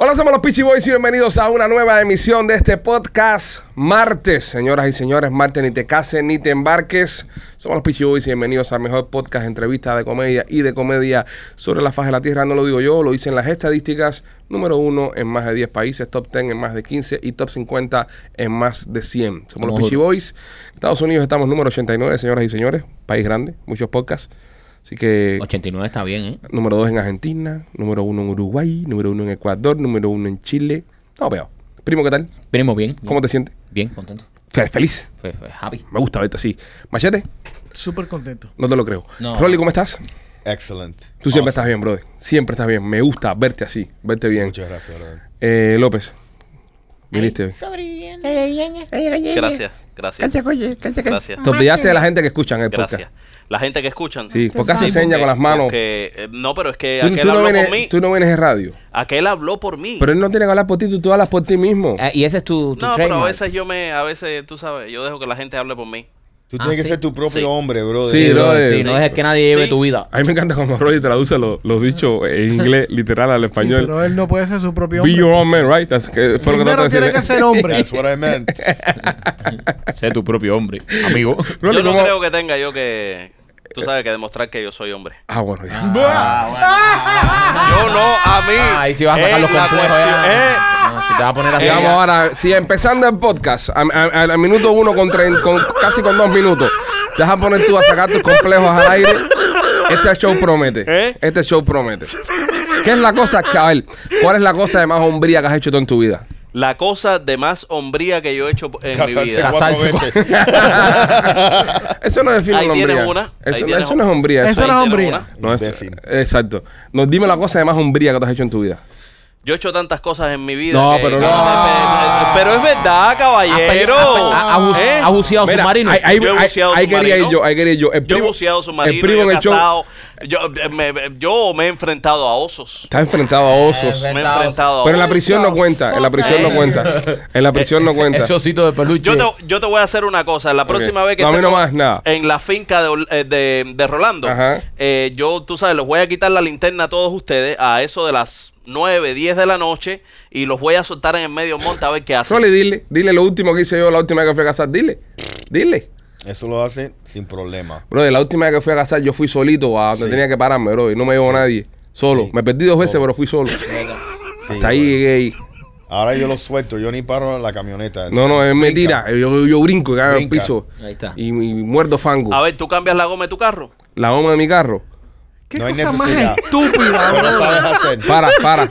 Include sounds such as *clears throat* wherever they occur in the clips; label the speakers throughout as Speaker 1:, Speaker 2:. Speaker 1: Hola, somos los Peachy Boys y bienvenidos a una nueva emisión de este podcast. Martes, señoras y señores, martes ni te cases ni te embarques. Somos los Peachy Boys y bienvenidos al mejor podcast, entrevista de comedia y de comedia sobre la faz de la tierra. No lo digo yo, lo dicen las estadísticas. Número uno en más de 10 países, top 10 en más de 15 y top 50 en más de 100. Somos los
Speaker 2: Ojo.
Speaker 1: Peachy Boys. Estados Unidos estamos número 89, señoras y señores. País grande, muchos podcasts. Así que
Speaker 2: 89 está bien, ¿eh?
Speaker 1: Número 2 en Argentina, número 1 en Uruguay, número 1 en Ecuador, número 1 en Chile. No, peor. Primo, ¿qué tal?
Speaker 2: Venimos bien. bien,
Speaker 1: ¿Cómo te sientes?
Speaker 2: Bien, contento.
Speaker 1: Fe- Feliz.
Speaker 2: Fue, fue happy.
Speaker 1: Me gusta verte así. Machete,
Speaker 3: Súper contento.
Speaker 1: no te lo creo.
Speaker 2: No.
Speaker 1: Rolly, ¿cómo estás?
Speaker 4: Excellent.
Speaker 1: Tú siempre
Speaker 4: Awesome.
Speaker 1: estás bien, brother. Siempre estás bien. Me gusta verte así, verte bien.
Speaker 4: Muchas gracias, brother.
Speaker 1: Eh, López, viniste.
Speaker 5: Gracias, gracias. Gracias.
Speaker 1: Te olvidaste de la gente que escuchan el
Speaker 5: Gracias.
Speaker 1: podcast.
Speaker 5: La gente que escuchan.
Speaker 1: Sí, podcast
Speaker 5: se
Speaker 1: se seña con las manos.
Speaker 5: no, pero es que
Speaker 1: Tú,
Speaker 5: aquel
Speaker 1: tú no
Speaker 5: habló
Speaker 1: vienes,
Speaker 5: por mí.
Speaker 1: tú no vienes de radio.
Speaker 5: Aquel habló por mí.
Speaker 1: Pero él no tiene que hablar por ti, tú, tú hablas por ti mismo.
Speaker 2: Eh, y ese es tu, tu
Speaker 5: no, pero a
Speaker 2: trademark.
Speaker 5: veces yo me, a veces, tú sabes, yo dejo que la gente hable por mí.
Speaker 4: Tú
Speaker 2: Ah,
Speaker 4: tienes que
Speaker 2: sí.
Speaker 4: ser tu propio
Speaker 5: Sí.
Speaker 4: hombre, brother.
Speaker 1: Sí,
Speaker 2: Sí,
Speaker 1: bro,
Speaker 2: brother,
Speaker 1: sí.
Speaker 2: sí, no dejes que nadie lleve
Speaker 5: Sí.
Speaker 2: tu vida.
Speaker 1: A mí me encanta cuando Rolly traduce los los dichos en inglés literal al
Speaker 3: Sí,
Speaker 1: español.
Speaker 3: pero él no puede ser su propio
Speaker 1: Be
Speaker 3: hombre.
Speaker 1: your own man, right? That's- que fue lo que trató
Speaker 3: Primero
Speaker 1: de
Speaker 3: tiene
Speaker 1: decir.
Speaker 3: que ser hombre.
Speaker 4: That's what I meant.
Speaker 2: Sé tu propio hombre, amigo.
Speaker 1: Rolly,
Speaker 5: yo no
Speaker 1: ¿cómo- Eh.
Speaker 5: creo que tenga yo que, tú sabes, que demostrar que yo soy hombre.
Speaker 1: Ah, bueno, ya.
Speaker 5: Yo no, a mí.
Speaker 2: Ahí sí vas a sacar
Speaker 5: Es
Speaker 2: los
Speaker 5: la
Speaker 2: complejos
Speaker 5: cuestión- eh,
Speaker 2: ya. No, si te vas a poner así.
Speaker 5: Eh,
Speaker 1: Vamos
Speaker 2: ya.
Speaker 1: ahora, sí, empezando el podcast, a- a- a- al minuto uno con, trein- con- casi con dos minutos, te vas a poner tú a sacar tus complejos al aire. Este show promete.
Speaker 5: ¿Eh?
Speaker 1: Este show promete. ¿Qué es la cosa, que- a ver, ¿Cuál es la cosa de más hombría que has hecho tú en tu
Speaker 5: *laughs*
Speaker 1: vida?
Speaker 5: La cosa de más hombría que yo he hecho en mi
Speaker 4: Casarse
Speaker 5: vida.
Speaker 4: cuatro
Speaker 2: Casarse
Speaker 4: veces.
Speaker 1: Eso no define
Speaker 5: Ahí
Speaker 1: una
Speaker 5: tienes
Speaker 1: hombría.
Speaker 5: una, ahí
Speaker 1: Eso,
Speaker 5: tienes
Speaker 1: eso
Speaker 5: una.
Speaker 1: no es hombría.
Speaker 3: Eso no es
Speaker 5: Ahí tiene
Speaker 3: hombría.
Speaker 5: una.
Speaker 1: no es-
Speaker 4: Imbécil.
Speaker 1: Exacto. Nos dime la cosa de más hombría que te has hecho en tu vida.
Speaker 5: Yo he hecho tantas cosas en mi vida.
Speaker 1: No,
Speaker 5: que-
Speaker 1: pero no.
Speaker 5: Pero- Pero es verdad, caballero.
Speaker 2: Ha- ha- ha-
Speaker 5: ¿Eh?
Speaker 2: ha buceado
Speaker 1: Mira,
Speaker 2: submarino.
Speaker 1: ahí- ahí-
Speaker 5: Yo he
Speaker 1: ahí-
Speaker 5: buceado
Speaker 1: ahí quería ir
Speaker 5: submarino.
Speaker 1: yo, ahí quería ir yo. El
Speaker 5: Yo he
Speaker 1: primo-
Speaker 5: buceado
Speaker 1: el
Speaker 5: submarino,
Speaker 1: primo
Speaker 5: yo
Speaker 1: en
Speaker 5: he
Speaker 1: el show
Speaker 5: casado, yo, eh, me- me- yo me he enfrentado a osos.
Speaker 1: está enfrentado a osos.
Speaker 4: Eh,
Speaker 5: Me he enfrentado a
Speaker 1: Pero en la
Speaker 5: osos.
Speaker 1: prisión no cuenta, en la prisión no cuenta.
Speaker 4: Eh,
Speaker 1: En la prisión no cuenta.
Speaker 2: Ese osito de peluche.
Speaker 5: Yo te, yo te voy a hacer una cosa. La próxima vez que
Speaker 1: No, a mí no
Speaker 5: estemos
Speaker 1: más nada.
Speaker 5: en la finca de, Ol- eh, de, de Rolando,
Speaker 1: Ajá.
Speaker 5: eh, yo, tú sabes, los voy a quitar la linterna a todos ustedes a eso de las 9, 10 de la noche y los voy a soltar en el medio monte a ver qué hacen.
Speaker 1: Rolly, dile, dile lo último que hice yo la última vez que fui a casar, dile. Dile.
Speaker 4: *laughs* Eso lo hace sin problema.
Speaker 1: Bro, la última vez que fui a casar yo fui solito a donde
Speaker 4: Sí.
Speaker 1: tenía que pararme, bro, y no me llevó nadie. Solo.
Speaker 4: Sí.
Speaker 1: Me perdí dos veces,
Speaker 4: Solo.
Speaker 1: pero fui solo.
Speaker 4: Sí,
Speaker 1: Hasta ahí
Speaker 4: brother.
Speaker 1: llegué ahí.
Speaker 4: Ahora yo lo suelto. Yo ni paro en la camioneta.
Speaker 1: No, no, es
Speaker 4: Brinca.
Speaker 1: mentira. Yo, yo brinco y caigo en el
Speaker 4: Brinca.
Speaker 1: piso.
Speaker 2: Ahí está.
Speaker 1: Y, y muerdo fango.
Speaker 5: A ver, ¿tú cambias la goma de tu carro?
Speaker 1: La goma de mi carro.
Speaker 3: ¿Qué
Speaker 4: No hay
Speaker 3: cosa más
Speaker 4: necesidad.
Speaker 3: estúpida,
Speaker 4: No
Speaker 3: bro?
Speaker 4: lo sabes hacer.
Speaker 1: Para, para.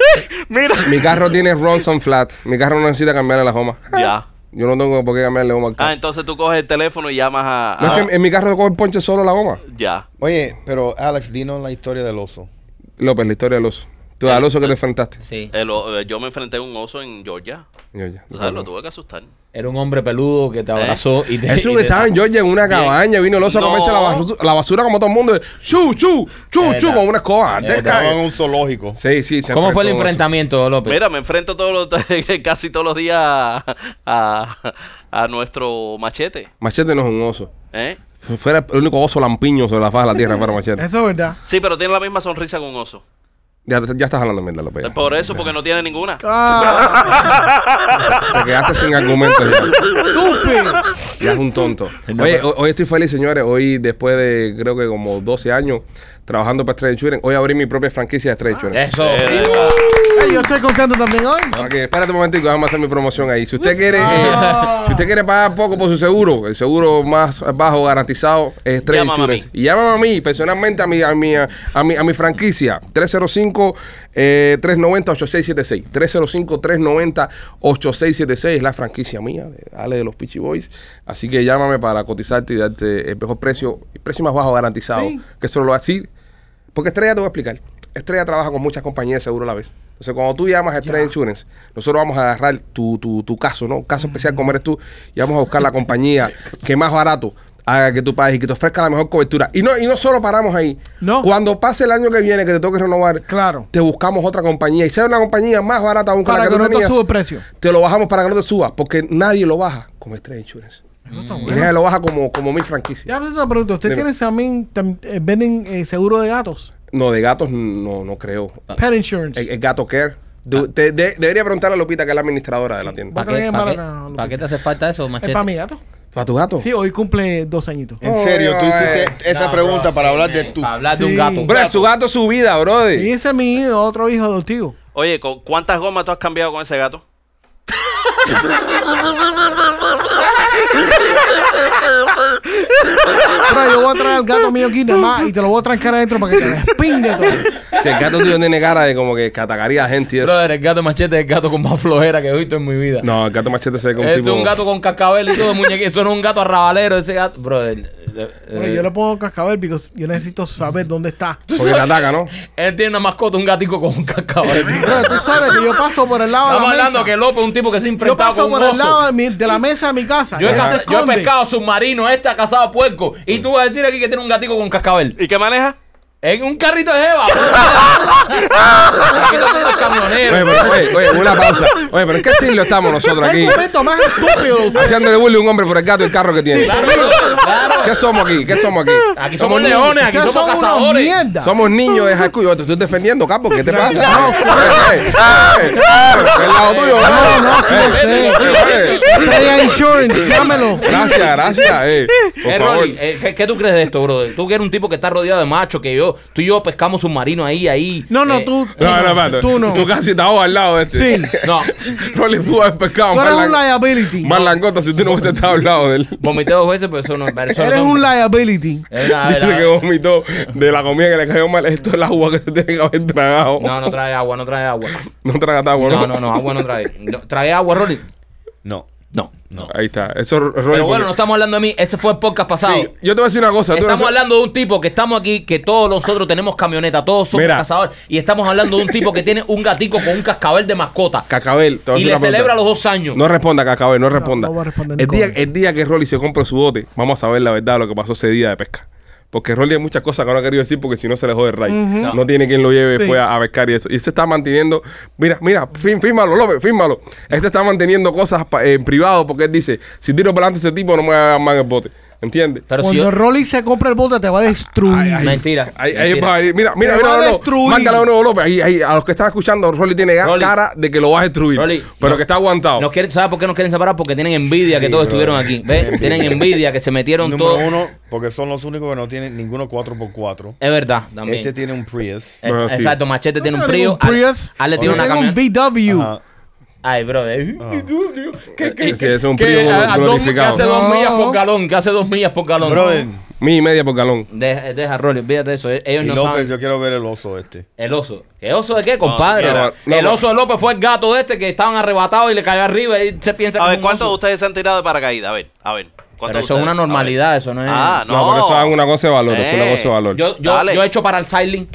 Speaker 5: *laughs* Mira.
Speaker 1: Mi carro tiene runs and flat. Mi carro no necesita cambiarle la goma.
Speaker 5: Ya.
Speaker 1: Yo no tengo por qué cambiarle goma al carro.
Speaker 5: Ah, entonces tú coges el teléfono y llamas a...
Speaker 1: No
Speaker 5: a-
Speaker 1: es que en mi carro coge el ponche solo la goma.
Speaker 5: Ya.
Speaker 4: Oye, pero Alex, dinos la historia del oso.
Speaker 1: López, la historia del oso. Tú, al
Speaker 5: Ah.
Speaker 1: oso que te enfrentaste.
Speaker 2: Sí.
Speaker 5: El o- eh, yo me enfrenté a un oso en Georgia.
Speaker 1: Georgia.
Speaker 5: Tú sabes, lo tuve que asustar.
Speaker 2: Era un hombre peludo
Speaker 5: Eh.
Speaker 2: que te abrazó y te.
Speaker 1: Eso
Speaker 2: y
Speaker 1: que
Speaker 2: te-
Speaker 1: estaba en Georgia en una cabaña, vino el oso a
Speaker 5: No.
Speaker 1: comerse la basura, la basura como todo el mundo. Chu, chu, chu,
Speaker 2: Es
Speaker 1: chu,
Speaker 2: verdad.
Speaker 1: con una escoba. Deja-
Speaker 4: Estaban en un zoológico.
Speaker 1: Sí, sí. se
Speaker 2: ¿Cómo fue el
Speaker 1: enfrentó a un oso.
Speaker 2: enfrentamiento, López?
Speaker 5: Mira, me enfrento todos los- *laughs* casi todos los días a, a- a nuestro machete.
Speaker 1: Machete no es un oso.
Speaker 5: ¿eh?
Speaker 1: Fu- Fuera el único oso lampiño sobre la faz de la tierra, fuera Machete.
Speaker 3: Eso es verdad.
Speaker 5: Sí, pero tiene la misma sonrisa que un oso.
Speaker 1: Ya, ya estás hablando mierda, López. ya.
Speaker 5: Por eso, porque no tiene ninguna.
Speaker 3: Ah,
Speaker 1: Te quedaste sin argumentos ya. Ya es un tonto. Oye, ho- hoy estoy feliz, señores. Hoy, después de creo que como 12 años trabajando para Stray Shooting, hoy abrí mi propia franquicia de Stray Shooting.
Speaker 2: Eso.
Speaker 5: Eh,
Speaker 3: Hey, yo estoy contento también hoy.
Speaker 1: Ok, espérate un momentico, déjame hacer mi promoción ahí. Si usted quiere, eh, si usted quiere pagar poco por su seguro, el seguro más bajo garantizado es Stray
Speaker 5: Llámame a
Speaker 1: Insurance.
Speaker 5: mí.
Speaker 1: Y llámame a mí, personalmente a mi, a mi, a mi, a mi franquicia, 305 eh, 390-8676. 305-390-8676 es la franquicia mía, de Ale de los Peachy Boys. Así que llámame para cotizarte y darte el mejor precio, el precio más bajo garantizado.
Speaker 3: Sí.
Speaker 1: Que solo lo así. Porque Estrella te voy a explicar. Estrella trabaja con muchas compañías de seguro a la vez. Entonces, cuando tú llamas a Estrella Insurance, nosotros vamos a
Speaker 3: *laughs*
Speaker 1: agarrar tu, tu, tu caso, ¿no? Un caso especial como eres tú, y vamos a buscar la compañía que más barato, haga que tú pagues y que te ofrezca la mejor cobertura. Y no, y no solo paramos ahí.
Speaker 3: No.
Speaker 1: Cuando pase el año que viene que te toque renovar,
Speaker 3: Claro.
Speaker 1: te buscamos otra compañía. Y sea una compañía más barata aún que la
Speaker 3: Para
Speaker 1: que,
Speaker 3: que
Speaker 1: tú
Speaker 3: no te
Speaker 1: tenías,
Speaker 3: sube el precio.
Speaker 1: te lo bajamos para que no te suba, porque nadie lo baja como Estrella Insurance.
Speaker 3: Eso está
Speaker 1: Y nadie lo baja como, como mi franquicia.
Speaker 3: Ya me hace una pregunta. ¿Usted
Speaker 1: Dime.
Speaker 3: tiene también, tam- eh, venden eh, seguro de gatos?
Speaker 1: No, de gatos no, no creo.
Speaker 3: Pet insurance.
Speaker 1: El, el gato care. De-
Speaker 2: Ah.
Speaker 1: te- de- debería preguntarle a Lupita, que es la administradora de la tienda.
Speaker 3: Va a
Speaker 6: ¿Para
Speaker 3: tener
Speaker 6: qué,
Speaker 3: que
Speaker 6: pa'
Speaker 3: llamar
Speaker 6: qué-
Speaker 3: a Lupita.
Speaker 6: pa' qué te hace falta eso,
Speaker 3: ¿Es
Speaker 6: machete?
Speaker 3: para mi gato?
Speaker 1: ¿Para tu gato?
Speaker 3: Sí, hoy cumple dos añitos.
Speaker 4: En
Speaker 1: Oh,
Speaker 4: serio, tú
Speaker 1: ay.
Speaker 4: hiciste esa
Speaker 2: No,
Speaker 4: pregunta
Speaker 2: bro,
Speaker 4: para
Speaker 2: sí,
Speaker 4: hablar de
Speaker 2: man,
Speaker 4: tú.
Speaker 2: para hablar de un
Speaker 3: Sí.
Speaker 2: gato.
Speaker 1: Hombre, su gato es su vida, brother.
Speaker 3: Y ese es mi hijo, otro hijo adoptivo.
Speaker 5: Oye, ¿con ¿cuántas gomas tú has cambiado con ese gato?
Speaker 3: Pero yo voy a traer al gato mío aquí nada más y te lo voy a trancar adentro para que te despingue todo.
Speaker 1: *laughs* Si el gato tuyo tiene cara de como que, que atacaría a gente y eso.
Speaker 2: Brother, el gato machete es el gato con más flojera que he visto en mi vida.
Speaker 1: No, el gato machete se ve como
Speaker 2: Este
Speaker 1: tipo...
Speaker 2: es un gato con cascabel y todo, muñequito. Eso no es un gato arrabalero, ese gato. Brother, eh,
Speaker 3: Bueno,
Speaker 2: eh,
Speaker 3: yo le pongo cascabel porque yo necesito saber dónde está.
Speaker 1: Porque te ataca,
Speaker 2: *laughs*
Speaker 1: ¿no?
Speaker 2: él tiene una mascota, un gatico con un cascabel.
Speaker 3: Pero tú sabes que yo paso por el lado
Speaker 2: Estamos
Speaker 3: de la
Speaker 2: hablando
Speaker 3: mesa.
Speaker 2: que López es un tipo que se ha
Speaker 3: yo
Speaker 2: enfrentado
Speaker 3: paso
Speaker 2: con un
Speaker 3: por el lado
Speaker 2: oso.
Speaker 3: de, mi- de la mesa de mi casa.
Speaker 2: Yo he,
Speaker 3: Él
Speaker 2: caza-
Speaker 3: se
Speaker 2: yo he
Speaker 3: esconde.
Speaker 2: pescado submarino, este ha cazado puerco. Y tú vas a decir aquí que tiene un gatico con cascabel.
Speaker 5: ¿Y qué maneja?
Speaker 2: En un carrito de jeva.
Speaker 3: *laughs*
Speaker 2: aquí todo el mundo es
Speaker 1: Oye,
Speaker 2: camionero.
Speaker 1: pero, oye, oye, una pausa. Oye, pero ¿en qué siglo estamos nosotros
Speaker 3: Es
Speaker 2: *laughs*
Speaker 1: aquí?
Speaker 3: el momento más estúpido. de ustedes.
Speaker 1: Haciéndole bullying a un hombre por el gato y el carro que tiene.
Speaker 2: Claro, claro.
Speaker 1: ¿Qué somos aquí? ¿Qué somos aquí?
Speaker 2: Aquí somos
Speaker 1: niños.
Speaker 2: leones, aquí
Speaker 3: Ustedes
Speaker 2: somos
Speaker 3: son unos
Speaker 2: cazadores.
Speaker 3: mierda.
Speaker 1: Somos niños de high school. Yo te estoy defendiendo, capo. ¿Qué te pasa? No, pues, eh, El lado tuyo,
Speaker 3: No, no, sí
Speaker 1: Eh,
Speaker 3: lo sé.
Speaker 1: eh, eh.
Speaker 3: Estrella
Speaker 2: *laughs*
Speaker 3: Insurance, llámelo.
Speaker 1: Gracias, gracias. eh. Por
Speaker 2: Eh,
Speaker 1: favor.
Speaker 2: Rolly, eh, ¿qué, qué tú crees de esto, brother? Tú que eres un tipo que está rodeado de machos, que yo, tú y yo pescamos submarino ahí, ahí.
Speaker 3: No, no,
Speaker 2: Eh,
Speaker 3: tú.
Speaker 1: No, no, espérate.
Speaker 3: Tú no.
Speaker 1: Tú casi estabas al lado de este.
Speaker 2: *laughs*
Speaker 3: Sí.
Speaker 2: No,
Speaker 1: Rolly pudo haber pescado
Speaker 3: Tú eres
Speaker 1: más,
Speaker 3: un
Speaker 1: lang-
Speaker 3: liability.
Speaker 1: más langota si tú no hubiese estado al lado de él.
Speaker 2: vomité dos veces, pero eso no pero eso no
Speaker 3: Eres
Speaker 2: son-
Speaker 3: un liability.
Speaker 2: Es una-
Speaker 1: Dice
Speaker 2: era-
Speaker 1: que vomitó de la comida que le cayó mal. Esto es la uva que se tiene que haber tragado.
Speaker 2: No, no trae agua, no trae agua.
Speaker 1: No traga agua,
Speaker 2: No, no, no, agua no trae. No, ¿Trae agua, Rolly?
Speaker 4: No.
Speaker 2: No.
Speaker 1: Ahí está. Eso es Rolly.
Speaker 2: Pero bueno, no
Speaker 1: porque-
Speaker 2: estamos hablando de mí. Ese fue el podcast pasado.
Speaker 1: Sí, yo te voy a decir una cosa. tú
Speaker 2: Estamos
Speaker 1: no sabes-
Speaker 2: hablando de un tipo que estamos aquí, que todos nosotros tenemos camioneta, todos somos
Speaker 1: Mira.
Speaker 2: cazadores. Y estamos hablando de un tipo que tiene un gatico con un cascabel de mascota.
Speaker 1: Cacabel. te voy a
Speaker 2: Y
Speaker 1: hacer
Speaker 2: le
Speaker 1: una pregunta.
Speaker 2: celebra los dos años.
Speaker 1: No responda, Cacabel, no responda.
Speaker 3: no voy a responder
Speaker 1: el, día,
Speaker 3: nunca.
Speaker 1: el día que Rolly se compre su bote, vamos a saber la verdad de lo que pasó ese día de pesca. Porque Rolly hay muchas cosas que no ha querido decir porque si no se le jode el ray. no. tiene quien lo lleve
Speaker 3: Sí.
Speaker 1: después a, a pescar y eso. Y él se está manteniendo. Mira, mira, fí- fírmalo, López, fírmalo. Él se está manteniendo cosas pa- en privado porque él dice: si tiro para adelante este tipo, no me va a dar más en el bote. ¿Entiendes?
Speaker 2: Pero si
Speaker 3: Cuando
Speaker 2: yo-
Speaker 3: Rolly se compra el bote, te va a destruir.
Speaker 2: Mentira.
Speaker 1: Ahí, ahí
Speaker 2: mentira.
Speaker 1: va a venir. Mira, mira,
Speaker 3: Te
Speaker 1: mira,
Speaker 3: va a
Speaker 1: no, no.
Speaker 3: destruir.
Speaker 1: Mándalo de nuevo, López. Ahí, ahí, a los que están escuchando, Rolly tiene ga-
Speaker 2: Rolly.
Speaker 1: cara de que lo vas a destruir.
Speaker 2: Rolly,
Speaker 1: pero
Speaker 2: no-
Speaker 1: que está aguantado.
Speaker 2: Nos quieren, ¿Sabes por qué nos quieren separar? Porque tienen envidia que
Speaker 4: Sí,
Speaker 2: todos
Speaker 4: bro.
Speaker 2: estuvieron aquí. ¿Ves?
Speaker 4: Tienen
Speaker 2: Tienen envidia que se metieron
Speaker 4: Número
Speaker 2: todos.
Speaker 4: uno, porque son los únicos que no tienen ninguno 4x4.
Speaker 2: Es verdad, también. Eh,
Speaker 4: Este tiene un Prius.
Speaker 2: Est-
Speaker 1: No, sí.
Speaker 2: Exacto, Machete tiene un
Speaker 3: Tengo
Speaker 2: Prius.
Speaker 3: Prius.
Speaker 2: Ale, Ale tiene una
Speaker 3: Tengo un
Speaker 2: camioneta.
Speaker 3: VW.
Speaker 4: Ajá.
Speaker 2: Ay, brother. ¿Qué,
Speaker 1: Ah. Sí, sí, es un
Speaker 2: qué-
Speaker 1: Prius
Speaker 2: a- a dos- Que
Speaker 1: glorificado.
Speaker 2: hace dos
Speaker 3: No.
Speaker 2: millas por galón. Que hace dos millas por galón.
Speaker 4: Brother,
Speaker 1: Milla y media por galón.
Speaker 2: Deja, deja Rolly, olvídate de eso. eh, Ellos
Speaker 4: y
Speaker 2: no
Speaker 4: López,
Speaker 2: saben.
Speaker 4: yo quiero ver el oso este.
Speaker 2: El oso. ¿Qué oso de qué, compadre?
Speaker 1: siquiera. No,
Speaker 2: el
Speaker 1: no.
Speaker 2: oso de López fue el gato de este que estaban arrebatados y le cayó arriba y se piensa
Speaker 5: A
Speaker 2: que es
Speaker 5: ver,
Speaker 2: un
Speaker 5: ¿cuántos de
Speaker 2: oso.
Speaker 5: ustedes se han tirado de paracaídas? A ver, a ver.
Speaker 2: Pero
Speaker 5: ¿cuántos
Speaker 2: eso
Speaker 5: de ustedes?
Speaker 2: es una
Speaker 5: A ver.
Speaker 2: normalidad, eso no es.
Speaker 5: Ah, no.
Speaker 1: No, pero eso es una cosa de valor. eso es una
Speaker 5: Eh.
Speaker 1: cosa de valor.
Speaker 2: Yo, yo,
Speaker 5: Dale.
Speaker 2: yo he hecho parasailing.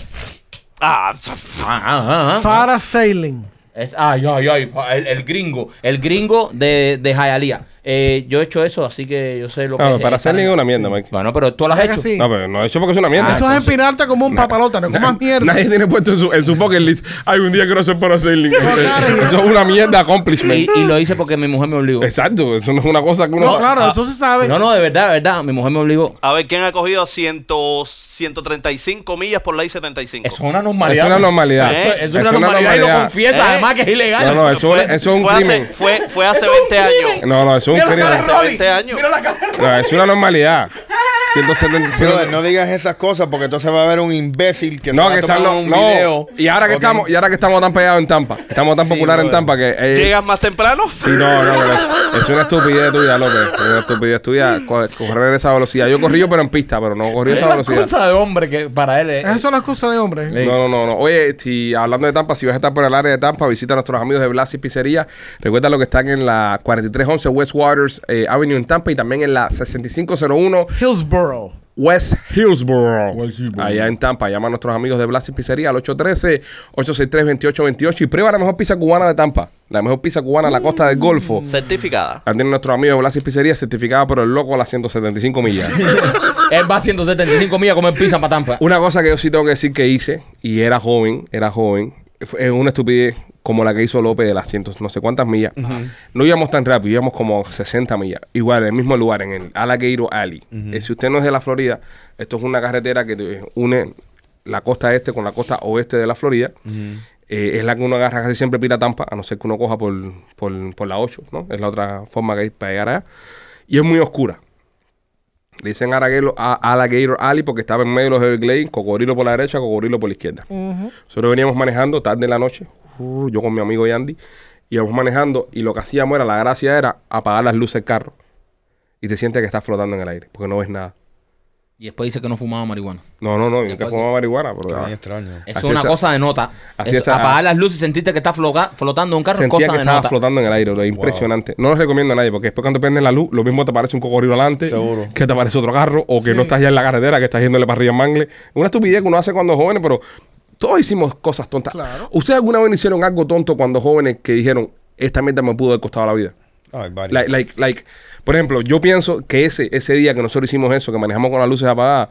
Speaker 5: Ah, pf,
Speaker 2: Ah, ah, ah.
Speaker 3: Para sailing.
Speaker 2: Es, ay, ay, ay, pa- el, el gringo, el gringo de, de Hialeah. Eh, yo he hecho eso, así que yo sé lo que
Speaker 1: Claro,
Speaker 2: es
Speaker 1: Ah, para
Speaker 2: estar
Speaker 1: hacerle
Speaker 2: en-
Speaker 1: una mierda, Mike.
Speaker 2: Bueno, pero tú lo has
Speaker 3: Creo que
Speaker 2: hecho.
Speaker 3: sí.
Speaker 1: No, pero no, eso porque es una
Speaker 2: Ah,
Speaker 1: mierda.
Speaker 3: Eso es empinarte como un papalota, no comas mierda.
Speaker 1: Nadie tiene puesto en su, en su pocket list. Hay un día que no se para sailing. *laughs* eso es una mierda accomplishment.
Speaker 2: Y, y lo hice porque mi mujer me obligó.
Speaker 1: Exacto, eso no es una cosa que uno.
Speaker 3: No, claro, eso se sabe.
Speaker 2: No, no, de verdad, de verdad, mi mujer me obligó.
Speaker 5: a ver, ¿quién ha cogido 100, 135 millas por la I-75?
Speaker 2: Eso es una
Speaker 1: Eso
Speaker 2: normalidad.
Speaker 1: es una normalidad.
Speaker 2: Eso, eso es una normalidad, y lo confiesa,
Speaker 5: Eh.
Speaker 2: además que es ilegal.
Speaker 1: No, no, eso,
Speaker 5: Fue-
Speaker 1: es- eso es un
Speaker 5: fue
Speaker 1: crimen.
Speaker 5: Hace, fue, fue hace
Speaker 2: Eso es un
Speaker 5: 20 años.
Speaker 2: crimen.
Speaker 1: No, no, eso es un
Speaker 2: Mira la cara de
Speaker 1: crimen.
Speaker 5: Hace
Speaker 2: Rolly.
Speaker 5: 20 años.
Speaker 2: Mira la cara de Rolly.
Speaker 1: No, es una normalidad. 170.
Speaker 4: Brother, no digas esas cosas porque entonces va a haber un imbécil que se
Speaker 1: No,
Speaker 4: va
Speaker 1: que
Speaker 4: a tomar
Speaker 1: están los-
Speaker 4: un
Speaker 1: no.
Speaker 4: video.
Speaker 1: Y ahora que
Speaker 4: Ok.
Speaker 1: estamos, y ahora que estamos tan pegados en Tampa, estamos tan
Speaker 4: Sí,
Speaker 1: populares en
Speaker 4: brother.
Speaker 1: Tampa que eh,
Speaker 5: ¿Llegas más temprano?
Speaker 1: Sí, no, no, pero es, es una estupidez tuya, López. Es una estupidez tuya co- correr esa velocidad. Yo corrí, pero en pista, pero no corrí
Speaker 2: Es
Speaker 1: esa
Speaker 2: una
Speaker 1: velocidad.
Speaker 2: cosa de hombre que para él es.
Speaker 3: Esas son las cosas de hombre.
Speaker 2: Ey.
Speaker 1: No, no, no, no. Oye, si hablando de Tampa, si vas a estar por el área de Tampa, visita a nuestros amigos de Blasi Pizzería. Recuerda lo que están en la 4311 West Waters eh, Avenue en Tampa y también en la 6501
Speaker 3: Hillsborough.
Speaker 1: West Hillsboro.
Speaker 6: West Hillsboro.
Speaker 1: Allá en Tampa. Llama a nuestros amigos de Blas y Pizzería al 813-863-2828 y prueba la mejor pizza cubana de Tampa. La mejor pizza cubana en la costa del Golfo.
Speaker 5: Certificada.
Speaker 1: La tiene nuestro amigo de Blas y Pizzería, certificada por el loco a las 175 millas.
Speaker 2: Él va a 175 millas a comer pizza para Tampa.
Speaker 1: Una cosa que yo sí tengo que decir que hice, y era joven, era joven, fue una estupidez como la que hizo López de las cientos, no sé cuántas millas. No íbamos tan rápido, íbamos como 60 millas. Igual, en el mismo lugar, en el Alagueiro Alley. Eh, si usted no es de la Florida, esto es una carretera que te une la costa este con la costa oeste de la Florida. Eh, es la que uno agarra casi siempre pira tampa, a no ser que uno coja por, por, por la 8, ¿no? Es la otra forma que hay para llegar allá. Y es muy oscura. Le dicen Araguelo- a Alligator Alley porque estaba en medio de los Everglades, Cocorilo por la derecha, Cocorilo por la izquierda. Nosotros veníamos manejando tarde en la noche, uh, yo con mi amigo Yandy, íbamos manejando y lo que hacíamos era, la gracia era apagar las luces del carro y te sientes que estás flotando en el aire porque no ves nada.
Speaker 2: Y después dice que no fumaba marihuana.
Speaker 1: No, no, no, yo te
Speaker 2: Después
Speaker 1: fumaba marihuana, pero
Speaker 4: Ay,
Speaker 1: ah,
Speaker 4: extraño.
Speaker 2: Eso
Speaker 1: Así
Speaker 2: es una
Speaker 1: es,
Speaker 2: cosa de nota.
Speaker 1: así
Speaker 2: Eso,
Speaker 1: es,
Speaker 2: apagar
Speaker 1: ah.
Speaker 2: las luces y sentirte que estás floga- flotando en un carro es
Speaker 1: sentía
Speaker 2: cosa
Speaker 1: que
Speaker 2: de
Speaker 1: estaba
Speaker 2: nota.
Speaker 1: flotando en el aire, bro, es impresionante. No les recomiendo a nadie porque después cuando prenden la luz, lo mismo te aparece un cocorilo adelante,
Speaker 4: Seguro.
Speaker 1: que te aparece otro carro o que no estás ya en la carretera, que estás yéndole para arriba en mangle. Una estupidez que uno hace cuando es joven, pero todos hicimos cosas tontas.
Speaker 3: Claro.
Speaker 1: ¿Ustedes alguna vez hicieron algo tonto cuando jóvenes que dijeron, esta mierda me pudo haber costado la vida?
Speaker 4: Ay, varios.
Speaker 1: Like, like, like, por ejemplo, yo pienso que ese, ese día que nosotros hicimos eso, que manejamos con las luces apagadas,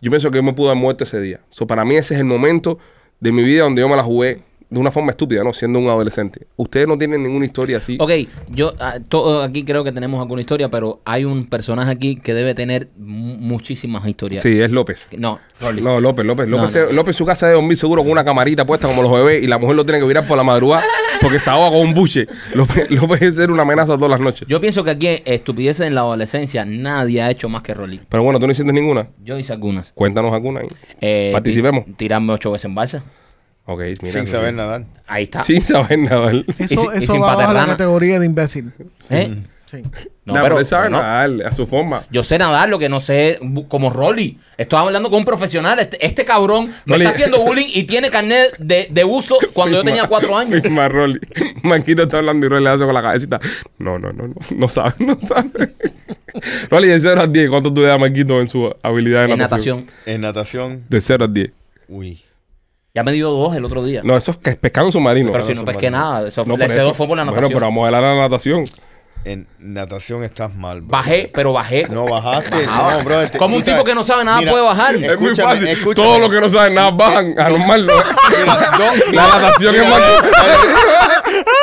Speaker 1: yo pienso que yo me pude haber muerto ese día. So, para mí ese es el momento de mi vida donde yo me la jugué de una forma estúpida, ¿no? Siendo un adolescente. Ustedes no tienen ninguna historia así.
Speaker 2: Ok, yo ah, todo aquí creo que tenemos alguna historia, pero hay un personaje aquí que debe tener mu- muchísimas historias.
Speaker 1: Sí, es López.
Speaker 2: No, Rolly.
Speaker 1: No, López, López.
Speaker 2: No,
Speaker 1: López,
Speaker 2: no.
Speaker 1: se- López en su casa de dormir seguro con una camarita puesta como los bebés y la mujer lo tiene que virar por la madrugada porque se ahoga con un buche. López, *laughs* López es ser una amenaza todas las noches.
Speaker 2: Yo pienso que aquí eh, estupideces en la adolescencia nadie ha hecho más que Rolly.
Speaker 1: Pero bueno, tú no hiciste ninguna.
Speaker 2: Yo hice algunas.
Speaker 1: Cuéntanos alguna ahí.
Speaker 2: Eh,
Speaker 1: Participemos.
Speaker 2: ti- Tirarme ocho veces en balsa.
Speaker 1: Ok, mira.
Speaker 4: Sin saber nadar.
Speaker 2: Ahí está.
Speaker 1: Sin saber nadar.
Speaker 2: Y
Speaker 3: Eso,
Speaker 2: sin- y
Speaker 3: eso
Speaker 2: sin
Speaker 3: va bajo la
Speaker 2: paterrana.
Speaker 3: categoría de imbécil.
Speaker 2: ¿Eh?
Speaker 3: Sí.
Speaker 1: No, pero él sabe
Speaker 2: no.
Speaker 1: nadar a su forma.
Speaker 2: Yo sé nadar, lo que no sé, bu- como Rolly. Estoy hablando con un profesional. Este, este cabrón me
Speaker 1: Rolly.
Speaker 2: está haciendo bullying y tiene carnet de, de uso cuando yo tenía cuatro años.
Speaker 1: Firma Rolly. *laughs* Manquito está hablando y Rolly le hace con la cabecita. No, no, no, no. No sabe, no sabe. *laughs* Rolly, de 0 a 10, ¿cuánto tú le das a Manquito en su habilidad de
Speaker 2: En
Speaker 1: natación?
Speaker 2: natación.
Speaker 4: En natación.
Speaker 1: De 0 a 10.
Speaker 4: Uy.
Speaker 2: Ya me dio dos el otro día.
Speaker 1: No, eso es que es pescado submarino.
Speaker 2: pero si no
Speaker 4: son
Speaker 2: pesqué
Speaker 4: varios.
Speaker 2: nada. Eso,
Speaker 1: No,
Speaker 2: le
Speaker 1: por
Speaker 2: cedo
Speaker 1: eso.
Speaker 2: fue por la
Speaker 1: Bueno,
Speaker 2: natación.
Speaker 1: pero vamos a hablar a la natación.
Speaker 4: En natación estás mal, bro.
Speaker 2: Bajé, pero bajé.
Speaker 4: No bajaste.
Speaker 2: Bajaba.
Speaker 4: No, bro. te-
Speaker 2: ¿Cómo un
Speaker 4: tú
Speaker 2: tipo
Speaker 4: sabes-
Speaker 2: que no sabe nada puede bajar? Es muy
Speaker 1: es muy
Speaker 4: Escúchame,
Speaker 1: fácil.
Speaker 4: escúchame.
Speaker 1: Todos los que no saben nada bajan a normal.
Speaker 2: *laughs*
Speaker 4: Mira, no, mira,
Speaker 1: La natación es
Speaker 4: mira,
Speaker 1: más-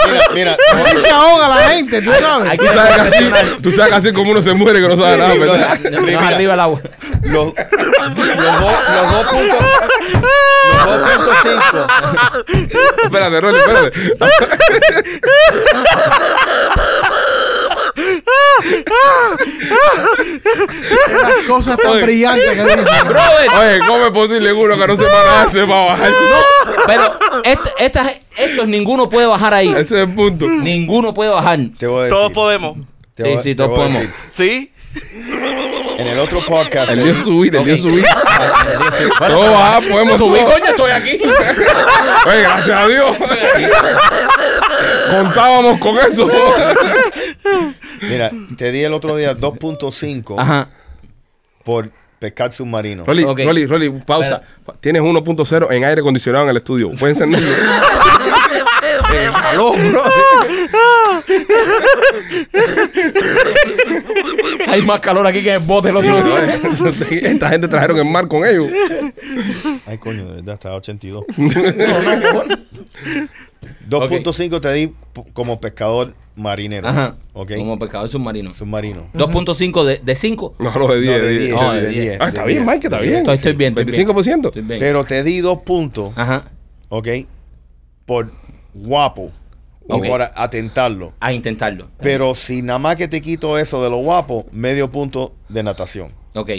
Speaker 4: Mira, mira.
Speaker 3: Así se ahoga la gente, tú sabes.
Speaker 2: Hay
Speaker 1: Tú
Speaker 2: que
Speaker 1: sabes que así, tú sabes que así es como uno se muere que no sabe nada.
Speaker 4: Sí, sí,
Speaker 1: ¿verdad?
Speaker 4: bro. Mira.
Speaker 2: arriba el *laughs* agua.
Speaker 4: Los, los, dos, los dos puntos. Los 2.5.
Speaker 1: Espérate, Rolly, espérate.
Speaker 3: Las cosas tan
Speaker 1: Oye.
Speaker 3: brillantes que
Speaker 1: *laughs*
Speaker 3: dicen.
Speaker 2: Brother,
Speaker 1: Oye, ¿cómo es posible que uno que no sepa nada sepa bajar?
Speaker 2: pero este, est- estas- estos ninguno puede bajar ahí.
Speaker 1: Ese es el punto.
Speaker 2: Ninguno puede bajar.
Speaker 4: Te voy a decir.
Speaker 5: Todos podemos.
Speaker 4: te
Speaker 2: Sí,
Speaker 4: voy a-
Speaker 2: sí,
Speaker 4: te
Speaker 2: todos
Speaker 4: voy a
Speaker 2: podemos.
Speaker 4: decir,
Speaker 5: ¿Sí?
Speaker 4: En el otro podcast.
Speaker 1: El dio subir, el dio
Speaker 2: *laughs*
Speaker 1: subir. Todos bajar, podemos
Speaker 2: Subí,
Speaker 1: subir.
Speaker 2: coño, estoy aquí.
Speaker 1: Oye, gracias a Dios. Contábamos con eso.
Speaker 4: Mira, te di el otro día 2.5
Speaker 2: Ajá.
Speaker 4: por pescar submarino.
Speaker 1: Rolly,
Speaker 2: Ok.
Speaker 1: Rolly, Rolly, pausa. Tienes 1.0 en aire acondicionado en el estudio. Pueden encenderlo.
Speaker 2: *laughs*
Speaker 1: Eh, jaló, bro.
Speaker 2: Hay más calor aquí que en el bote el otro día.
Speaker 1: Esta gente trajeron el mar con ellos.
Speaker 4: Ay, coño, de verdad, estaba 82.
Speaker 2: *laughs* No, no, qué bueno.
Speaker 4: 2.5 te di p- como pescador marinero.
Speaker 2: Ajá.
Speaker 4: ¿Ok?
Speaker 2: Como pescador submarino.
Speaker 4: Submarino.
Speaker 2: 2.5 de, de 5.
Speaker 1: No, los de 10.
Speaker 4: No, de
Speaker 1: de 10.
Speaker 4: 10,
Speaker 2: No,
Speaker 4: de
Speaker 2: de
Speaker 4: 10,
Speaker 2: 10.
Speaker 1: Ah, está
Speaker 4: de
Speaker 1: bien,
Speaker 4: 10,
Speaker 1: Mike, está
Speaker 4: de
Speaker 1: bien.
Speaker 4: 10.
Speaker 2: Estoy, estoy bien. Estoy bien.
Speaker 1: 25%.
Speaker 2: Estoy bien.
Speaker 4: Pero te di dos puntos,
Speaker 2: Ajá.
Speaker 4: ¿ok? Por guapo
Speaker 2: Ok.
Speaker 4: y por a- atentarlo.
Speaker 2: A intentarlo.
Speaker 4: Pero si nada más que te quito eso de lo guapo, medio punto de natación.
Speaker 2: Ok.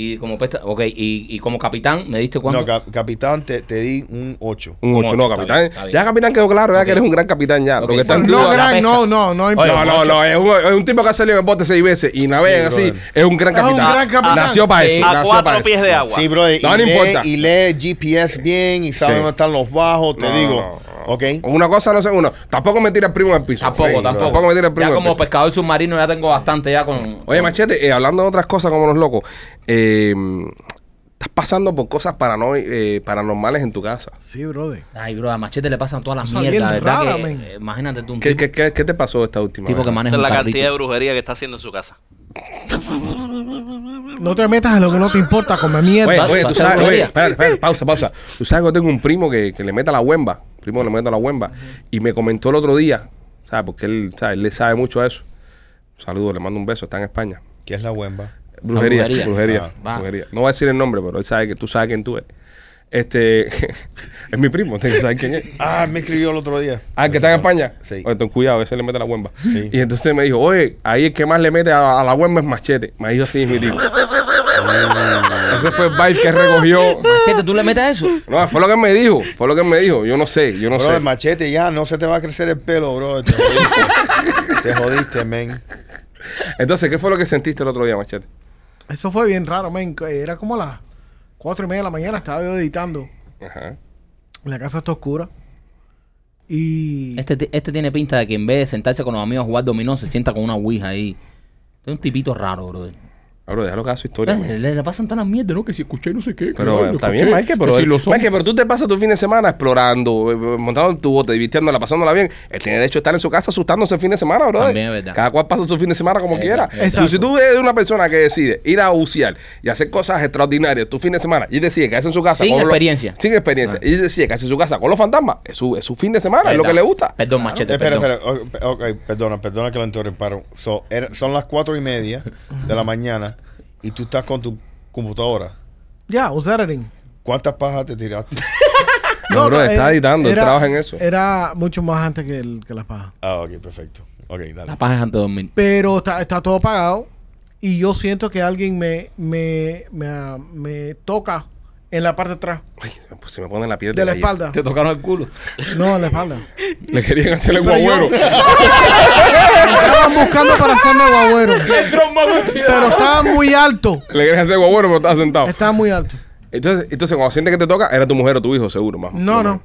Speaker 2: Y como pesta, ok. Y, y como capitán, ¿me diste cuánto?
Speaker 4: No, cap- capitán, te, te di un 8.
Speaker 1: Un
Speaker 2: Un
Speaker 1: 8,
Speaker 2: ocho,
Speaker 1: no,
Speaker 2: está
Speaker 1: capitán.
Speaker 2: bien, está bien.
Speaker 1: Ya, capitán, quedó claro, ya
Speaker 2: Ok.
Speaker 1: que eres un gran capitán ya.
Speaker 2: Ok,
Speaker 1: Lo que está en
Speaker 2: fue-
Speaker 1: duda-
Speaker 3: No,
Speaker 2: la
Speaker 3: gran,
Speaker 2: pesca.
Speaker 3: no, no, no importa.
Speaker 1: No, no, no, es un, es un tipo que ha salido en el bote seis veces y navega
Speaker 4: Sí,
Speaker 1: así.
Speaker 4: brother.
Speaker 1: Es un gran
Speaker 3: Es un
Speaker 1: capitán.
Speaker 3: gran capitán.
Speaker 1: Nació para
Speaker 2: Sí.
Speaker 1: eso.
Speaker 5: A
Speaker 1: nació para
Speaker 5: cuatro
Speaker 1: eso.
Speaker 5: pies de agua.
Speaker 4: Sí, bro. Y,
Speaker 1: No, no
Speaker 4: lee,
Speaker 1: importa.
Speaker 4: y lee GPS bien y sabe
Speaker 1: Sí.
Speaker 4: dónde están los bajos, te
Speaker 1: No,
Speaker 4: digo.
Speaker 1: no, no.
Speaker 4: ¿Ok?
Speaker 1: Una cosa no sé, uno. Tampoco me tira el primo al piso.
Speaker 2: Tampoco, tampoco.
Speaker 1: Tampoco me tira el primo
Speaker 2: ya
Speaker 1: al
Speaker 2: como
Speaker 1: piso.
Speaker 2: pescador submarino ya tengo bastante ya con...
Speaker 1: Oye, Machete, eh, hablando de otras cosas como los locos, eh, estás pasando por cosas paranoi- eh, paranormales en tu casa.
Speaker 3: Sí, brother.
Speaker 2: Ay, bro, a Machete le pasan todas las
Speaker 3: Cosa
Speaker 2: mierdas,
Speaker 3: bien
Speaker 2: ¿verdad?
Speaker 3: rara,
Speaker 2: que,
Speaker 3: men.
Speaker 2: eh, imagínate tú un
Speaker 1: ¿Qué,
Speaker 2: tipo,
Speaker 1: qué- qué- qué te pasó esta última
Speaker 2: tipo
Speaker 1: vez?
Speaker 2: que maneja
Speaker 5: Esa es
Speaker 2: un
Speaker 5: la
Speaker 2: carrito.
Speaker 5: cantidad de brujería que está haciendo en su casa.
Speaker 3: No te metas en lo que no te importa, come mierda.
Speaker 1: Oye,
Speaker 2: Tal-
Speaker 1: oye, tú
Speaker 2: tal-
Speaker 1: sabes,
Speaker 2: tal-
Speaker 1: oye,
Speaker 2: tal-
Speaker 1: espérate, espérate, pausa, pausa. Tú sabes que yo tengo un primo que, que le mete a la huemba, primo que le mete a la huemba, y me comentó el otro día, ¿sabes? Porque él, ¿sabes? él le sabe mucho a eso. Saludos, le mando un beso, está en España.
Speaker 4: ¿Qué es la huemba?
Speaker 1: Brujería,
Speaker 2: brujería.
Speaker 1: brujería,
Speaker 2: Ah, va.
Speaker 1: brujería. No voy a decir el nombre, pero él sabe que tú sabes quién tú eres. Este, *laughs* es mi primo, tienes que saber quién es.
Speaker 4: Ah, me escribió el otro día.
Speaker 1: Ah, el que está en España.
Speaker 4: Sí.
Speaker 1: Oye, ten cuidado, ese le mete la huemba.
Speaker 4: Sí.
Speaker 1: Y entonces me dijo, oye, ahí el que más le mete a, a la huemba es machete. Me dijo así, mi tío.
Speaker 4: *laughs*
Speaker 1: ese fue el vibe que recogió.
Speaker 2: Machete, ¿tú le metes eso?
Speaker 1: No, fue lo que me dijo, fue lo que me dijo. Yo no sé, yo no
Speaker 4: Bro,
Speaker 1: sé.
Speaker 4: el machete ya, no se te va a crecer el pelo, bro.
Speaker 1: *laughs*
Speaker 4: Te jodiste, Te jodiste, men.
Speaker 1: Entonces, ¿qué fue lo que sentiste el otro día, machete?
Speaker 3: Eso fue bien raro, men. Era como a las cuatro y media de la mañana, estaba yo editando.
Speaker 1: Ajá.
Speaker 3: La casa está oscura. Y.
Speaker 2: Este, ti- este tiene pinta de que en vez de sentarse con los amigos a jugar dominó, se sienta con una ouija ahí. Es un tipito raro, bro.
Speaker 1: Ahora, Ah, déjalo que haga su historia. man.
Speaker 2: Le, le- le pasan tan las mierdas, ¿no? Que si escuché no sé qué. que
Speaker 1: Pero
Speaker 2: no,
Speaker 1: eh,
Speaker 2: lo
Speaker 1: está
Speaker 2: escuché,
Speaker 1: bien, Mike, pero,
Speaker 2: que si lo son.
Speaker 1: Mike, pero tú te pasas tu fin de semana explorando, eh, eh, montando en tu bote, divirtiéndola, pasándola bien. Él tiene derecho a estar en su casa asustándose el fin de semana, bro.
Speaker 2: También es verdad.
Speaker 1: Cada cual pasa su fin de semana como
Speaker 2: Es
Speaker 1: quiera.
Speaker 2: verdad,
Speaker 3: es
Speaker 1: Si,
Speaker 3: verdad.
Speaker 1: si tú eres una persona que decide ir a bucear y hacer cosas extraordinarias tu fin de semana y decide quedarse en su casa
Speaker 2: Sin
Speaker 1: los-
Speaker 2: experiencia. Ah.
Speaker 1: sin experiencia. Y decide quedarse en su casa con los fantasmas, es su, es su fin de semana, es lo que le gusta.
Speaker 2: Perdón, machete.
Speaker 4: Eh, espera,
Speaker 2: perdón.
Speaker 4: espera. Ok, ok, perdona, perdona que lo interrumparon. So, era- son las cuatro y media de la mañana y tú estás con tu computadora.
Speaker 3: Ya, un Saturday.
Speaker 4: ¿Cuántas pajas te tiraste?
Speaker 1: No, bro, está
Speaker 3: eh,
Speaker 1: editando, él
Speaker 3: era-
Speaker 1: trabaja en eso.
Speaker 3: Era mucho más antes que, el, que las pajas.
Speaker 4: Ah, ok, perfecto. Ok, dale.
Speaker 2: La paja es antes de dormir.
Speaker 3: Pero está, está todo apagado. Y yo siento que alguien me, me, me, me toca en la parte de atrás.
Speaker 1: Ay, pues se me pone la piel
Speaker 3: De la
Speaker 1: gallina.
Speaker 3: espalda.
Speaker 2: Te tocaron el culo.
Speaker 3: No, en la espalda.
Speaker 1: *laughs* Le querían hacer el
Speaker 3: Pero yo-
Speaker 1: guagüero.
Speaker 3: *laughs* Estaban buscando para hacerme
Speaker 2: *laughs*
Speaker 3: guagüero. Pero estaba muy alto.
Speaker 1: Le querían hacer el guagüero, pero estaba sentado.
Speaker 3: Estaba muy alto.
Speaker 1: Entonces, entonces cuando sientes que te toca, era tu mujer o tu hijo, seguro, más.
Speaker 3: No, no.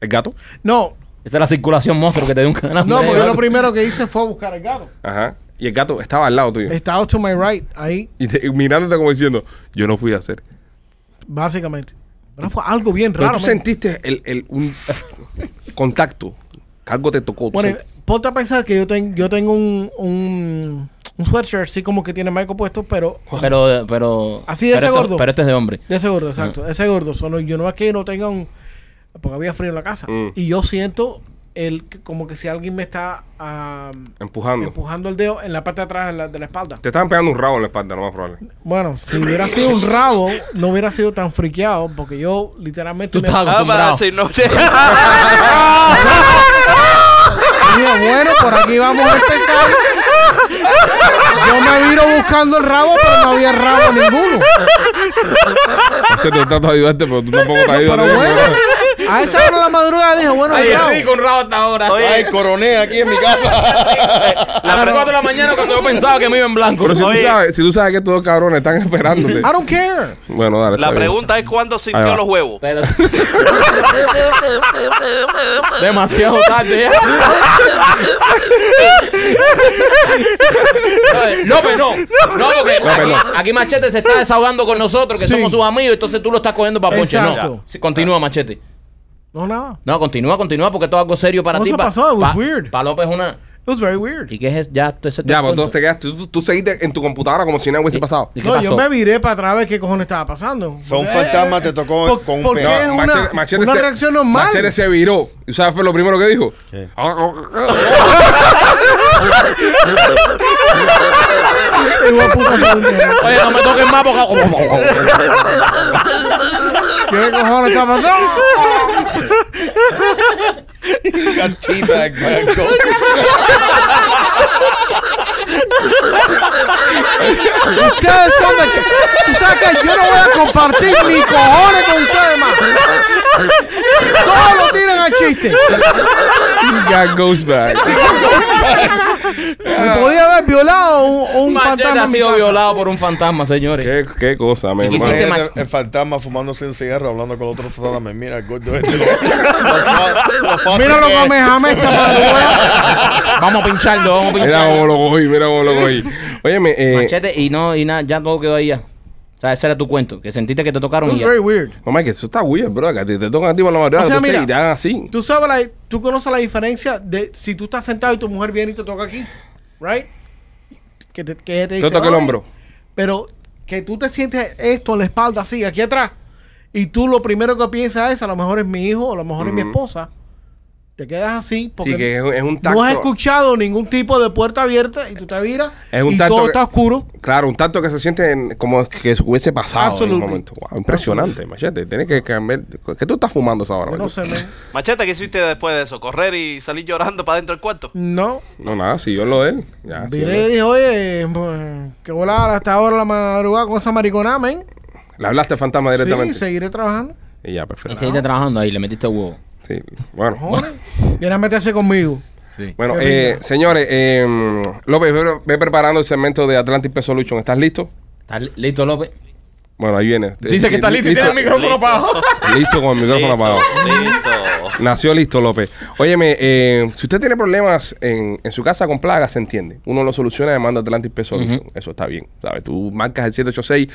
Speaker 1: ¿El gato?
Speaker 3: No,
Speaker 2: Esa es la circulación monstruo que te dio un canal.
Speaker 3: no, porque yo lo primero que hice fue buscar al gato.
Speaker 1: Ajá. Y el gato estaba al lado tuyo.
Speaker 3: Estaba to my right, ahí,
Speaker 1: Y, te- y mirándote como diciendo, yo no fui a hacer.
Speaker 3: básicamente. Pero fue algo bien
Speaker 1: Pero
Speaker 3: raro.
Speaker 1: tú
Speaker 3: man.
Speaker 1: sentiste el, el- un contacto. Que algo te tocó. tú
Speaker 3: Bueno,
Speaker 1: sen-
Speaker 3: ponte a pensar que yo, ten- yo tengo un, un, un sweatshirt así como que tiene Michael puesto, pero
Speaker 2: Pero, pero.
Speaker 3: Así de ese
Speaker 2: pero esto-
Speaker 3: gordo.
Speaker 2: Pero este es de hombre.
Speaker 3: de ese gordo, exacto. de Ese gordo. Solo yo no es que no tenga un. Porque había frío en la casa.
Speaker 1: Mm.
Speaker 3: Y yo siento el, que- como que si alguien me está ah,
Speaker 1: empujando.
Speaker 3: empujando el dedo en la parte de atrás de la, de la espalda.
Speaker 1: te estaban pegando un rabo en la espalda, lo más
Speaker 3: *laughs*
Speaker 1: probable.
Speaker 3: Bueno, si hubiera sido un rabo, no hubiera sido tan friqueado, porque yo literalmente.
Speaker 2: Tú
Speaker 3: me-
Speaker 2: estabas
Speaker 5: Ah, para
Speaker 2: acostumbrado.
Speaker 5: decir, no.
Speaker 3: Dije, bueno, por aquí vamos a empezar. Yo me vino buscando el rabo, pero no había rabo ninguno.
Speaker 1: Yo te trato de ayudarte, pero tú tampoco te ayudas.
Speaker 3: Pero bueno, a esa hora de la madrugada dije, bueno, el rabo.
Speaker 2: un rabo hasta ahora.
Speaker 4: Ay, coroné aquí en mi casa.
Speaker 2: A las 4 de la mañana cuando yo pensaba que me iba en blanco.
Speaker 1: Pero si tú,
Speaker 5: Oye.
Speaker 1: sabes, si tú sabes que estos dos cabrones están esperándote.
Speaker 3: I don't care.
Speaker 1: Bueno, dale. está
Speaker 5: La
Speaker 1: bien.
Speaker 5: pregunta es cuándo
Speaker 1: Ahí va.
Speaker 5: sintió los huevos.
Speaker 3: *laughs*
Speaker 2: Pero- Demasiado tarde. ¿eh? López, no. No, porque
Speaker 1: López,
Speaker 2: aquí,
Speaker 1: no.
Speaker 2: aquí Machete se está desahogando con nosotros, que
Speaker 3: Sí.
Speaker 2: somos sus amigos, entonces tú lo estás cogiendo para ponche. No.
Speaker 3: Exacto.
Speaker 2: Sí, continúa, Machete.
Speaker 3: No, nada.
Speaker 2: No, continúa, continúa, porque esto es algo serio para
Speaker 3: No,
Speaker 2: ti.
Speaker 3: eso
Speaker 2: pa-
Speaker 3: pasó, it was
Speaker 2: pa-
Speaker 3: weird.
Speaker 2: pa López es una.
Speaker 3: It was very weird.
Speaker 2: ¿Y qué es? Ya, tú- ese-
Speaker 1: Ya, pues
Speaker 2: cuento.
Speaker 1: entonces te quedaste. Tú, tú seguiste en tu computadora como si nada hubiese pasado.
Speaker 2: ¿Y qué
Speaker 3: No,
Speaker 2: pasó?
Speaker 3: yo me viré para atrás a ver qué cojones estaba pasando.
Speaker 4: Son
Speaker 3: Eh,
Speaker 4: fantasmas, te tocó
Speaker 3: ¿por-
Speaker 4: con un
Speaker 3: por
Speaker 4: pelo.
Speaker 3: qué?
Speaker 4: *laughs*
Speaker 3: una- una reacción normal.
Speaker 1: Machete se viró. ¿Y sabes fue lo primero que
Speaker 3: *laughs*
Speaker 1: dijo?
Speaker 4: ¿Qué?
Speaker 3: Eh, hijo de puta, ¿Qué
Speaker 2: Oye, no me toques más
Speaker 3: *laughs*
Speaker 2: porque.
Speaker 1: *laughs*
Speaker 3: qué cojones está pasando?
Speaker 4: Got teabag by *laughs* a ghost.
Speaker 3: Ustedes son de que. Tú sabes que yo no voy a compartir ni cojones con ustedes más. Todos lo tiran al chiste.
Speaker 1: God goes back.
Speaker 3: Me podía haber violado un, un
Speaker 2: Machete
Speaker 3: fantasma.
Speaker 2: ha
Speaker 3: en mi
Speaker 2: sido
Speaker 3: casa.
Speaker 2: violado por un fantasma, señores.
Speaker 1: ¿Qué, qué cosa, men.
Speaker 2: ¿Y qué hiciste?
Speaker 1: Bueno,
Speaker 4: Imagínate el fantasma fumándose un cigarro hablando con otro fantasma. Mira, el gordo este. *laughs*
Speaker 1: *laughs*
Speaker 4: Lo, lo fa- lo fácil
Speaker 3: Mira lo
Speaker 4: que
Speaker 3: que
Speaker 4: es.
Speaker 3: me jame esta madre.
Speaker 2: *laughs* Vamos a pincharlo, vamos a
Speaker 1: Mira
Speaker 2: pincharlo. *laughs*
Speaker 1: cómo lo cogí, mira cómo lo cogí. Óyeme, eh,
Speaker 2: Machete y no, y nada, ya todo quedó ahí ya. sea, ese era tu cuento, que sentiste que te tocaron
Speaker 3: It
Speaker 2: y
Speaker 3: was
Speaker 2: ya.
Speaker 3: very weird.
Speaker 1: No, Mike, eso está weird, bro. Que a ti te tocan a ti por la madrugada
Speaker 3: O sea,
Speaker 1: tú te-
Speaker 3: mira.
Speaker 1: y te hagan así.
Speaker 3: Tú sabes, la, tú conoces la diferencia de si tú estás sentado y tu mujer viene y te toca aquí, right? Que te, que te
Speaker 1: Te
Speaker 3: dice,
Speaker 1: toca el
Speaker 3: "Oye",
Speaker 1: hombro.
Speaker 3: Pero que tú te sientes esto en la espalda así, aquí atrás, y tú lo primero que piensas es, a lo mejor es mi hijo, a lo mejor es mi esposa. Te quedas así porque
Speaker 1: Sí, que es un- es un
Speaker 3: no has
Speaker 1: tacto.
Speaker 3: escuchado ningún tipo de puerta abierta y tú te viras
Speaker 1: Es un
Speaker 3: y
Speaker 1: tacto
Speaker 3: todo
Speaker 1: que-
Speaker 3: está oscuro.
Speaker 1: Claro, un tanto que se siente en- como que hubiese pasado en
Speaker 3: Absolutely.
Speaker 1: un momento. Wow, impresionante, machete. Tienes que cambiar. ¿Qué tú estás fumando esa hora,
Speaker 3: Yo no
Speaker 1: machete?
Speaker 3: sé, man.
Speaker 5: Machete, ¿qué hiciste después de eso? ¿Correr y salir llorando para dentro del cuarto?
Speaker 3: No,
Speaker 1: No, nada, si yo lo de él. Ya, siguió lo
Speaker 3: Vine
Speaker 1: de
Speaker 3: y
Speaker 1: él.
Speaker 3: dije, oye, pues, que volaba hasta ahora la madrugada con esa mariconada, men.
Speaker 1: Le hablaste al fantasma
Speaker 3: Sí,
Speaker 1: directamente.
Speaker 3: seguiré trabajando.
Speaker 1: Y ya, pues,
Speaker 2: Y
Speaker 1: perfecto.
Speaker 2: seguiste trabajando ahí, le metiste huevo.
Speaker 1: Sí, bueno.
Speaker 3: Joder, viene a meterse conmigo.
Speaker 1: Bueno,
Speaker 3: Qué
Speaker 1: eh,
Speaker 3: rico.
Speaker 1: señores, eh, López, ve, ve preparando el segmento de Atlantic Pest Solution. ¿Estás listo?
Speaker 2: ¿Estás li- listo, López?
Speaker 1: Bueno, ahí viene.
Speaker 2: Dice que está listo y tiene el micrófono para abajo.
Speaker 1: Listo con el micrófono apagado.
Speaker 5: Listo.
Speaker 1: Nació listo, López. Óyeme, eh, si usted tiene problemas en, en su casa con plagas, se entiende. Uno lo soluciona llamando a Atlantic Pest Solution. Eso está bien. ¿sabes? Tú marcas el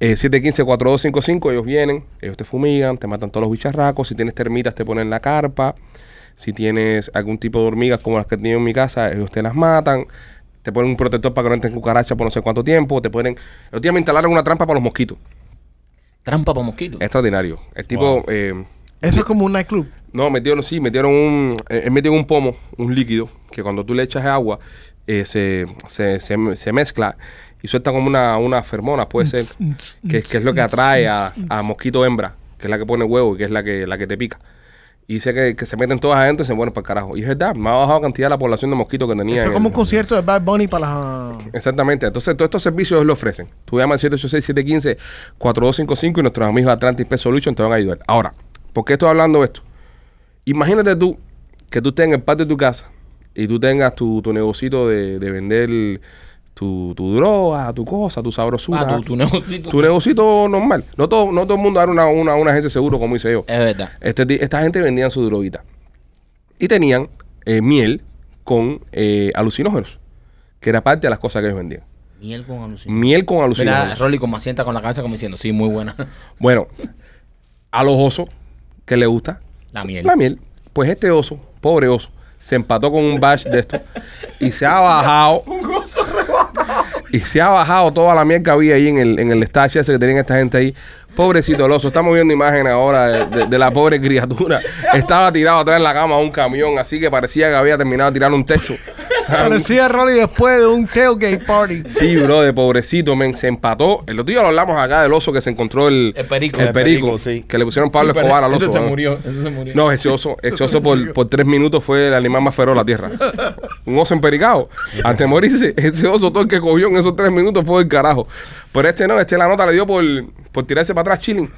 Speaker 1: eh, 786-715-4255. ellos vienen, ellos te fumigan, te matan todos los bicharracos. Si tienes termitas, te ponen la carpa. Si tienes algún tipo de hormigas como las que tengo en mi casa, ellos te las matan. Te ponen un protector para que no entren cucarachas por no sé cuánto tiempo. Te ponen. El otro día me instalaron una trampa para los mosquitos.
Speaker 2: *laughs* Trampa para mosquitos.
Speaker 1: Extraordinario. El tipo.
Speaker 4: Wow.
Speaker 1: eh,
Speaker 3: Eso es como un nightclub.
Speaker 1: no, metieron, sí, metieron un. eh, Él metió en un pomo, un líquido, que cuando tú le echas agua, eh, se, se, se- se mezcla y suelta como una, una fermona, puede ser, que, que es lo que atrae a, a mosquito hembra, que es la que pone huevo y que es la que, la que te pica. Y dice que, que se meten todas adentro y se mueren para el carajo. Y es verdad, me ha bajado cantidad la población de mosquitos que Ah, tenía.
Speaker 3: Eso
Speaker 1: en
Speaker 3: es como un
Speaker 1: el-
Speaker 3: concierto de Bad Bunny para las...
Speaker 1: Exactamente. Entonces, todos estos servicios ellos lo ofrecen. Tú llamas al 786-715-4255 y nuestros amigos de Atlantic Pest Solution te van a ayudar. Ahora, ¿por qué estoy hablando de esto? Imagínate tú que tú estés en el patio de tu casa y tú tengas tu, tu negocito de, de vender tu, tu droga, tu cosa, tu sabrosura.
Speaker 2: Ah, tu,
Speaker 1: tu,
Speaker 2: tu negocito.
Speaker 1: negocito normal. No todo, no todo el mundo era una, una, una agencia de seguro como hice yo.
Speaker 2: Es verdad.
Speaker 1: Este ti- esta gente vendía su droguita. Y tenían eh, miel con eh, alucinógenos, que era parte de las cosas que ellos vendían.
Speaker 2: Miel con alucinio.
Speaker 1: Miel con
Speaker 2: Mira,
Speaker 1: alucinógenos.
Speaker 2: Rolly como asienta con la cabeza como diciendo, sí, muy buena. *laughs*
Speaker 1: Bueno, a los osos que le gusta
Speaker 2: La miel.
Speaker 1: la miel, pues este oso, pobre oso, se empató con un batch de esto y se ha bajado. Y se ha bajado toda la miel que había ahí en el, en el stash ese que tenían esta gente ahí. Pobrecito el oso, estamos viendo imágenes ahora de, de- de la pobre criatura. Estaba tirado atrás en la cama de un camión, así que parecía que había terminado de tirar un techo. O sea, un-
Speaker 3: Parecía Rolly después de un tailgate party.
Speaker 1: Sí, bro, de pobrecito, men, se empató. El otro día lo hablamos acá del oso que se encontró el,
Speaker 2: El perico.
Speaker 1: el
Speaker 4: El
Speaker 1: perico,
Speaker 4: perico, sí.
Speaker 1: que le pusieron Pablo
Speaker 2: Super-
Speaker 1: Escobar al oso.
Speaker 2: ese se
Speaker 1: ¿no?
Speaker 2: murió. Ese se murió.
Speaker 1: No, ese
Speaker 2: *laughs*
Speaker 1: oso, ese oso por, por tres minutos fue el animal más feroz de la tierra. Un oso empericado. Antes de morirse, ese oso todo el que cogió en esos tres minutos fue el carajo. Pero este no, este la nota le dio por, por tirarse para atrás chilling.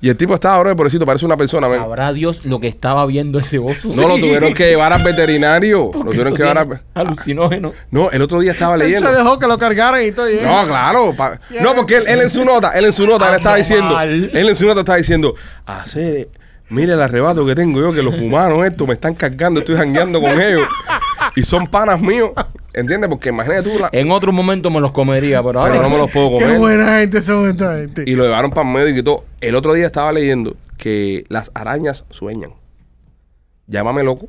Speaker 1: Y el tipo estaba, bro, pobrecito, parece una persona, men.
Speaker 2: Sabrá Dios lo que estaba viendo ese oso.
Speaker 1: No, lo tuvieron que llevar al
Speaker 2: *laughs*
Speaker 1: veterinario. Lo tuvieron que llevar al...
Speaker 2: Alucinógeno.
Speaker 1: No, el otro día estaba
Speaker 3: Él
Speaker 1: leyendo.
Speaker 3: se dejó que lo cargaran y todo. y-
Speaker 1: No, claro. pa- No, porque él, él en su nota, él en su nota, él estaba diciendo,
Speaker 2: Anormal.
Speaker 1: él en su nota estaba diciendo, hacer, mire el arrebato que tengo yo, que los humanos estos me están cargando, estoy jangueando con ellos y son panas míos, ¿entiendes? Porque imagínate tú, la,
Speaker 2: En otro momento me los comería, pero
Speaker 1: pero
Speaker 2: ahora
Speaker 1: no me los puedo
Speaker 3: Qué
Speaker 1: comer.
Speaker 3: buena gente son esta gente.
Speaker 1: Y lo llevaron para el medio y quitó. El otro día estaba leyendo que las arañas sueñan. Llámame loco,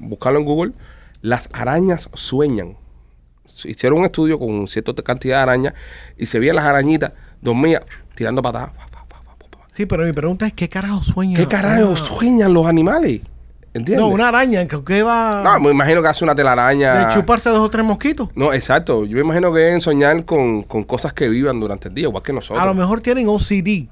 Speaker 1: buscarlo en Google. Las arañas sueñan. Se Hicieron un estudio con cierta cantidad de arañas y se veían las arañitas, dormía tirando patadas. Fa, fa, fa, fa, fa, fa.
Speaker 3: Sí, pero mi pregunta es, ¿qué carajo sueña?
Speaker 1: ¿Qué carajo
Speaker 3: Ah.
Speaker 1: sueñan los animales? ¿Entiendes?
Speaker 3: No, una araña, que que va
Speaker 1: No, me imagino que hace una telaraña.
Speaker 3: de chuparse dos o tres mosquitos.
Speaker 1: No, exacto. Yo me imagino que deben soñar con, con cosas que vivan durante el día, igual que nosotros.
Speaker 3: A lo mejor tienen OCD.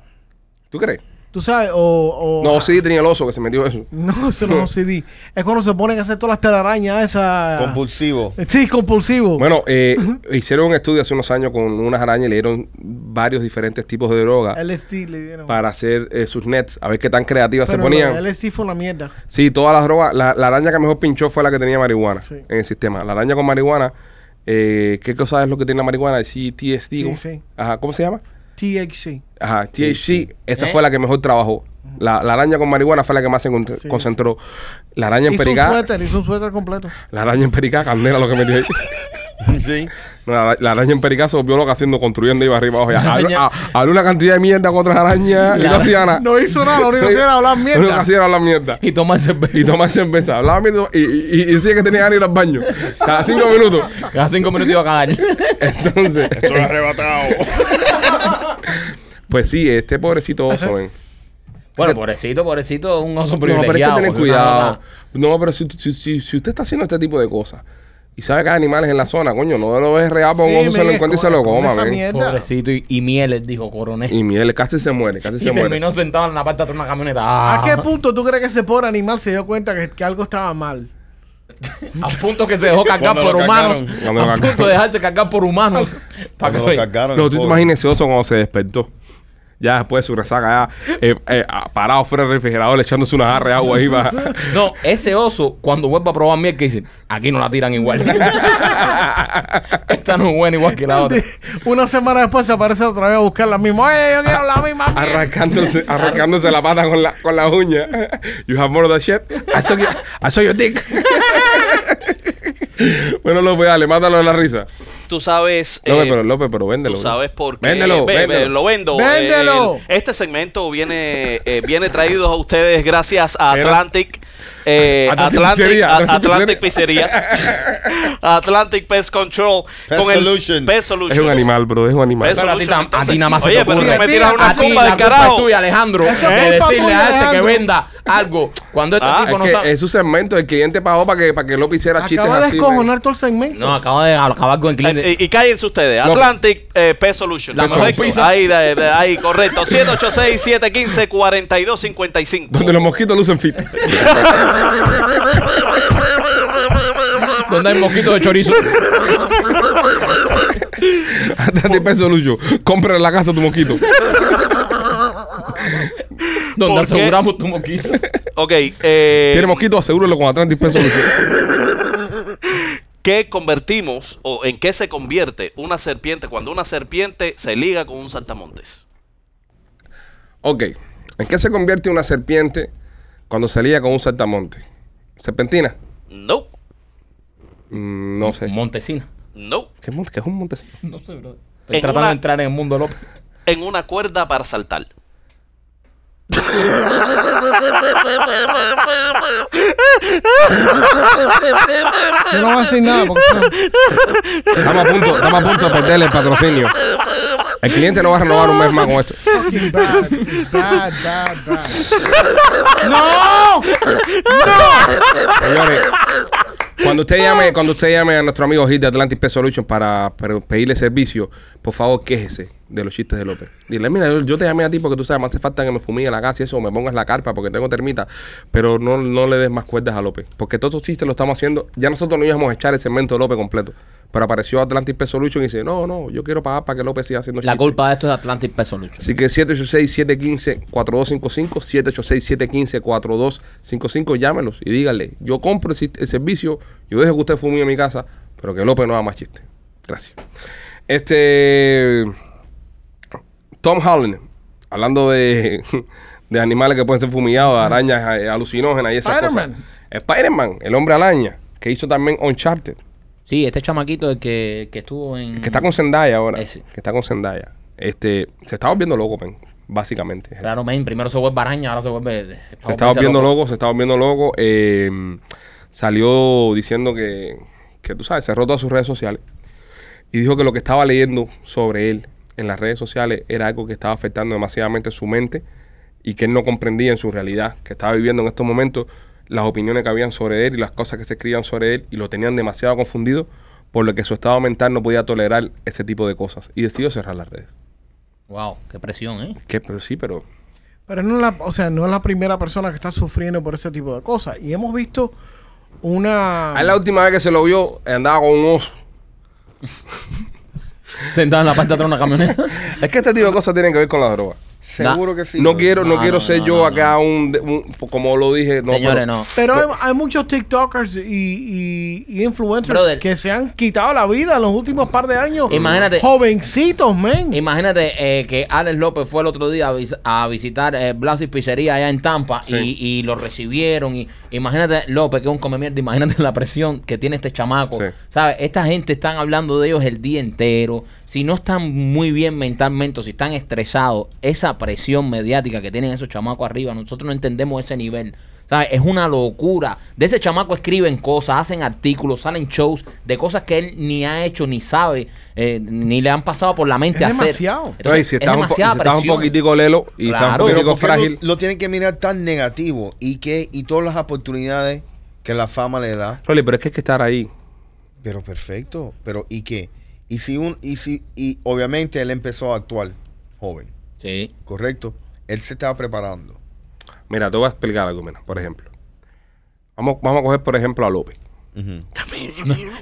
Speaker 1: ¿Tú crees?
Speaker 3: Tú sabes, o... o
Speaker 1: No, sí, tenía el oso que se metió eso.
Speaker 3: *laughs* No, eso no es OCD. Es cuando se ponen a hacer todas las telarañas esas.
Speaker 4: Compulsivo.
Speaker 3: *laughs* Sí, compulsivo.
Speaker 1: Bueno, eh, hicieron un estudio hace unos años con unas arañas y le dieron varios diferentes tipos de droga
Speaker 3: LSD le dieron.
Speaker 1: para hacer eh, sus nets, a ver qué tan creativas se
Speaker 3: Pero
Speaker 1: ponían.
Speaker 3: lo de LSD fue una mierda.
Speaker 1: Sí, todas las drogas. La, la araña que mejor pinchó fue la que tenía marihuana
Speaker 3: Sí.
Speaker 1: en el sistema. La araña con marihuana, eh, ¿qué cosa es lo que tiene la marihuana? El CTSD. ¿cómo?
Speaker 3: sí.
Speaker 1: Ajá, ¿Cómo se llama?
Speaker 3: THC.
Speaker 1: Ajá, THC. Esa
Speaker 2: ¿Eh?
Speaker 1: fue la que mejor trabajó. La, la araña con marihuana fue la que más se con-
Speaker 3: sí.
Speaker 1: concentró. La araña
Speaker 3: Hizo un
Speaker 1: empericada.
Speaker 3: suéter, hizo un suéter completo. *laughs*
Speaker 1: La araña empericada, candela lo que metió ahí.
Speaker 4: Sí.
Speaker 1: No, La, la araña en Pericazo volvió loca haciendo, construyendo iba arriba. Oye, habló- ha- habló una cantidad de mierda con otras arañas y
Speaker 2: La-
Speaker 1: no hacía nada.
Speaker 3: No hizo nada, lo único que hacía era hablar
Speaker 1: Lo único que
Speaker 3: mierda.
Speaker 1: hacía era hablar mierda.
Speaker 2: Y toma cerveza.
Speaker 1: Y tomar cerveza. Hablaba mierda y, y, y decía que tenía ganas de ir al baño. Cada cinco minutos.
Speaker 2: Cada cinco minutos iba
Speaker 1: *laughs*
Speaker 2: a cagar.
Speaker 1: Entonces,
Speaker 4: Estoy arrebatado.
Speaker 1: *laughs* pues sí, este pobrecito oso, ven.
Speaker 2: Bueno, pobrecito, pobrecito, un oso
Speaker 1: No,
Speaker 2: privilegiado.
Speaker 1: pero hay que tener
Speaker 2: porque una
Speaker 1: cuidado.
Speaker 2: rata-
Speaker 1: No, pero si, si, si, si usted está haciendo este tipo de cosas y sabe que hay animales en la zona, coño, no lo es real para
Speaker 3: Sí,
Speaker 1: un oso se lo
Speaker 3: men,
Speaker 1: encuentra y
Speaker 3: con-
Speaker 1: se lo
Speaker 3: con
Speaker 1: coma,
Speaker 3: esa
Speaker 1: ven.
Speaker 3: mierda.
Speaker 2: Pobrecito y, y mieles, dijo coronel.
Speaker 1: Y miel, casi se muere, casi
Speaker 2: Y,
Speaker 1: se muere.
Speaker 2: terminó sentado en la parte de atrás de una camioneta.
Speaker 3: ¿A
Speaker 2: Ah,
Speaker 3: qué punto tú crees que ese pobre animal se dio cuenta que, que algo estaba mal?
Speaker 2: A punto que
Speaker 1: *laughs*
Speaker 2: se dejó cargar
Speaker 4: Cuando
Speaker 2: por
Speaker 4: lo
Speaker 2: humanos.
Speaker 4: cargaron.
Speaker 1: Cuando lo
Speaker 2: A punto
Speaker 1: cargaron.
Speaker 2: de dejarse cargar por humanos. Pa'
Speaker 4: Cuando
Speaker 2: que-
Speaker 4: lo cargaron.
Speaker 1: Ah, No, tú te
Speaker 4: pobre.
Speaker 1: imaginas ese oso cuando se despertó. Ya después de su resaca, ya eh, eh, ah, parado fuera del refrigerador, echándose una jarra de agua ahí para...
Speaker 2: No, ese oso, cuando vuelva a probar miel, que dice, aquí no la
Speaker 1: *laughs*
Speaker 2: tiran igual. Esta no es buena igual que la otra.
Speaker 3: *laughs* Una semana después se aparece otra vez a buscar la misma. Oye, yo quiero la misma.
Speaker 1: *laughs*
Speaker 3: mierda".
Speaker 1: arrancándose, arrancándose la pata con la, con la uña. You have more of that shit. I saw your, I saw your dick. *laughs* bueno, López, dale, mátalo de la risa.
Speaker 5: Tú sabes.
Speaker 1: López,
Speaker 5: eh,
Speaker 1: pero López, pero véndelo.
Speaker 5: Tú sabes por qué.
Speaker 1: Véndelo,
Speaker 5: Ve- ve-
Speaker 1: véndelo.
Speaker 5: Lo vendo.
Speaker 3: ¡Véndelo!
Speaker 5: Eh, este segmento viene, eh, viene traído a ustedes gracias a
Speaker 1: Era-
Speaker 5: Atlantic. eh,
Speaker 1: Atlantic
Speaker 5: Atlantic,
Speaker 1: Pizzería,
Speaker 5: a-
Speaker 1: Atlantic
Speaker 5: Atlantic Pizzería. *laughs* Atlantic Pest Control.
Speaker 4: Pest Solution.
Speaker 5: Pest
Speaker 1: Es
Speaker 5: Solution.
Speaker 1: un animal, bro, es un animal.
Speaker 5: Eso
Speaker 2: Pero a ti,
Speaker 5: Lucho,
Speaker 2: tam- a ti nada más
Speaker 5: entonces-
Speaker 2: se te
Speaker 5: Oye,
Speaker 2: ocurre.
Speaker 5: pero
Speaker 3: tú me
Speaker 2: Sí,
Speaker 3: tiras
Speaker 2: a
Speaker 3: una
Speaker 2: ti
Speaker 5: culpa
Speaker 2: la
Speaker 5: del
Speaker 2: culpa
Speaker 5: carajo.
Speaker 2: es tuya, Alejandro.
Speaker 3: Esa
Speaker 2: De
Speaker 3: culpa
Speaker 2: decirle
Speaker 3: tuya,
Speaker 2: a este que
Speaker 3: Alejandro.
Speaker 2: venda algo. Cuando este
Speaker 5: Ah,
Speaker 2: tipo no
Speaker 1: es, que
Speaker 2: sabe...
Speaker 1: es su segmento, el cliente pagó para que, para que López hiciera chistes
Speaker 3: Acaba de
Speaker 1: así.
Speaker 3: escojonar todo
Speaker 1: *laughs*
Speaker 3: el segmento.
Speaker 2: No, acabo de acabar con el
Speaker 1: Ah,
Speaker 2: cliente.
Speaker 5: Eh, Y, y cállense ustedes.
Speaker 2: No.
Speaker 5: Atlantic eh, Pest Solution.
Speaker 2: La mejor
Speaker 5: Correcto.
Speaker 2: pizza.
Speaker 5: Ahí, de- de- ahí, correcto. 786-715-4255.
Speaker 1: Donde los mosquitos lucen fit. eh.
Speaker 2: donde hay mosquitos de chorizo.
Speaker 1: *laughs* Hasta de peso, Lucho. Compra en la casa tu mosquito.
Speaker 5: ¿Por
Speaker 2: donde
Speaker 5: qué?
Speaker 2: aseguramos tu *laughs* mosquito.
Speaker 5: Ok. eh,
Speaker 1: Tiene mosquito, asegúralo con Atlantic peso, Lucho.
Speaker 5: ¿Qué convertimos o en qué se convierte una serpiente cuando una serpiente se liga con un saltamontes?
Speaker 1: Ok. ¿En qué se convierte una serpiente cuando salía con un saltamonte? ¿Serpentina?
Speaker 5: No,
Speaker 1: Mm, no sé.
Speaker 2: Montesina.
Speaker 5: no.
Speaker 1: ¿Qué, mon- qué es un montecito?
Speaker 2: No sé, bro. Estoy
Speaker 5: En
Speaker 2: tratando
Speaker 5: una-
Speaker 2: de entrar en el mundo López.
Speaker 5: En una cuerda para saltar.
Speaker 3: Yo no voy a decir nada porque
Speaker 1: Estamos a punto, estamos a punto de perder el patrocinio. El cliente no va a renovar un mes más con esto.
Speaker 3: fucking bad, bad, bad, bad. ¡No!
Speaker 1: Señores, cuando usted llame, cuando usted llame a nuestro amigo Hit de Atlantic Pest Solution para, para pedirle servicio, por favor quéjese de los chistes de López. Dile, mira, yo, yo te llamé a ti porque tú sabes, me hace falta que me fumille la casa y eso, o me pongas la carpa porque tengo termita, pero no, no le des más cuerdas a López. Porque todos esos chistes lo estamos haciendo, ya nosotros no íbamos a echar el segmento de López completo. Pero apareció Atlantic Pest Solution y dice, no, no, yo quiero pagar para que López siga haciendo
Speaker 2: La
Speaker 1: chistes".
Speaker 2: culpa de esto es Atlantic Peso Lucho.
Speaker 1: Así que 786-715-4255, 786-715-4255, llámelos y díganle, yo compro el, sit- el servicio, yo dejo que usted fume en mi casa, pero que López no haga más chiste. Gracias. Este, Tom Holland, hablando de, *laughs* de animales que pueden ser fumillados, de arañas eh, alucinógenas y esas cosas.
Speaker 3: Spider-Man.
Speaker 1: Spider-Man, el hombre araña, que hizo también Uncharted,
Speaker 2: Sí, este chamaquito el que, que estuvo en...
Speaker 1: que está con Zendaya ahora,
Speaker 2: Ese.
Speaker 1: que está con Zendaya. Este, se está volviendo loco, pen, básicamente. es eso.
Speaker 2: Claro, men, primero se vuelve araña, ahora se vuelve...
Speaker 1: Se está volviendo loco, se está volviendo loco. Eh, salió diciendo que, que, tú sabes, cerró todas sus redes sociales. Y dijo que lo que estaba leyendo sobre él en las redes sociales era algo que estaba afectando demasiadamente su mente y que él no comprendía en su realidad, que estaba viviendo en estos momentos las opiniones que habían sobre él y las cosas que se escribían sobre él y lo tenían demasiado confundido por lo que su estado mental no podía tolerar ese tipo de cosas y decidió cerrar las redes.
Speaker 2: Wow, qué presión, ¿eh?
Speaker 1: Que pero sí, pero
Speaker 3: Pero no es la, o sea, no es la primera persona que está sufriendo por ese tipo de cosas. Y hemos visto una.
Speaker 1: Ah, la última vez que se lo vio andaba con un oso.
Speaker 2: Sentado en la parte de atrás de una camioneta.
Speaker 1: Es que este tipo de cosas tienen que ver con la droga.
Speaker 4: Seguro que sí.
Speaker 1: no
Speaker 4: brother.
Speaker 1: quiero, no,
Speaker 2: No,
Speaker 1: quiero
Speaker 2: no,
Speaker 1: ser
Speaker 2: no,
Speaker 1: yo
Speaker 2: no,
Speaker 1: acá un, un- como lo dije, no,
Speaker 2: *laughs* Señores,
Speaker 1: pero-
Speaker 2: no.
Speaker 3: Pero hay, hay muchos TikTokers y, y- y influencers
Speaker 2: Brother.
Speaker 3: que se han quitado la vida en los últimos par de años.
Speaker 2: Imagínate.
Speaker 3: Jovencitos, men.
Speaker 2: Imagínate eh, que Alex López fue el otro día a, vis- a visitar eh, Blas y Pizzería allá en Tampa
Speaker 1: Sí.
Speaker 2: y, y lo recibieron. y Imagínate López, que es un come mierda, imagínate la presión que tiene este chamaco.
Speaker 1: Sí.
Speaker 2: ¿Sabes? Esta gente están hablando de ellos el día entero. Si no están muy bien mentalmente, o si están estresados, esa presión mediática que tienen esos chamacos arriba, nosotros no entendemos ese nivel. ¿Sabes? Es una locura. De ese chamaco escriben cosas, hacen artículos, salen shows de cosas que él ni ha hecho, ni sabe, eh, ni le han pasado por la mente
Speaker 3: Es
Speaker 2: hacer.
Speaker 3: demasiado.
Speaker 1: Entonces,
Speaker 2: Entonces,
Speaker 1: si
Speaker 2: es
Speaker 1: estás un, po- si
Speaker 2: demasiada
Speaker 1: estás un
Speaker 2: presión.
Speaker 1: poquitico lelo y estás
Speaker 2: Claro.
Speaker 1: un
Speaker 2: Pero
Speaker 1: poquitico
Speaker 4: ¿por qué
Speaker 1: frágil.
Speaker 4: Lo, lo tienen que mirar tan negativo y que y todas las oportunidades que la fama le da.
Speaker 1: Rolly, pero es que hay que estar ahí.
Speaker 4: Pero perfecto, pero ¿y qué? Y si un y si y obviamente él empezó a actuar joven,
Speaker 2: Sí.
Speaker 4: correcto. Él se estaba preparando.
Speaker 1: Mira, te voy a explicar algo, mira, por ejemplo. Vamos, vamos a coger, por ejemplo, a López.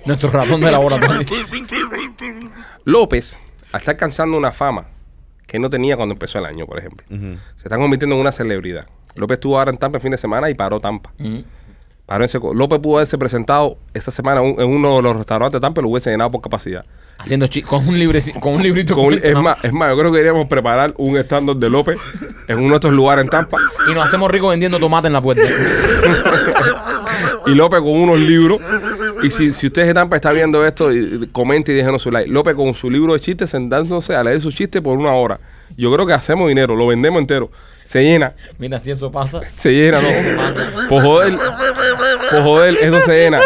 Speaker 2: Nuestro
Speaker 1: *laughs*
Speaker 2: ratón de laboratorio.
Speaker 1: López está alcanzando una fama que no tenía cuando empezó el año, por ejemplo. Se están convirtiendo en una celebridad. López estuvo ahora en Tampa el fin de semana y paró Tampa.
Speaker 2: Mm.
Speaker 1: Paró en seco. López pudo haberse presentado esta semana en uno de los restaurantes de Tampa y lo hubiese llenado por capacidad.
Speaker 2: Haciendo chi- con un libre con un librito
Speaker 1: Con un-
Speaker 2: escrito,
Speaker 1: es,
Speaker 2: ¿no?
Speaker 1: más, es más, yo creo que deberíamos preparar un estándar de López en uno de estos lugares en Tampa. *laughs*
Speaker 2: y nos hacemos ricos vendiendo tomate en la puerta.
Speaker 1: Y López con unos libros. Y si, si usted de Tampa está viendo esto, y- y comente y déjenos su like. López con su libro de chistes sentándose a leer su chiste por una hora. Yo creo que hacemos dinero, lo vendemos entero. Se llena,
Speaker 2: Mira si eso pasa.
Speaker 1: se llena, ¿no? Por joder, por joder, eso se llena.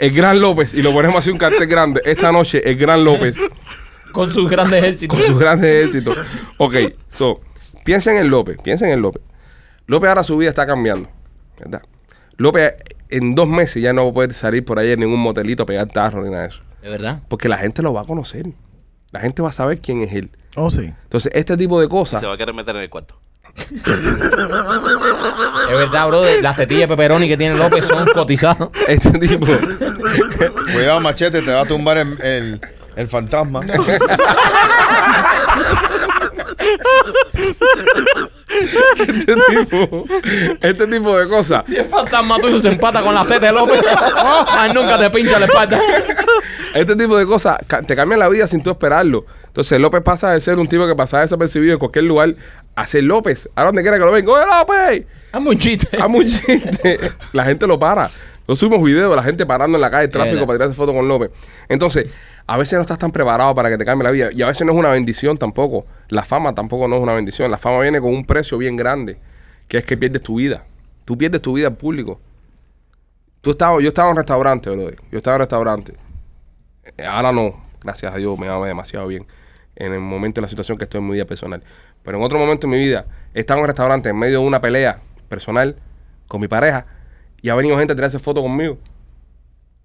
Speaker 1: El gran López, y lo ponemos así un cartel grande. Esta noche, el gran López,
Speaker 2: Con sus grandes éxitos.
Speaker 1: con sus grandes éxitos. Ok, so, piensen en López, piensen en López. López ahora su vida está cambiando, ¿verdad? López en dos meses ya no va a poder salir por ahí en ningún motelito a pegar tarro ni nada de eso.
Speaker 2: De verdad.
Speaker 1: Porque la gente lo va a conocer. La gente va a saber quién es él.
Speaker 3: Oh, sí.
Speaker 1: Entonces, este tipo de cosas.
Speaker 5: Se va a querer meter en el cuarto.
Speaker 2: Es verdad, bro. Las tetillas de pepperoni que tiene López son cotizadas.
Speaker 1: Este tipo.
Speaker 4: Cuidado, machete, te va a tumbar el, el- el fantasma.
Speaker 1: Este tipo. Este tipo de cosas.
Speaker 2: Si el fantasma tuyo se empata con las tetas de *laughs* López, ay, nunca te pincha la espalda.
Speaker 1: Este tipo de cosas ca- te cambian la vida sin tú esperarlo. Entonces López pasa de ser un tipo que pasaba desapercibido en cualquier lugar a ser López. A donde quiera que lo ven. ¡Oye, López!
Speaker 2: Hazme
Speaker 1: *laughs*
Speaker 2: un chiste.
Speaker 1: A mucha gente. La gente lo para. Nosotros subimos videos de la gente parando en la calle, tráfico,
Speaker 2: verdad.
Speaker 1: para tirarse fotos con López. Entonces, a veces no estás tan preparado para que te cambie la vida. Y a veces no es una bendición tampoco. La fama tampoco no es una bendición. La fama viene con un precio bien grande, que es que pierdes tu vida. Tú pierdes tu vida al público. Tú estabas, yo estaba en un restaurante, bro. Yo estaba en un restaurante. Eh, Ahora no, gracias a Dios, me va demasiado bien. En el momento de la situación que estoy en mi vida personal. Pero en otro momento de mi vida, he estado en un restaurante en medio de una pelea personal con mi pareja y ha venido gente a tirarse fotos conmigo.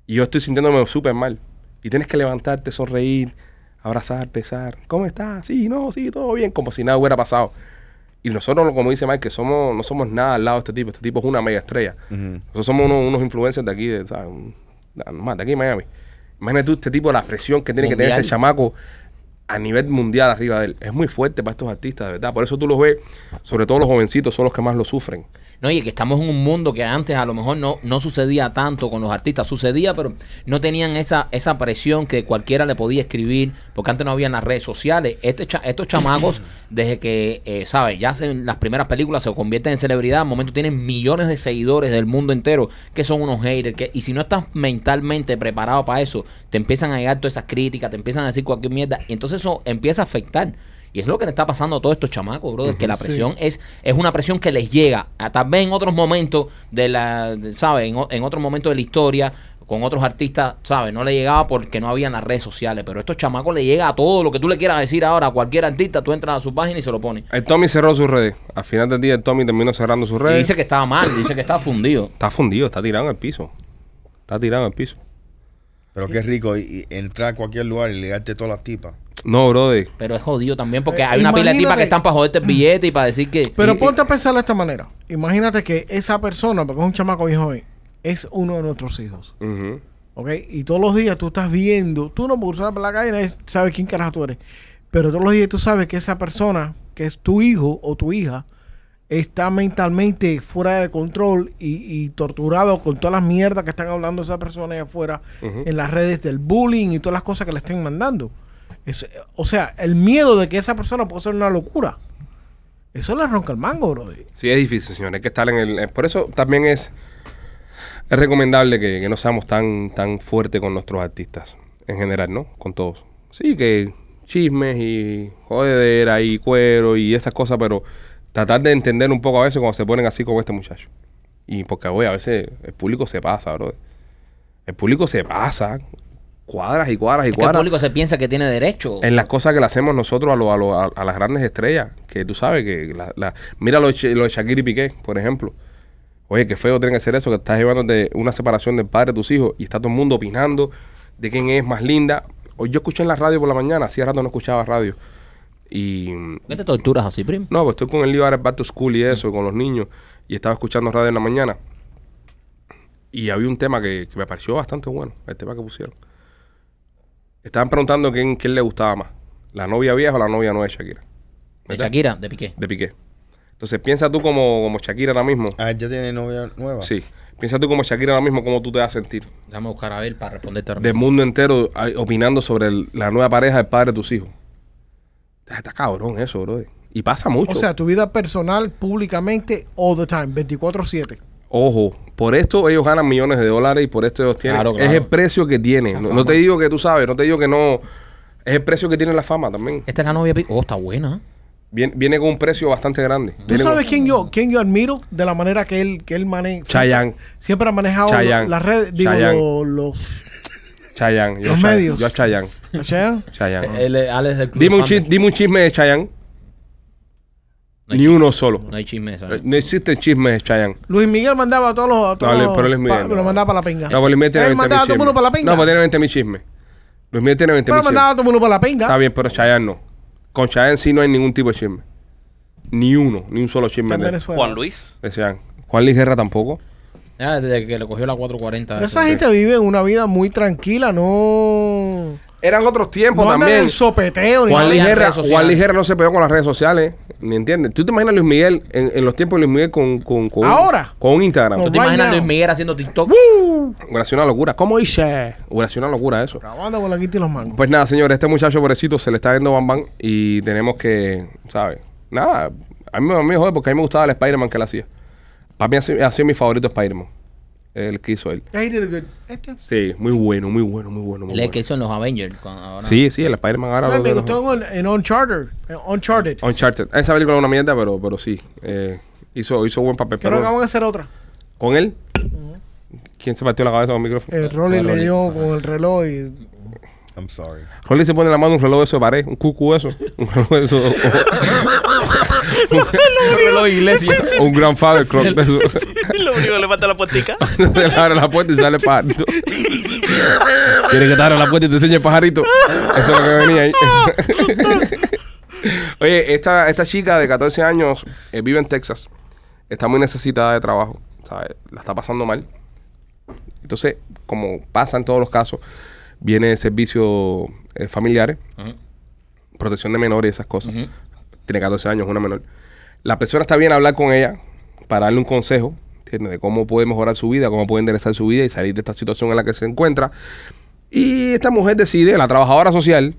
Speaker 1: Y yo estoy sintiéndome súper mal. Y tienes que levantarte, sonreír, abrazar, besar. ¿Cómo estás? Sí, no, sí, todo bien. Como si nada hubiera pasado. Y nosotros, como dice Mike, que somos, no somos nada al lado de este tipo. Este tipo es una mega estrella. Nosotros somos unos, unos influencers de aquí, de, ¿sabes? Un- nada más, de aquí en Miami. Imagínate tú este tipo, la presión que tiene que tener
Speaker 2: Mundial.
Speaker 1: este chamaco a nivel mundial arriba de él. Es muy fuerte para estos artistas, de verdad. Por eso tú los ves, sobre todo los jovencitos, son los que más lo sufren.
Speaker 2: No, y que estamos en un mundo que antes a lo mejor no, no sucedía tanto con los artistas. Sucedía, pero no tenían esa, esa presión que cualquiera le podía escribir, porque antes no habían las redes sociales. Este cha- estos chamacos, desde que, eh, ¿sabes? Ya hacen las primeras películas se convierten en celebridad, al momento tienen millones de seguidores del mundo entero, que son unos haters. Que, y si no estás mentalmente preparado para eso, te empiezan a llegar todas esas críticas, te empiezan a decir cualquier mierda. Y entonces eso empieza a afectar. Y es lo que le está pasando a todos estos chamacos, brother, que la presión es, es una presión que les llega, a, tal vez en otros momentos de la, de- ¿sabes? En, o- en otros momentos de la historia, con otros artistas, ¿sabes? No le llegaba porque no habían las redes sociales, pero a estos chamacos le llega a todo lo que tú le quieras decir ahora, a cualquier artista, tú entras a su página y se lo pones.
Speaker 1: El Tommy cerró sus redes. Al final del día, el Tommy terminó cerrando sus
Speaker 2: Y
Speaker 3: Pues
Speaker 1: redes.
Speaker 2: dice que estaba mal, dice que estaba fundido.
Speaker 1: Está fundido, está tirado en el piso. Está tirado en el piso.
Speaker 4: Pero qué rico y, y entrar a cualquier lugar y ligarte todas las tipas.
Speaker 1: No, brother.
Speaker 2: Pero es jodido también porque
Speaker 3: Eh,
Speaker 2: hay una pila de tipas
Speaker 3: imagínate.
Speaker 2: que están para joderte el billete y para decir que...
Speaker 3: Pero
Speaker 2: y-
Speaker 3: ponte a pensar de esta manera. Imagínate que esa persona, porque es un chamaco viejo hoy, es uno de nuestros hijos.
Speaker 1: Ujú.
Speaker 3: ¿Ok? Y todos los días tú estás viendo, tú no pulsas por la calle, nadie sabe quién carajo tú eres. Pero todos los días tú sabes que esa persona que es tu hijo o tu hija, está mentalmente fuera de control y, y torturado con todas las mierdas que están hablando esa persona allá afuera en las redes del bullying y todas las cosas que le estén mandando. Es- o sea, el miedo de que esa persona puede ser una locura. Eso le ronca el mango, bro.
Speaker 1: Sí, es difícil, señor. Hay que estar en el. eh, Por eso también es, es recomendable que, que no seamos tan, tan fuertes con nuestros artistas. En general, ¿no? Con todos. Sí, que chismes y jodedera y cuero y esas cosas, pero tratar de entender un poco a veces cuando se ponen así como este muchacho. Y porque, güey, a veces el público se pasa, bro. El público se pasa. Cuadras y cuadras y
Speaker 2: Es que el
Speaker 1: cuadras.
Speaker 2: público se piensa que tiene derecho.
Speaker 1: En las cosas que le hacemos nosotros a, lo- a, lo- a- a las grandes estrellas, que tú sabes que la, la- mira lo, de Sh- lo de Shakira y Piqué, por ejemplo. Oye, qué feo tiene que ser eso, que estás llevándote una separación del padre de tus hijos y está todo el mundo opinando de quién es más linda. Hoy yo escuché en la radio por la mañana, hacía rato no escuchaba radio. Y
Speaker 2: ¿Por qué te torturas así, primo?
Speaker 1: no, pues estoy con el lío ahora back to school y eso, con los niños. Y estaba escuchando radio en la mañana. Y había un tema que, que me pareció bastante bueno, el tema que pusieron. Estaban preguntando quién, quién le gustaba más, la novia vieja o la novia nueva de Shakira,
Speaker 2: De Shakira, de Piqué.
Speaker 1: de Piqué. Entonces piensa tú como, como Shakira ahora mismo.
Speaker 4: Ah, ya tiene novia nueva.
Speaker 1: Sí, piensa tú como Shakira ahora mismo, cómo tú te vas a sentir.
Speaker 2: Déjame buscar a ver para responderte. ahora
Speaker 1: Del mundo entero ay, opinando sobre el- la nueva pareja del padre de tus hijos. Está, está cabrón eso, bro. Y pasa mucho.
Speaker 3: O sea, tu vida personal, públicamente, all the time, 24-7.
Speaker 1: Ojo, por esto ellos ganan millones de dólares y por esto ellos tienen.
Speaker 2: Claro, claro.
Speaker 1: Es el precio que tienen. No, no te digo que tú sabes, no te digo que no. Es el precio que tiene la fama también.
Speaker 2: Esta es la novia de Piqué. Oh, está buena.
Speaker 1: Viene, viene con un precio bastante grande.
Speaker 3: ¿Tú
Speaker 1: Viene
Speaker 3: sabes
Speaker 1: con-
Speaker 3: quién yo, quién yo admiro de la manera que él, que él maneja?
Speaker 1: Chayanne.
Speaker 3: Siempre ha manejado
Speaker 1: Chayanne.
Speaker 3: las redes, digo,
Speaker 1: Chayanne.
Speaker 3: lo- los...
Speaker 1: Chayanne. Yo
Speaker 3: Los
Speaker 1: a Chayanne,
Speaker 3: medios.
Speaker 1: Yo a Chayanne.
Speaker 3: ¿a Chayanne?
Speaker 1: Chayanne.
Speaker 2: Ah. Él es Alex del Club
Speaker 1: dime, un
Speaker 2: Fan.
Speaker 1: chis- dime un chisme de Chayanne.
Speaker 2: No hay
Speaker 1: Ni
Speaker 2: chisme.
Speaker 1: uno solo. Eh,
Speaker 2: No hay chisme eso. ¿no?
Speaker 1: No existe chisme de Chayanne.
Speaker 3: Luis Miguel mandaba a todos los... a todos
Speaker 1: No, Luis-
Speaker 3: los-
Speaker 1: pero Luis Miguel
Speaker 3: pa-
Speaker 1: no.
Speaker 3: lo mandaba para la pinga.
Speaker 1: No, pues Luis Miguel tiene
Speaker 3: él
Speaker 1: 20
Speaker 3: mandaba a todo el mundo para la pinga.
Speaker 1: No, pues tiene 20 mil chismes. Luis Miguel tiene 20
Speaker 3: pero
Speaker 1: mil chismes.
Speaker 3: mandaba a todo el mundo para la pinga.
Speaker 1: Está bien, pero Chayanne no. Con Chayanne sí no hay ningún tipo de chisme. Ni uno, ni un solo chisme.
Speaker 3: Está en
Speaker 1: de-
Speaker 3: Venezuela.
Speaker 5: Juan Luis.
Speaker 1: de Chayanne. Juan Luis Guerra tampoco.
Speaker 2: Ah, desde que le cogió la 440.
Speaker 3: Pero
Speaker 2: eso.
Speaker 3: esa gente vive una vida muy tranquila, no...
Speaker 1: Eran otros tiempos
Speaker 3: No andan
Speaker 1: también.
Speaker 3: en sopeteo. ni
Speaker 1: Juan
Speaker 3: nada.
Speaker 2: había redes
Speaker 1: Ligera,
Speaker 2: sociales.
Speaker 1: Juan Ligera no se pegó con las redes sociales, ¿me entiendes? ¿Tú te imaginas a Luis Miguel en, en los tiempos de Luis Miguel con, con, con,
Speaker 3: Ahora.
Speaker 1: con un Instagram?
Speaker 3: No.
Speaker 2: ¿Tú te
Speaker 3: Right
Speaker 2: imaginas a
Speaker 3: now.
Speaker 2: Luis Miguel haciendo TikTok?
Speaker 1: Hubiera sido una locura. ¿Cómo hice? Hubiera sido una locura eso.
Speaker 3: Acabando con la guita y los mangos.
Speaker 1: Pues nada, señores, este muchacho pobrecito se le está viendo bam bam y tenemos que, ¿sabes? Nada, a mí, a mí me jode porque a mí me gustaba el Spider-Man que él hacía. Para mí ha sido, ha sido mi favorito Spider-Man. El que hizo él.
Speaker 3: Ahí tiene que- Este...
Speaker 1: Sí, muy bueno, muy bueno, muy bueno. Muy
Speaker 2: Le
Speaker 1: bueno.
Speaker 2: que hizo en los Avengers. con- ahora.
Speaker 1: Sí, sí, el Spider-Man ahora.
Speaker 3: No,
Speaker 1: lo-
Speaker 3: me
Speaker 1: lo-
Speaker 3: gustó este, en, en Uncharted. en Uncharted.
Speaker 1: Uncharted. Esa película es una mierda, pero, pero sí. eh, hizo, hizo buen papel.
Speaker 3: Creo que
Speaker 1: Pero,
Speaker 3: van a hacer otra.
Speaker 1: ¿Con él? ¿Quién se partió la cabeza con el micrófono?
Speaker 3: El Eh, Rolly le dio con el reloj y
Speaker 4: I'm sorry.
Speaker 1: Rolly se pone en la mano un reloj de eso de pared, un cucu eso, un reloj de eso, o,
Speaker 2: Un reloj de iglesia.
Speaker 1: *laughs* o *laughs* un grandfather clock de eso.
Speaker 5: Lo único que le falta *laughs* es la *laughs* puertica.
Speaker 1: *laughs* Te le abre la puerta y sale el pajarito. Tiene que te abra la puerta y te enseñe el pajarito. Eso es lo que venía ahí. *laughs* Oye, esta, esta chica de 14 años eh, vive en Texas. Está muy necesitada de trabajo. ¿sabes? La está pasando mal. Entonces, como pasa en todos los casos, viene servicios eh, familiares,
Speaker 2: Ujú.
Speaker 1: protección de menores y esas cosas.
Speaker 2: Ujú.
Speaker 1: Tiene 14 años, una menor. La persona está bien a hablar con ella para darle un consejo ¿entiendes? de cómo puede mejorar su vida, cómo puede enderezar su vida y salir de esta situación en la que se encuentra. Y esta mujer decide, la trabajadora social,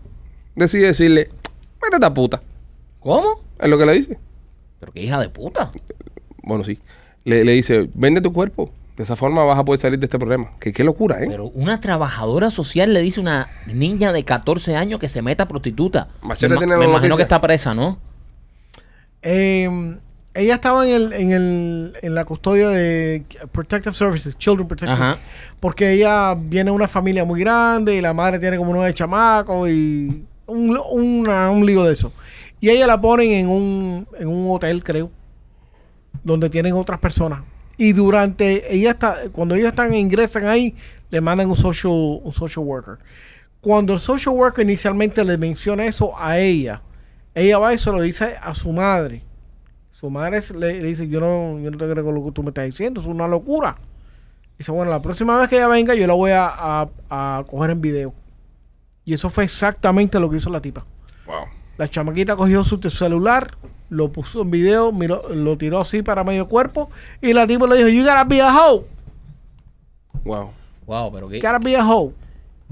Speaker 1: decide decirle, métete a puta.
Speaker 2: ¿Cómo?
Speaker 1: Es lo que le dice.
Speaker 2: Pero qué hija de puta.
Speaker 1: Bueno, sí. Le, le dice, vende tu cuerpo. De esa forma vas a poder salir de este problema. Que qué locura, ¿eh?
Speaker 2: Pero una trabajadora social le dice a una niña de 14 años que se meta prostituta.
Speaker 1: Machete
Speaker 2: me ima-
Speaker 1: tiene la
Speaker 2: me imagino
Speaker 1: noticia.
Speaker 2: que está presa, ¿no?
Speaker 3: Eh, ella estaba en, el, en, el, en la custodia de Protective Services, Children Protective
Speaker 2: Ajá.
Speaker 3: Services, porque ella viene de una familia muy grande y la madre tiene como nueve chamacos y un, una- un lío de eso. Y ella la ponen en un, en un hotel, creo, donde tienen otras personas. Y durante, ella está, cuando ellos están, ingresan ahí, le mandan un social, un social worker. Cuando el social worker inicialmente le menciona eso a ella, ella va y se lo dice a su madre. Su madre se- le, le dice, yo no, yo no te creo con lo que tú me estás diciendo, es una locura. Dice, bueno, la próxima vez que ella venga, yo la voy a, a- a coger en video. Y eso fue exactamente lo que hizo la tipa.
Speaker 1: Wow.
Speaker 3: La chamaquita cogió su te- celular, lo puso en video, miró- lo tiró así para medio cuerpo y la tipo le dijo, you gotta be a hoe,
Speaker 1: Wow.
Speaker 2: Wow, pero qué,
Speaker 3: you gotta be a hoe.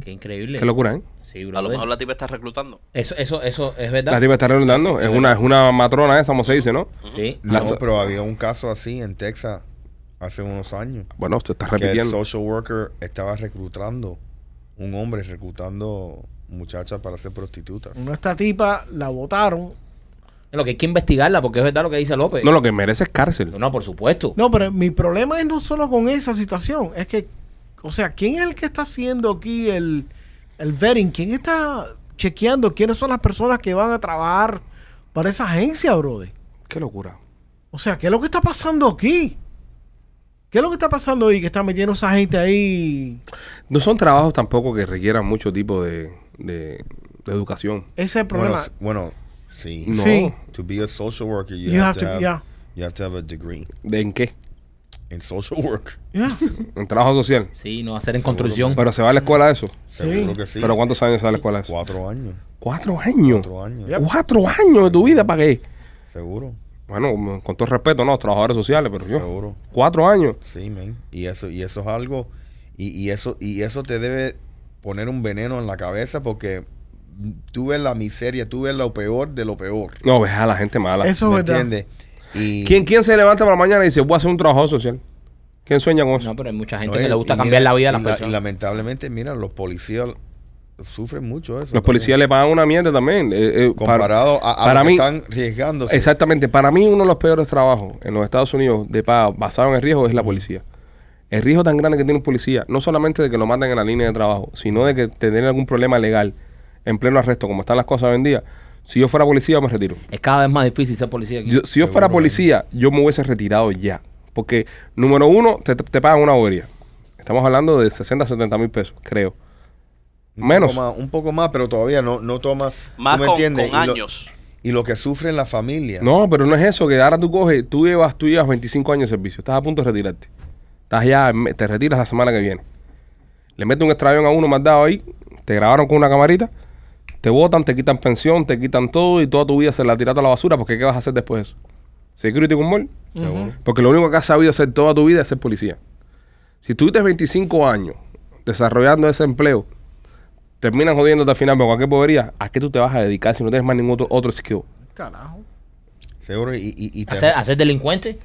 Speaker 2: qué increíble.
Speaker 1: Qué locura, ¿eh?
Speaker 2: Sí,
Speaker 5: A lo
Speaker 2: brother.
Speaker 5: mejor la tipa está reclutando.
Speaker 2: Eso, eso, eso es
Speaker 1: La
Speaker 2: verdad.
Speaker 1: tipa está redundando. Es una, es una matrona esa, como se dice, ¿no?
Speaker 2: Sí.
Speaker 4: No,
Speaker 1: Las-
Speaker 4: pero había un caso así en Texas hace unos años.
Speaker 1: Bueno, usted está
Speaker 4: Que el
Speaker 1: repitiendo.
Speaker 4: social worker estaba reclutando, un hombre reclutando muchachas para ser prostitutas.
Speaker 3: Bueno, esta tipa la votaron.
Speaker 2: Lo que hay que investigarla, porque es verdad lo que dice López.
Speaker 1: No, lo que merece es cárcel.
Speaker 2: No, por supuesto.
Speaker 3: No, pero mi problema es no solo con esa situación, es que, o sea, ¿quién es el que está haciendo aquí el, el vetting? ¿Quién está chequeando quiénes son las personas que van a trabajar para esa agencia, brother?
Speaker 1: Qué locura.
Speaker 3: O sea, ¿qué es lo que está pasando aquí? ¿Qué es lo que está pasando ahí que está metiendo esa gente ahí?
Speaker 1: No son trabajos tampoco que requieran mucho tipo de, de- de educación.
Speaker 3: Ese es el
Speaker 4: Bueno,
Speaker 3: problema.
Speaker 4: s- bueno, sí.
Speaker 1: No.
Speaker 3: Sí.
Speaker 4: To be a social worker, you,
Speaker 3: You
Speaker 4: have, to, have,
Speaker 3: yeah.
Speaker 4: you have to have a degree
Speaker 1: ¿De en qué?
Speaker 4: in social work.
Speaker 3: Ya.
Speaker 1: En trabajo social.
Speaker 2: Sí, no hacer en construcción.
Speaker 1: Pero se va a la escuela eso.
Speaker 4: Seguro que sí.
Speaker 1: ¿Pero cuántos años se va a la escuela eso?
Speaker 4: Cuatro años.
Speaker 1: Cuatro años.
Speaker 4: Cuatro años.
Speaker 3: Yep.
Speaker 1: Cuatro años de tu vida para qué.
Speaker 4: Seguro.
Speaker 1: Bueno, con todo respeto, no, trabajadores sociales, pero yo.
Speaker 4: Seguro.
Speaker 1: Cuatro años.
Speaker 4: Sí, man. Y eso, y eso es algo. Y, y eso, y eso te debe poner un veneno en la cabeza porque tú ves la miseria, tú ves lo peor de lo peor.
Speaker 1: No, ves a la gente mala.
Speaker 3: Eso
Speaker 4: ¿Me
Speaker 3: es verdad.
Speaker 4: entiendes? Y
Speaker 1: ¿Quién, ¿Quién se levanta por la mañana y dice, voy a hacer un trabajo social? ¿Quién sueña con eso?
Speaker 2: No, pero hay mucha gente
Speaker 4: Oye,
Speaker 2: que le gusta
Speaker 4: y
Speaker 2: cambiar
Speaker 4: mira,
Speaker 2: la vida a
Speaker 4: y
Speaker 2: las
Speaker 4: la- y
Speaker 2: personas.
Speaker 4: lamentablemente, mira, los policías sufren mucho eso.
Speaker 1: Los
Speaker 4: también.
Speaker 1: policías le pagan una mierda también. eh, eh, para-
Speaker 4: comparado a, a
Speaker 1: para
Speaker 4: lo
Speaker 1: mí-
Speaker 4: que están arriesgándose.
Speaker 1: Exactamente. Para mí, uno de los peores trabajos en los Estados Unidos de pago basado en el riesgo es la policía. El riesgo tan grande que tiene un policía, no solamente de que lo manden en la línea de trabajo, sino de que tener algún problema legal en pleno arresto, como están las cosas hoy en día. Si yo fuera policía, me retiro.
Speaker 2: Es cada vez más difícil ser policía aquí.
Speaker 1: Yo- si yo fuera policía, yo me hubiese retirado ya. Porque, número uno, te, te pagan una bobería. Estamos hablando de 60, 70 mil pesos, creo.
Speaker 4: un
Speaker 1: menos.
Speaker 4: Poco más, un poco más, pero todavía no, no toma.
Speaker 5: Más
Speaker 4: ¿tú me
Speaker 5: con,
Speaker 4: entiendes?
Speaker 5: con
Speaker 4: y lo-
Speaker 5: años.
Speaker 4: y lo que sufren la familia.
Speaker 1: No, pero no es eso, que ahora tú coges, tú llevas, tú llevas 25 años de servicio, estás a punto de retirarte. Estás ya, en me- te retiras la semana que viene. Le metes un extravión a uno mandado ahí, te grabaron con una camarita, te botan, te quitan pensión, te quitan todo y toda tu vida se la tiraste a la basura porque ¿qué vas a hacer después de eso? Security con mall.
Speaker 4: Seguro.
Speaker 1: Porque lo único que has sabido hacer toda tu vida es ser policía. Si tuviste 25 años desarrollando ese empleo, terminan jodiéndote al final por cualquier povería, ¿a qué tú te vas a dedicar si no tienes más ningún otro, otro skill?
Speaker 3: Carajo.
Speaker 4: Seguro. Y, y, y te-
Speaker 2: ¿Hacer, hacer delincuente?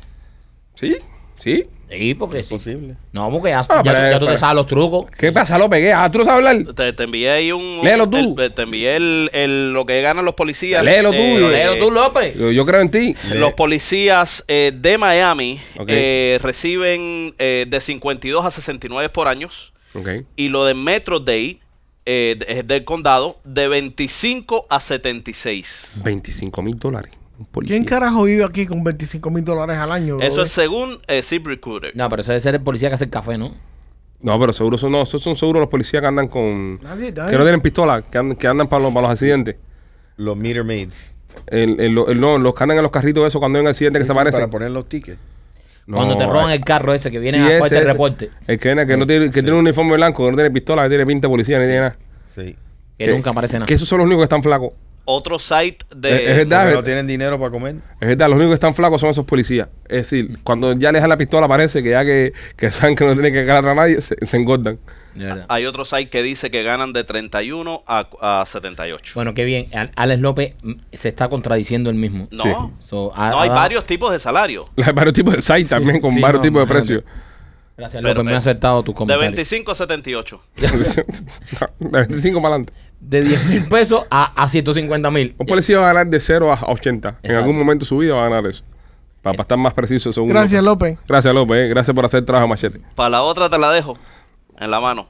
Speaker 1: ¿Sí, sí.
Speaker 2: Sí, porque sí.
Speaker 4: posible.
Speaker 2: No, porque ya,
Speaker 1: Ah,
Speaker 2: ya-
Speaker 1: pero-
Speaker 2: ya tú
Speaker 1: pero-
Speaker 2: te sabes los trucos.
Speaker 1: ¿Qué pasa, López? ¿Qué? Ah, ¿Tú no sabes hablar?
Speaker 5: Te, te envié ahí un.
Speaker 1: Léelo tú.
Speaker 5: el- eh, te envié el, el- lo que ganan los policías. Eh,
Speaker 1: Léelo tú, yo-
Speaker 2: Leo tú, López.
Speaker 1: Yo, yo creo en ti.
Speaker 4: Le-
Speaker 5: Los policías eh, de Miami
Speaker 1: Ok.
Speaker 5: eh, reciben eh, de 52 a 69 por años
Speaker 1: Ok.
Speaker 5: y lo de Metro Day eh, de- es del condado de 25 a 76.
Speaker 1: 25 mil dólares. Un policía.
Speaker 3: ¿Quién carajo vive aquí con 25 mil dólares al año?
Speaker 5: Eso
Speaker 3: brother?
Speaker 5: es según eh, ZipRecruiter.
Speaker 2: No, pero eso debe ser el policía que hace el café, ¿no?
Speaker 1: No, pero seguro son, no, esos son seguros los policías que andan con.
Speaker 3: Nadie,
Speaker 1: Que no
Speaker 3: nadie.
Speaker 1: tienen pistola, que andan, que andan para, los, para los accidentes.
Speaker 4: Los meter maids.
Speaker 1: El, el- el- no, los que andan en los carritos, eso cuando hay un accidente que se aparece. eh,
Speaker 4: Para poner los tickets.
Speaker 2: Cuando te roban el carro ese que viene a fuerte reporte.
Speaker 1: El que, viene, que, no tiene, que tiene un uniforme blanco, que no tiene pistola, que tiene pinta de policía, ni tiene nada.
Speaker 4: Sí.
Speaker 2: Que nunca aparece nada.
Speaker 1: Que esos son los únicos que están flacos.
Speaker 5: Otro site
Speaker 1: Es- es
Speaker 5: de...
Speaker 1: verdad.
Speaker 4: Porque
Speaker 1: Dale.
Speaker 4: no tienen dinero para comer.
Speaker 1: Es verdad, los únicos que están flacos son esos policías. Es decir, cuando ya les dan la pistola, parece que ya que, que saben que no tienen que agarrar a nadie, se, se engordan. *laughs*
Speaker 2: De verdad.
Speaker 5: hay otro site que dice que ganan de 31 a, a 78.
Speaker 2: Bueno, qué bien. Al- Alex López mm, se está contradiciendo él mismo.
Speaker 5: No,
Speaker 1: Sí. Ah,
Speaker 2: So, ha-
Speaker 5: no
Speaker 2: ha
Speaker 5: hay
Speaker 2: dado-
Speaker 5: varios tipos de salario.
Speaker 1: Hay varios tipos de site también, con
Speaker 2: sí,
Speaker 1: varios
Speaker 2: no,
Speaker 1: tipos de
Speaker 2: imagínate.
Speaker 1: precios.
Speaker 2: Gracias,
Speaker 5: Pero,
Speaker 2: López. Me
Speaker 5: eh,
Speaker 2: ha acertado tus
Speaker 5: De
Speaker 2: comentarios.
Speaker 5: 25 a 78.
Speaker 3: *laughs*
Speaker 1: No, de 25 para adelante.
Speaker 2: De 10 mil pesos a, a 150 mil. Oh,
Speaker 1: Un policía va a ganar de 0 a 80. En
Speaker 2: Exacto.
Speaker 1: algún momento de su vida va a ganar eso. Para, para estar más preciso, según.
Speaker 3: Gracias, López.
Speaker 1: Gracias, López. eh. Gracias por hacer el trabajo machete.
Speaker 5: Para la otra te la dejo en la mano.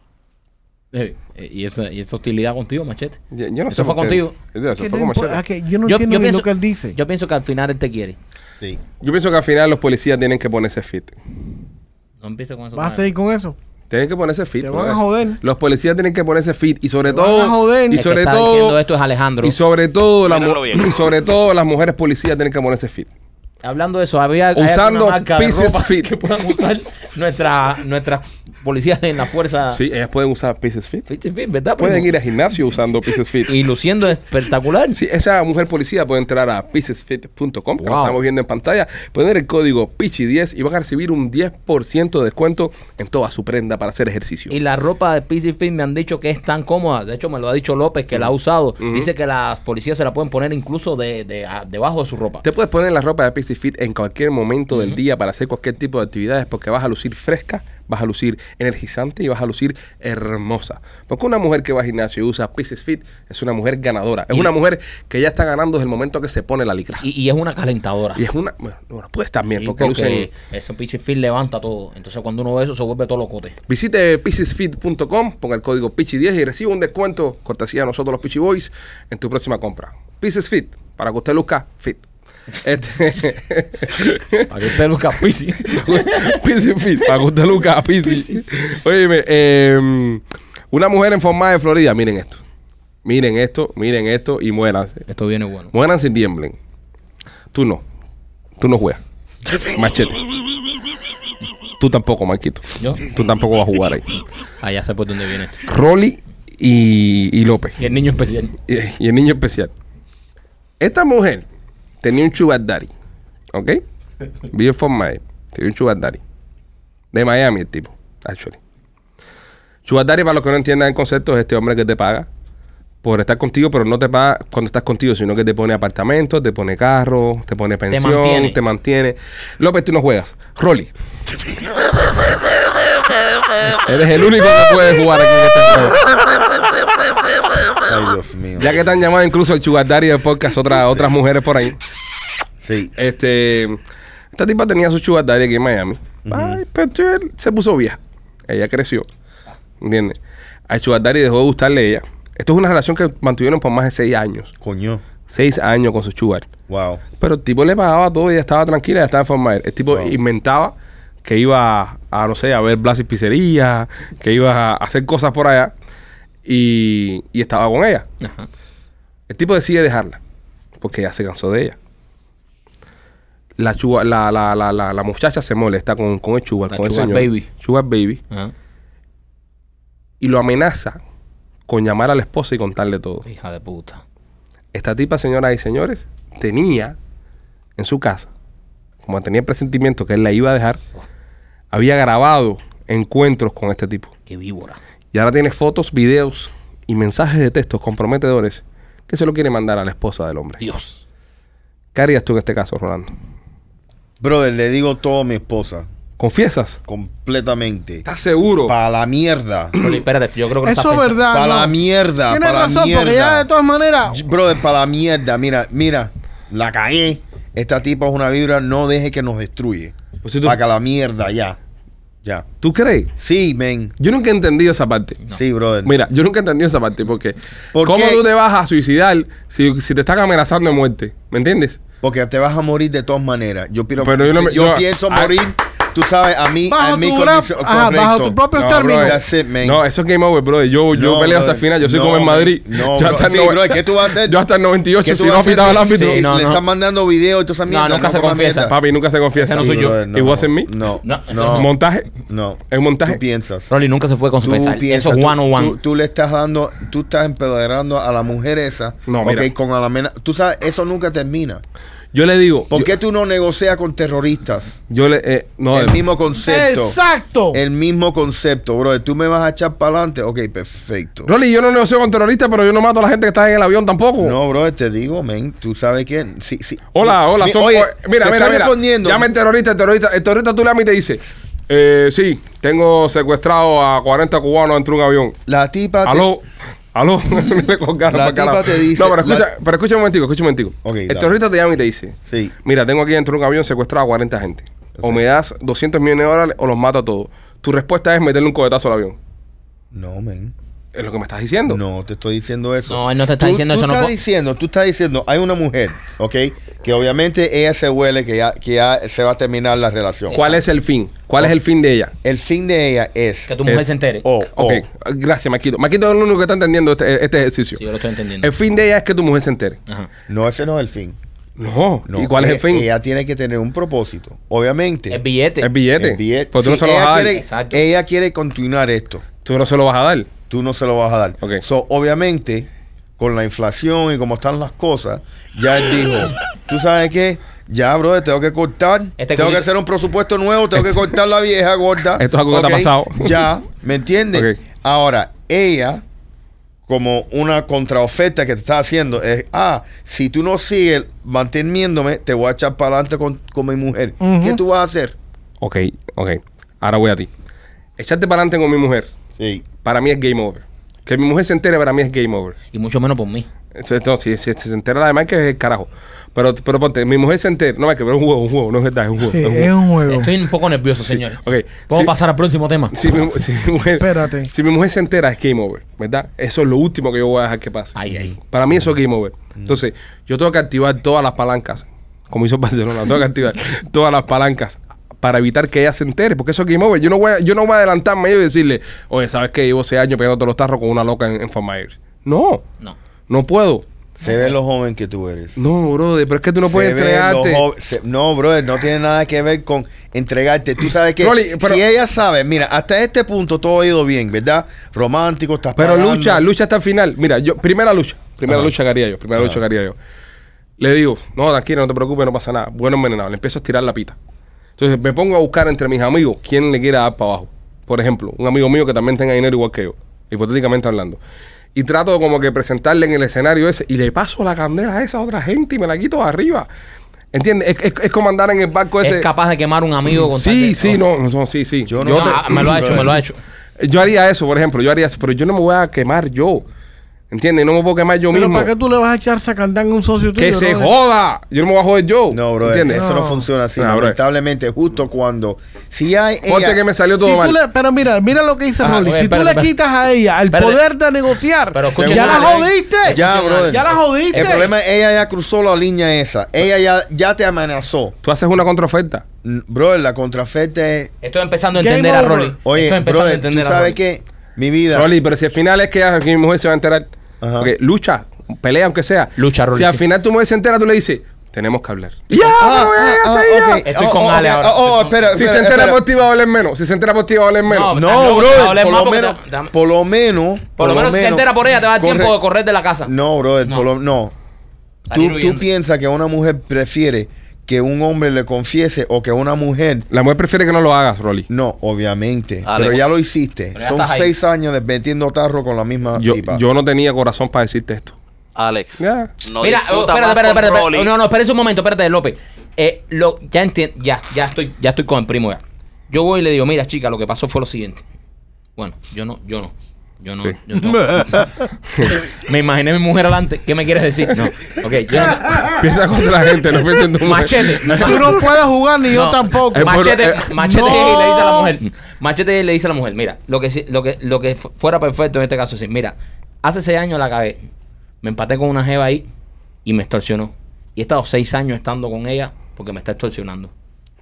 Speaker 2: Eh, eh, Y esa, y esa hostilidad contigo, machete.
Speaker 1: Yo, yo no
Speaker 2: Eso
Speaker 1: sé
Speaker 2: fue
Speaker 1: por qué.
Speaker 2: contigo.
Speaker 1: Eso, eso
Speaker 3: Que
Speaker 1: fue
Speaker 3: no
Speaker 1: con
Speaker 3: importa, Ah,
Speaker 1: machete.
Speaker 3: que yo no entiendo ni lo que él dice.
Speaker 2: yo pienso que al final él te quiere.
Speaker 4: Sí.
Speaker 1: Yo pienso que al final los policías tienen que ponerse fit.
Speaker 2: No empiezo con eso.
Speaker 3: ¿Vas a
Speaker 2: otra vez.
Speaker 3: seguir con eso?
Speaker 1: Tienen que ponerse fit.
Speaker 3: Te
Speaker 1: brother.
Speaker 3: van a joder.
Speaker 1: Los policías tienen que ponerse fit y sobre
Speaker 3: Te van
Speaker 1: todo
Speaker 3: a joder.
Speaker 1: y
Speaker 2: El que
Speaker 1: sobre
Speaker 2: está
Speaker 1: todo
Speaker 2: diciendo esto es Alejandro.
Speaker 1: y sobre todo la
Speaker 5: Mírenlo
Speaker 1: mu-
Speaker 5: bien.
Speaker 1: y sobre todo las mujeres policías tienen que ponerse fit.
Speaker 2: Hablando de eso, había hay
Speaker 1: Usando
Speaker 2: alguna marca de *laughs*
Speaker 1: pieces
Speaker 2: ropa
Speaker 1: fit. *laughs*
Speaker 2: que puedan usar nuestra, nuestras policías en la fuerza.
Speaker 1: Sí, ellas pueden usar Pieces Fit.
Speaker 2: Fit, fit, ¿verdad? primo?
Speaker 1: Pueden ir al gimnasio usando Pieces Fit.
Speaker 2: Y luciendo espectacular.
Speaker 1: Sí, esa mujer policía puede entrar a piecesfit.com, que lo
Speaker 2: Wow.
Speaker 1: estamos viendo en pantalla, poner el código PICHI10 y van a recibir un 10% de descuento en toda su prenda para hacer ejercicio.
Speaker 2: Y la ropa de PC Fit me han dicho que es tan cómoda. De hecho, me lo ha dicho López, que la ha usado. Dice que las policías se la pueden poner incluso de, de- a- debajo de su ropa.
Speaker 1: Te puedes poner la ropa de PC Fit en cualquier momento del día para hacer cualquier tipo de actividades porque vas a lucir fresca, vas a lucir energizante y vas a lucir hermosa. Porque una mujer que va al gimnasio y usa PC Fit es una mujer ganadora. Es
Speaker 2: Y-
Speaker 1: una mujer que ya está ganando desde el momento que se pone la licra. Y,
Speaker 2: Y, y es una calentadora.
Speaker 1: es una... Bueno, bueno, puedes también
Speaker 2: Sí,
Speaker 1: porque,
Speaker 2: porque
Speaker 1: lucen...
Speaker 2: ese PC Fit levanta todo. Entonces, cuando uno ve eso, se vuelve todo *laughs* locote.
Speaker 1: Visite piecesfit.com, ponga el código PICHI10 y reciba un descuento cortesía a nosotros los Pichi Boys en tu próxima compra. Pieces Fit, para que usted luzca fit. Este...
Speaker 2: *laughs* Para que usted luzca PC.
Speaker 1: Pizzi Fit, para que usted luzca a Pizzi. Óyeme, eh, una mujer enformada de Florida, miren esto. Miren esto, miren esto y muéranse.
Speaker 2: Esto viene bueno.
Speaker 1: Muéranse y tiemblen. Tú no. Tú no juegas. Machete. Tú tampoco, Marquito.
Speaker 2: ¿Yo?
Speaker 1: Tú tampoco vas a jugar ahí.
Speaker 2: Allá sé por dónde viene esto.
Speaker 1: Rolly y, y López.
Speaker 2: Y el niño especial.
Speaker 1: *laughs* Y, y el niño especial. Esta mujer tenía un sugar daddy. ¿Ok? Vive from Miami. Tenía un sugar daddy. De Miami el tipo, actually. Sugar daddy, para los que no entiendan el concepto, es este hombre que te paga por estar contigo, pero no te paga cuando estás contigo, sino que te pone apartamento, te pone carro, te pone pensión, te mantiene.
Speaker 2: mantiene.
Speaker 1: López, tú no juegas. Rolly. Eres el único que puede jugar aquí en este juego.
Speaker 4: Ay, Dios mío.
Speaker 1: Ya que te han llamado incluso el Sugar Daddy del podcast, otra- otras mujeres por ahí.
Speaker 4: Sí.
Speaker 1: Este, esta tipa tenía su Sugar Daddy aquí en Miami. Ay, pero él se puso vieja. Ella creció. ¿Entiendes? Al Sugar Daddy dejó de gustarle a ella. Esto es una relación que mantuvieron por más de seis años.
Speaker 4: Coño.
Speaker 1: Seis años con su Sugar.
Speaker 4: Wow.
Speaker 1: Pero el tipo le pagaba todo y ella estaba tranquila, ella estaba en forma. El tipo
Speaker 4: Wow.
Speaker 1: inventaba que iba a, a, no sé, a ver Blas y Pizzería, que iba a hacer cosas por allá y, y estaba con ella.
Speaker 2: Ajá.
Speaker 1: El tipo decide dejarla porque ya se cansó de ella. La, chuba- la, la, la, la, la muchacha se molesta con, con el chugar,
Speaker 2: La
Speaker 1: con
Speaker 2: sugar
Speaker 1: el señor.
Speaker 2: baby.
Speaker 1: Sugar baby.
Speaker 2: Ajá.
Speaker 1: Y lo amenaza con llamar a la esposa y contarle todo.
Speaker 2: Hija de puta.
Speaker 1: Esta tipa, señoras y señores, tenía en su casa, como tenía el presentimiento que él la iba a dejar, había grabado encuentros con este tipo.
Speaker 2: Qué víbora.
Speaker 1: Y ahora tiene fotos, videos y mensajes de textos comprometedores que se lo quiere mandar a la esposa del hombre.
Speaker 2: Dios.
Speaker 1: ¿Qué harías tú en este caso, Rolando?
Speaker 4: Brother, le digo todo a mi esposa.
Speaker 1: ¿Confiesas?
Speaker 4: Completamente.
Speaker 1: ¿Estás seguro?
Speaker 4: Para
Speaker 1: *clears throat*
Speaker 4: la mierda.
Speaker 2: Rolly, espérate, yo creo que no
Speaker 3: Eso
Speaker 2: estás
Speaker 3: es
Speaker 2: pensando-
Speaker 3: verdad.
Speaker 4: Para la
Speaker 3: no.
Speaker 4: mierda.
Speaker 3: Tienes
Speaker 4: para la
Speaker 3: razón,
Speaker 4: mierda.
Speaker 3: porque ya de todas maneras.
Speaker 4: Brother, para la mierda. Mira, mira. La caí. Esta tipa es una vibra. No deje que nos destruye.
Speaker 1: Pues si tú-
Speaker 4: Para la mierda, ya. Ya.
Speaker 1: ¿Tú crees?
Speaker 4: Sí, men.
Speaker 1: Yo nunca he entendido esa parte.
Speaker 4: Sí, brother.
Speaker 1: Mira, yo nunca he entendido esa parte porque
Speaker 4: ¿Por
Speaker 1: ¿cómo
Speaker 4: qué?
Speaker 1: tú te vas a suicidar si, si te están amenazando de muerte? ¿Me entiendes?
Speaker 4: Porque te vas a morir de todas maneras. Yo, pienso-
Speaker 1: Pero yo no me-
Speaker 4: yo
Speaker 1: yo-
Speaker 4: pienso
Speaker 1: ah.
Speaker 4: morir, tú sabes, a mí,
Speaker 3: Bajo
Speaker 4: a mi
Speaker 3: tu gra-
Speaker 4: condición.
Speaker 3: ajá, bajo tu propio
Speaker 1: No,
Speaker 3: término.
Speaker 1: brother.
Speaker 4: That's it, man.
Speaker 1: no, eso es game over, brother. Yo, yo
Speaker 4: No,
Speaker 1: peleo hasta el
Speaker 4: brother.
Speaker 1: final. Yo soy
Speaker 4: No,
Speaker 1: como en Madrid.
Speaker 4: man. No,
Speaker 1: Yo
Speaker 4: bro.
Speaker 1: hasta el
Speaker 4: Sí,
Speaker 1: nove-
Speaker 4: brother, ¿qué tú vas a hacer?
Speaker 1: Yo hasta el 98,
Speaker 4: ¿Qué tú
Speaker 1: si no
Speaker 4: vas a
Speaker 1: ha
Speaker 4: hacer
Speaker 1: pitado el
Speaker 4: si-
Speaker 1: árbitro.
Speaker 4: si
Speaker 2: No,
Speaker 4: le
Speaker 2: no.
Speaker 4: están mandando videos y toda esa mierda.
Speaker 2: no, nunca se
Speaker 4: comas
Speaker 2: confiesa.
Speaker 4: mierda.
Speaker 1: Papi, nunca se confiesa.
Speaker 2: Ese no soy yo.
Speaker 4: brother,
Speaker 1: It wasn't me.
Speaker 4: No,
Speaker 2: No,
Speaker 4: no.
Speaker 1: Montaje.
Speaker 4: No.
Speaker 1: Es un montaje.
Speaker 4: Tú piensas.
Speaker 2: Rolly nunca se fue con su
Speaker 4: Tú
Speaker 2: pesar. Eso
Speaker 4: piensas,
Speaker 2: es
Speaker 4: tú-
Speaker 2: one on one.
Speaker 4: Tú, tú le estás dando, tú estás empedrando a la mujer esa.
Speaker 1: No,
Speaker 4: ok,
Speaker 1: mira.
Speaker 4: con a la mena- Tú sabes, eso nunca termina.
Speaker 1: Yo le digo.
Speaker 4: ¿Por
Speaker 1: yo,
Speaker 4: qué tú no negocias con terroristas?
Speaker 1: yo le. eh, no,
Speaker 4: el
Speaker 1: de-
Speaker 4: mismo concepto.
Speaker 3: Exacto.
Speaker 4: El mismo concepto, brother. Tú me vas a echar para adelante. Ok, perfecto.
Speaker 1: Rolly, yo no negocio con terroristas, pero yo no mato a la gente que está en el avión tampoco.
Speaker 4: No, brother, te digo, men. Tú sabes quién. Sí, sí.
Speaker 1: Hola, hola,
Speaker 4: Mi-
Speaker 1: son
Speaker 4: oye,
Speaker 1: po- Mira,
Speaker 4: te
Speaker 1: mira,
Speaker 4: estoy
Speaker 1: mira.
Speaker 4: respondiendo.
Speaker 1: Llama el terrorista, el terrorista. El terrorista tú le amas y te dice: eh, Sí, tengo secuestrado a 40 cubanos dentro de un avión.
Speaker 4: La tipa. te-
Speaker 1: Aló. Aló, *laughs* le colgaron
Speaker 4: La
Speaker 1: pa'l carajo.
Speaker 4: tipa te dice-
Speaker 1: No, pero escucha,
Speaker 4: la-
Speaker 1: pero escucha un momentico, escucha un momentico.
Speaker 4: Ok,
Speaker 1: el
Speaker 4: dale.
Speaker 1: terrorista te llama y te dice:
Speaker 4: Sí.
Speaker 1: Mira, tengo aquí dentro de un avión secuestrado a 40 gente. O me das 200 millones de dólares o los mato a todos. Tu respuesta es meterle un cohetazo al avión.
Speaker 4: No, men.
Speaker 1: Es lo que me estás diciendo.
Speaker 4: No, te estoy diciendo eso.
Speaker 2: No, él no te está
Speaker 4: Tú-
Speaker 2: diciendo
Speaker 4: tú
Speaker 2: eso, no
Speaker 4: Estás
Speaker 2: po-
Speaker 4: diciendo, tú estás diciendo, hay una mujer, ¿ok? Que obviamente ella se huele que ya, que ya se va a terminar la relación.
Speaker 1: ¿Cuál es el fin? ¿Cuál es el fin de ella?
Speaker 4: El fin de ella es.
Speaker 2: Que tu mujer
Speaker 1: Es-
Speaker 2: se entere.
Speaker 4: O, o.
Speaker 1: Ok,
Speaker 4: Oh.
Speaker 1: gracias, Maquito. Maquito es el único que está entendiendo este, este ejercicio.
Speaker 2: Sí, yo lo estoy entendiendo.
Speaker 1: El fin de ella es que tu mujer se entere.
Speaker 2: Ajá.
Speaker 4: No, ese no es el fin.
Speaker 1: No.
Speaker 4: No,
Speaker 1: ¿Y cuál es el
Speaker 4: ella-
Speaker 1: fin?
Speaker 4: Ella tiene que tener un propósito. Obviamente.
Speaker 2: El billete.
Speaker 1: el billete.
Speaker 4: El billete.
Speaker 1: Pues tú no
Speaker 4: Sí,
Speaker 1: se lo vas
Speaker 4: ella,
Speaker 1: a dar.
Speaker 4: quiere,
Speaker 2: Exacto.
Speaker 4: ella quiere continuar esto.
Speaker 1: Tú no se lo vas a dar.
Speaker 4: Tú no se lo vas a dar.
Speaker 1: Ok.
Speaker 4: So, obviamente, con la inflación y como están las cosas, ya él dijo, ¿tú sabes qué? Ya, brother, tengo que cortar.
Speaker 2: Este
Speaker 4: tengo que
Speaker 2: culito-
Speaker 4: hacer un presupuesto nuevo. Tengo que cortar la vieja gorda.
Speaker 1: Este- *laughs* Esto es algo que te ha
Speaker 4: Ok,
Speaker 1: pasado.
Speaker 4: Ya, ¿me entiendes?
Speaker 1: Ok.
Speaker 4: Ahora, ella como una contraoferta que te está haciendo es, ah, si tú no sigues manteniéndome, te voy a echar para adelante con, con mi mujer.
Speaker 3: Ujú.
Speaker 4: ¿Qué tú vas a hacer?
Speaker 1: Ok, ok. Ahora voy a ti. Echarte para adelante con mi mujer.
Speaker 4: Sí.
Speaker 1: Para mí es game over. Que mi mujer se entere, para mí es game over.
Speaker 2: Y mucho menos por mí.
Speaker 1: Entonces, no, si, si- si se entera la de que es el carajo. Pero, pero ponte, mi mujer se entera. No, que pero es un juego, un juego, no es verdad, es un juego.
Speaker 3: Sí,
Speaker 1: es un
Speaker 3: es
Speaker 1: juego.
Speaker 3: un juego.
Speaker 2: Estoy un poco nervioso, señor.
Speaker 1: Ok,
Speaker 2: ¿Puedo
Speaker 1: sí.
Speaker 2: pasar al próximo tema?
Speaker 1: Si mi, si mi mujer,
Speaker 3: Espérate.
Speaker 1: Si mi mujer se entera, es game over, ¿verdad? Eso es lo último que yo voy a dejar que pase.
Speaker 2: Ay, ay.
Speaker 1: Para mí eso es game over. Entonces, yo tengo que activar todas las palancas, como hizo *laughs* Barcelona, tengo que activar todas las palancas para evitar que ella se entere, porque eso es game over. Yo no voy a, yo no voy a adelantarme yo y decirle, oye, ¿sabes qué? Llevo seis años pegándote los tarros con una loca en, en Fort Myers. No,
Speaker 2: No.
Speaker 1: no puedo.
Speaker 4: Se ve lo joven que tú eres.
Speaker 1: No, brother, pero es que tú no
Speaker 4: Se
Speaker 1: puedes
Speaker 4: ve lo
Speaker 1: entregarte.
Speaker 4: joven- se- no, brother, no tiene nada que ver con entregarte. Tú sabes que
Speaker 1: Rolly, pero-
Speaker 4: si ella sabe, mira, hasta este punto todo ha ido bien, ¿verdad? Romántico, estás
Speaker 1: Pero
Speaker 4: pagando.
Speaker 1: lucha, lucha hasta el final. Mira, yo, primera lucha, primera
Speaker 4: Ajá.
Speaker 1: lucha que haría yo, primera
Speaker 4: Ajá.
Speaker 1: lucha que haría yo. Le digo, no, tranquila, no te preocupes, no pasa nada. Bueno envenenado, le empiezo a tirar la pita. Entonces me pongo a buscar entre mis amigos quién le quiera dar para abajo. Por ejemplo, un amigo mío que también tenga dinero igual que yo, hipotéticamente hablando. Y trato como que presentarle en el escenario ese y le paso la candela a esa otra gente y me la quito de arriba. ¿Entiendes? Es, es- es como andar en el barco ese.
Speaker 2: Es capaz de quemar un amigo con tal
Speaker 1: Pues, eh, sí,
Speaker 2: de-
Speaker 1: sí, no, no, sí, sí.
Speaker 4: Yo
Speaker 2: No,
Speaker 4: no-
Speaker 2: ah, me lo ha hecho, me lo ha hecho.
Speaker 1: Yo haría eso, por ejemplo, yo haría eso, pero yo no me voy a quemar yo. ¿Entiendes? No me puedo quemar yo
Speaker 3: Pero
Speaker 1: mismo.
Speaker 3: ¿para qué tú le vas a echar sacandán a un socio tuyo?
Speaker 1: que se
Speaker 3: brother?
Speaker 1: joda. Yo no me voy a joder yo.
Speaker 4: No, brother,
Speaker 1: ¿Entiendes?
Speaker 4: eso no.
Speaker 3: No.
Speaker 4: funciona así.
Speaker 1: No, brother.
Speaker 4: lamentablemente, justo cuando. Si hay.
Speaker 1: Ponte
Speaker 4: ella-
Speaker 1: que me salió todo
Speaker 3: Si
Speaker 1: mal.
Speaker 3: tú le- pero mira, mira lo que dice
Speaker 4: Ajá,
Speaker 3: Rolly.
Speaker 2: oye,
Speaker 3: Si tú
Speaker 2: espérate,
Speaker 3: le
Speaker 2: espérate.
Speaker 3: quitas a ella el
Speaker 2: Espérate.
Speaker 3: poder de negociar,
Speaker 2: Pero escucha
Speaker 3: ya la
Speaker 2: una ley.
Speaker 3: jodiste.
Speaker 4: Ya, brother.
Speaker 3: Ya la jodiste.
Speaker 4: El problema es ella ya cruzó la línea esa. Ella ya, ya te amenazó.
Speaker 1: Tú haces una contraoferta.
Speaker 4: N- Brother, la contrafeta es.
Speaker 2: Estoy empezando a
Speaker 3: Game
Speaker 2: entender a
Speaker 3: over.
Speaker 2: Rolly.
Speaker 4: Oye,
Speaker 2: Estoy empezando a
Speaker 4: brother, tú
Speaker 2: entender a
Speaker 4: sabes
Speaker 2: Rolly.
Speaker 4: que mi vida.
Speaker 1: Rolly, pero si al final es que, ah, que mi mujer se va a enterar.
Speaker 4: Ajá.
Speaker 1: Porque lucha, pelea aunque sea.
Speaker 2: Lucha, Rolly,
Speaker 1: Si al
Speaker 2: sí.
Speaker 1: final tu mujer se entera, tú le dices, tenemos que hablar. Y ¡Ya!
Speaker 4: Ah,
Speaker 1: pero ven,
Speaker 4: ah,
Speaker 1: hasta
Speaker 4: ah,
Speaker 1: ahí ya.
Speaker 4: ok.
Speaker 2: Estoy
Speaker 4: Oh,
Speaker 2: con
Speaker 4: oh,
Speaker 2: Ale
Speaker 4: oh,
Speaker 2: ahora.
Speaker 4: oh, oh,
Speaker 2: Estoy con-
Speaker 4: espera,
Speaker 1: Si
Speaker 4: espera,
Speaker 1: se entera
Speaker 4: espera.
Speaker 1: por ti va a valer menos. Si se entera por ti va a valer menos.
Speaker 2: No, Ah,
Speaker 4: No,
Speaker 2: te va a
Speaker 4: brother,
Speaker 2: doler
Speaker 4: por
Speaker 2: más
Speaker 4: lo
Speaker 2: porque
Speaker 4: menos.
Speaker 2: te- te-
Speaker 4: Por lo menos.
Speaker 2: Por lo menos si te entera por ella, te va a dar tiempo
Speaker 4: corre-
Speaker 2: de correr de la casa.
Speaker 4: No, brother,
Speaker 2: No.
Speaker 4: por lo- no.
Speaker 2: Salir
Speaker 4: Tú, tú
Speaker 2: huyendo.
Speaker 4: piensas que una mujer prefiere que un hombre le confiese o que una mujer
Speaker 1: La mujer prefiere que no lo hagas, Rolly.
Speaker 4: No, obviamente.
Speaker 5: Dale.
Speaker 4: Pero ya lo hiciste.
Speaker 2: pues. ya
Speaker 4: Son
Speaker 2: estás ahí.
Speaker 4: seis años de metiendo tarro con la misma
Speaker 1: Yo,
Speaker 4: tipa.
Speaker 1: yo no tenía corazón para decirte esto.
Speaker 5: Alex.
Speaker 1: Ya.
Speaker 5: No
Speaker 2: Mira, oh,
Speaker 5: discuta más
Speaker 2: espérate, espérate,
Speaker 5: con
Speaker 2: espérate,
Speaker 5: Rolly.
Speaker 2: espérate. No, no, espérate un momento, espérate, López. Eh, lo, ya entiendo, ya, ya estoy, ya estoy con el primo ya. Yo voy y le digo, mira, chica, lo que pasó fue lo siguiente. Bueno, yo no, yo no. Yo no,
Speaker 1: Sí.
Speaker 2: yo no. me imaginé a mi mujer adelante. ¿Qué me quieres decir? No. Ok, yo no.
Speaker 1: Piensa contra la gente, *laughs* no pienses en tu mujer.
Speaker 2: Machete.
Speaker 3: Tú no puedes jugar ni yo
Speaker 2: No.
Speaker 3: tampoco.
Speaker 1: Eh, bueno,
Speaker 2: Machete,
Speaker 1: eh,
Speaker 2: machete
Speaker 3: no.
Speaker 2: y le dice a la mujer. Machete le dice a la mujer, mira, lo que, si- lo que, lo que fu- fuera perfecto en este caso es decir, mira, hace seis años la cagué. Me empaté con una jeva ahí y me extorsionó. Y he estado seis años estando con ella porque me está extorsionando.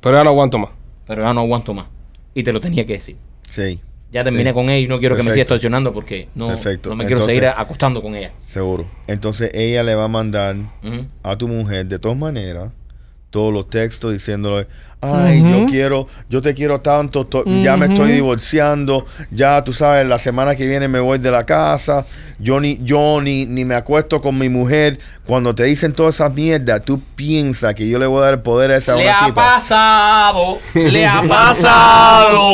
Speaker 1: Pero ya no aguanto más.
Speaker 2: Pero ya no aguanto más. Y te lo tenía que decir.
Speaker 4: Sí,
Speaker 2: Ya terminé
Speaker 4: Sí.
Speaker 2: con ella y no quiero que me siga
Speaker 4: Perfecto.
Speaker 2: extorsionando porque no,
Speaker 4: Perfecto.
Speaker 2: no me quiero
Speaker 4: Entonces-
Speaker 2: seguir acostando con ella.
Speaker 4: seguro. Entonces ella le va a mandar
Speaker 2: Ujú.
Speaker 4: a tu mujer, de todas maneras, todos los textos diciéndole, ay, yo quiero, yo te quiero tanto, to- ya me estoy divorciando, ya tú sabes, la semana que viene me voy de la casa, yo ni, yo ni, ni me acuesto con mi mujer. Cuando te dicen todas esas mierdas, tú piensas que yo le voy a dar el poder a esa
Speaker 2: Le
Speaker 4: una
Speaker 2: ha
Speaker 4: tipa.
Speaker 2: pasado, le ha pasado.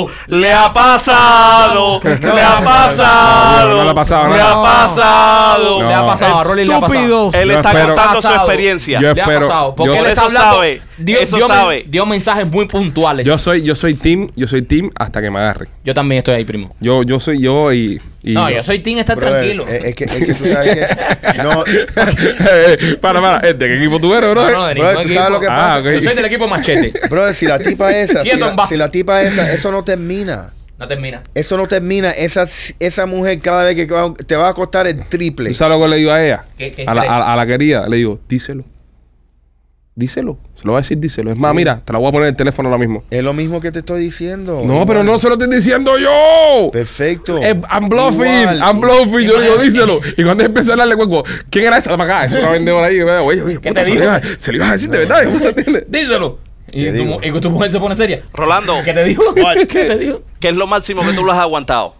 Speaker 5: pasado, le ha pasado, le ha pasado,
Speaker 1: No le ha pasado
Speaker 5: le
Speaker 1: nada.
Speaker 5: ha pasado.
Speaker 1: No.
Speaker 2: Le ha pasado a Rolly, le ha pasado.
Speaker 3: Estúpidos.
Speaker 4: Eh,
Speaker 5: Él
Speaker 1: Yo
Speaker 5: está
Speaker 1: espero-
Speaker 5: contando su
Speaker 2: Pasado.
Speaker 5: experiencia.
Speaker 1: Yo-
Speaker 2: Le ha
Speaker 1: espero-
Speaker 2: pasado. Porque
Speaker 1: yo-
Speaker 2: él está
Speaker 5: Eso
Speaker 2: hablando.
Speaker 5: sabe,
Speaker 2: Dio,
Speaker 5: eso
Speaker 2: dio men-
Speaker 5: sabe.
Speaker 2: dio mensajes muy puntuales.
Speaker 1: Yo soy, yo soy team, yo soy team hasta que me agarren.
Speaker 2: Yo también estoy ahí, primo.
Speaker 1: Yo, yo soy yo y. y-
Speaker 2: No, yo soy Tim, está
Speaker 4: Brother,
Speaker 2: tranquilo.
Speaker 4: eh, Es, que, es que tú sabes que.
Speaker 2: *laughs*
Speaker 4: No,
Speaker 1: Eh, *laughs* para, para, eh, ¿de qué equipo tú eres, bro?
Speaker 2: No, no, de
Speaker 4: brother,
Speaker 2: ningún
Speaker 4: tú
Speaker 2: equipo.
Speaker 4: sabes lo que
Speaker 1: Ah,
Speaker 4: pasa.
Speaker 1: ok.
Speaker 2: Yo soy del equipo Machete.
Speaker 4: Brother, si la tipa esa, si
Speaker 2: Quieto,
Speaker 4: la,
Speaker 2: va.
Speaker 4: si la tipa esa, eso no termina.
Speaker 2: *laughs* No termina.
Speaker 4: Eso no termina. Esa, esa mujer cada vez que va- te va a costar el triple.
Speaker 1: ¿Tú sabes lo que le digo a ella?
Speaker 2: ¿Qué- qué
Speaker 1: a, la,
Speaker 2: crees?
Speaker 1: a, a la querida, le digo, díselo. díselo. Se lo va a decir, díselo. Es más, mira, te la voy a poner en el teléfono ahora mismo.
Speaker 4: Es lo mismo que te estoy diciendo.
Speaker 1: No,
Speaker 4: Igual.
Speaker 1: pero no se lo estoy diciendo yo.
Speaker 4: Perfecto.
Speaker 1: Eh, I'm bluffing,
Speaker 4: Igual.
Speaker 1: I'm bluffing, yo le digo, díselo. Y cuando empecé a hablarle, cuenco, ¿quién era esa para acá? Es una vendedora ahí. Oye, oye, puta,
Speaker 6: te
Speaker 1: se, lo
Speaker 6: dijo?
Speaker 1: iba, a- se lo ibas a decir de verdad. ¿cómo se entiende?
Speaker 6: Díselo. Y
Speaker 4: Te
Speaker 6: tu,
Speaker 4: digo.
Speaker 6: mu- y tu mujer se pone seria.
Speaker 5: Rolando,
Speaker 6: ¿Qué te dijo?
Speaker 2: *laughs*
Speaker 6: ¿Qué te dijo?
Speaker 5: ¿qué es lo máximo que tú lo has aguantado?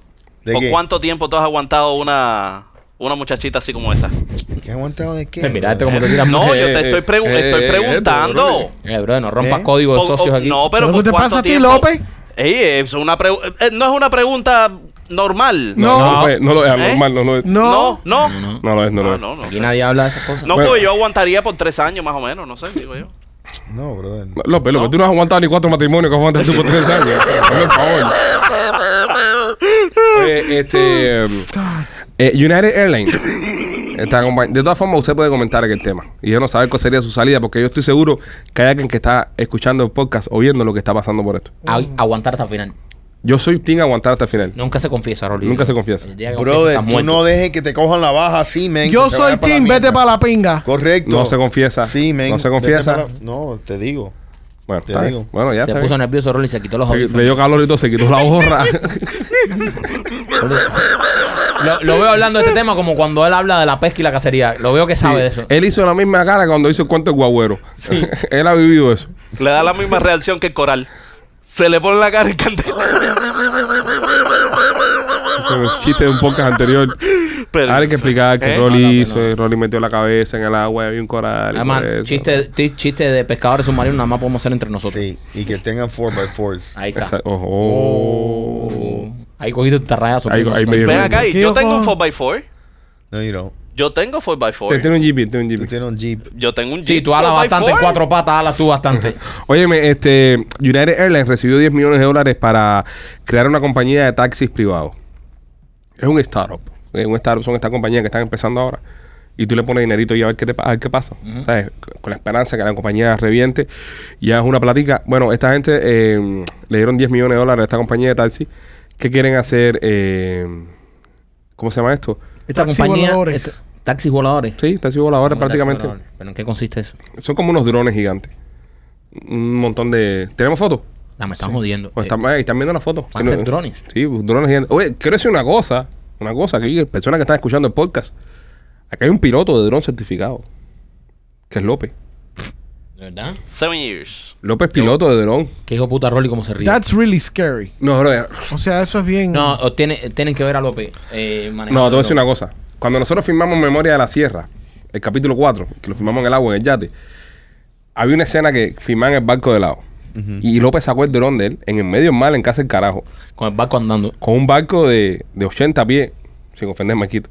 Speaker 4: ¿De
Speaker 5: ¿Por
Speaker 4: qué?
Speaker 5: cuánto tiempo tú has aguantado una, una muchachita así como esa?
Speaker 4: ¿Qué aguantado de qué?
Speaker 2: Eh, Mira, este
Speaker 4: bro?
Speaker 2: como te tiras
Speaker 5: No,
Speaker 2: mujer.
Speaker 5: yo te estoy, pregun-
Speaker 1: eh,
Speaker 5: estoy
Speaker 1: eh,
Speaker 5: preguntando.
Speaker 2: Eh, bro, no rompas
Speaker 4: ¿Eh?
Speaker 2: código de
Speaker 5: O- o-
Speaker 2: socios aquí.
Speaker 5: Oh, No, pero
Speaker 3: ¿Pero
Speaker 5: ¿por
Speaker 3: qué te
Speaker 5: cuánto
Speaker 3: pasa a ti,
Speaker 5: tiempo?
Speaker 3: López?
Speaker 5: Ey, es una pregu- eh, no es una pregunta normal.
Speaker 3: No.
Speaker 1: No, pues, no lo es,
Speaker 5: ¿Eh?
Speaker 1: normal, no lo es. No,
Speaker 3: No.
Speaker 5: No, no. No,
Speaker 1: lo es, no lo
Speaker 5: no,
Speaker 1: es.
Speaker 5: no.
Speaker 2: Aquí nadie habla de esas cosas.
Speaker 5: No,
Speaker 1: Bueno.
Speaker 5: pues yo aguantaría por tres años más o menos, no sé, digo yo.
Speaker 4: No, brother.
Speaker 1: López, López, tú no has aguantado ni cuatro matrimonios que aguantas tú por tres años. Por favor. Oye, este. eh, United Airlines. Esta compa- de todas formas, usted puede comentar en el tema. Y yo no saber cuál sería su salida, porque yo estoy seguro que hay alguien que está escuchando el podcast o viendo lo que está pasando por esto.
Speaker 2: Ay, aguantar hasta el final.
Speaker 1: Yo soy team aguantar hasta el final.
Speaker 2: Nunca se confiesa, Rolly.
Speaker 1: Nunca se confiesa.
Speaker 2: El día que confiesa,
Speaker 4: Brother,
Speaker 2: estás
Speaker 4: tú
Speaker 2: este muerto.
Speaker 4: no dejes que te cojan la baja así, men.
Speaker 3: Yo
Speaker 4: que se
Speaker 3: soy
Speaker 4: vaya pa la
Speaker 3: team, vete
Speaker 4: mierda.
Speaker 3: para la pinga.
Speaker 4: Correcto.
Speaker 1: No se confiesa.
Speaker 4: Sí, men.
Speaker 1: No se
Speaker 4: vete
Speaker 1: confiesa.
Speaker 4: pa' la- No, te digo.
Speaker 1: Bueno,
Speaker 4: Te
Speaker 1: está bien.
Speaker 4: digo.
Speaker 1: bueno ya
Speaker 2: Se
Speaker 1: está
Speaker 2: puso
Speaker 1: bien.
Speaker 2: nervioso, Rolly, se quitó los
Speaker 1: Se- Le
Speaker 2: audífonos.
Speaker 1: dio calor y todo, se
Speaker 2: *laughs*
Speaker 1: quitó la gorra.
Speaker 2: Rolly- Lo, lo veo hablando de este tema como cuando él habla de la pesca y la cacería. Lo veo que sabe de eso.
Speaker 1: Él hizo la misma cara cuando hizo el cuento de guagüero. *laughs* Él ha vivido eso.
Speaker 5: Le da la misma reacción que el coral. Se le pone la cara en candela.
Speaker 1: Con Este el chiste de un podcast anterior.
Speaker 5: Pero,
Speaker 1: Ahora hay que explicar que
Speaker 5: ¿eh?
Speaker 1: Rolly
Speaker 2: No, no, que
Speaker 1: hizo,
Speaker 2: no.
Speaker 1: Rolly metió la cabeza en el agua y había un coral. y
Speaker 2: Además,
Speaker 1: por eso.
Speaker 2: chiste, ti- chiste de pescadores submarinos nada más podemos hacer entre nosotros.
Speaker 4: Sí, y que tengan 4x4s.
Speaker 2: Ahí está.
Speaker 1: Esa- oh, oh.
Speaker 2: Ahí cogiste tu tarrayazo.
Speaker 1: Ahí-
Speaker 2: primo,
Speaker 1: ahí
Speaker 2: son-
Speaker 1: me dio-
Speaker 5: Ven acá y
Speaker 3: ¿Qué
Speaker 5: yo
Speaker 3: yo
Speaker 5: tengo un
Speaker 3: cojo?
Speaker 5: 4x4.
Speaker 4: No, you don't.
Speaker 5: Yo tengo
Speaker 2: Oh,
Speaker 1: Te-
Speaker 5: 4x4.
Speaker 1: Tiene un jeep, tiene un
Speaker 4: Tú
Speaker 1: jeep.
Speaker 4: tienes un Jeep.
Speaker 5: Yo tengo un
Speaker 2: Sí,
Speaker 5: Jeep
Speaker 2: tú hablas
Speaker 5: 4x4.
Speaker 2: bastante en cuatro patas, hablas tú bastante.
Speaker 1: Óyeme, este, United Airlines recibió 10 millones de dólares para crear una compañía de taxis privados. Es un startup. Es un startup son estas compañías que están empezando ahora. Y tú le pones dinerito y a ver qué, te, pa- a ver qué pasa. ¿Sabes? Con la esperanza que la compañía reviente. Ya es una platica. Bueno, esta gente eh, le dieron 10 millones de dólares a esta compañía de taxi. ¿Qué quieren hacer? Eh, ¿Cómo se llama esto?
Speaker 2: Esta
Speaker 3: Taxis
Speaker 2: compañía.
Speaker 3: voladores.
Speaker 2: esta- taxis voladores.
Speaker 1: Sí, taxi voladores
Speaker 2: Como taxis
Speaker 1: prácticamente.
Speaker 2: voladores. ¿Pero en qué consiste eso?
Speaker 1: Son como unos drones gigantes. Un montón de... ¿Tenemos fotos?
Speaker 2: Nah, me están jodiendo.
Speaker 1: Pues
Speaker 2: Eh,
Speaker 1: están, ahí están viendo la foto.
Speaker 2: Van a ser drones.
Speaker 1: Sí, pues, drones gigantes. Oye, quiero decir una cosa. Una cosa aquí, personas que están escuchando el podcast. Acá hay un piloto de dron certificado. Que es López.
Speaker 2: ¿De verdad?
Speaker 5: Seven years.
Speaker 1: López es piloto de dron.
Speaker 2: ¿Qué hijo de puta Rolly cómo se ríe?
Speaker 3: That's really scary.
Speaker 1: No,
Speaker 2: eh,
Speaker 1: bro,
Speaker 3: O sea, eso es bien.
Speaker 2: No, o tiene- tienen que ver a López eh,
Speaker 1: no, te voy a decir
Speaker 2: manejando.
Speaker 1: una cosa. Cuando nosotros firmamos Memoria de la Sierra, el capítulo 4, que lo firmamos en el agua, en el yate, había una escena que firmaban el barco de lado. Y López sacó el dron de él en el medio del mar, en casa del carajo.
Speaker 2: Con el barco andando.
Speaker 1: con un barco de, de 80 pies, sin ofender, Maquito.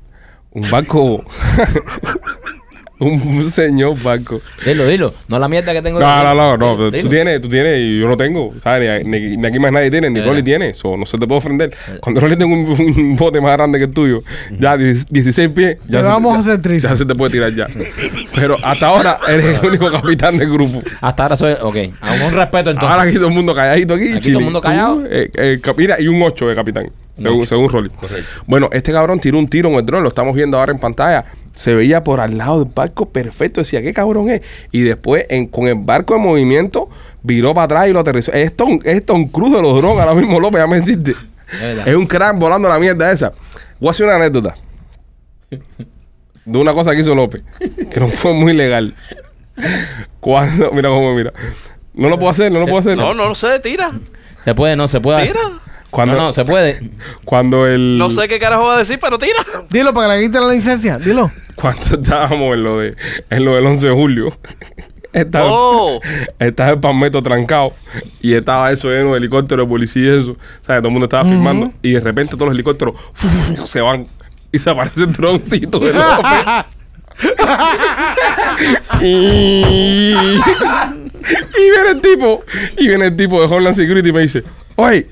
Speaker 1: Un barco. *laughs* un, un señor barco.
Speaker 2: Dilo, dilo. No la mierda que tengo.
Speaker 1: No, no, no, no.
Speaker 2: Dilo,
Speaker 1: pero Tú
Speaker 2: dilo.
Speaker 1: tienes, tú tienes, y yo no tengo. ¿sabes? Ni, ni- ni aquí más nadie tiene, ni
Speaker 2: Eh.
Speaker 1: Rolly tiene. so, no se te puede ofender. Cuando Rolly tengo un, un bote más grande que el tuyo, ya 10 16 pies. Ya
Speaker 3: Te
Speaker 1: se-
Speaker 3: vamos a
Speaker 1: ya-
Speaker 3: hacer trizas.
Speaker 1: Ya se te puede tirar ya. Pero hasta ahora eres el único capitán del grupo.
Speaker 2: Hasta ahora soy. Ok. A un respeto entonces.
Speaker 1: Ahora aquí todo el mundo calladito aquí.
Speaker 2: Aquí todo el mundo
Speaker 1: Tú,
Speaker 2: callado.
Speaker 1: eh, eh, cap- mira, y un 8 de capitán, según, según Rolly. Correcto. Bueno, este cabrón tiró un tiro en el dron, lo estamos viendo ahora en pantalla. Se veía por al lado del barco perfecto. Decía, ¿qué cabrón es? Y después, en- con el barco en movimiento, viró para atrás y lo aterrizó. Es Tom, es Tom Cruise de los drones, ahora mismo López, ya me dijiste.
Speaker 2: De verdad.
Speaker 1: Es un crack volando la mierda esa. Voy a hacer una anécdota. De una cosa que hizo López, que no fue muy legal. Cuando, mira cómo mira. No lo puedo hacer, no lo puedo hacer.
Speaker 5: No, no, no sé, tira.
Speaker 2: Se puede, no se
Speaker 1: Ah.
Speaker 2: puede.
Speaker 5: Tira.
Speaker 1: Cuando,
Speaker 2: No, no, se puede.
Speaker 1: cuando el.
Speaker 5: No sé qué carajo va a decir, pero tira.
Speaker 3: Dilo para que le quiten la licencia. Dilo.
Speaker 1: Cuando *laughs* estábamos en lo, de, en lo del 11 de julio. *laughs* Estaba,
Speaker 5: Oh.
Speaker 1: *laughs* estaba el palmeto trancado y estaba eso lleno de helicópteros de policía y eso. O sea, todo el mundo estaba filmando y de repente todos los helicópteros *laughs* fu, fu, fu, se van y se aparece el droncito de López. *laughs* y, y viene el tipo, y viene el tipo de Homeland Security y me dice, oye,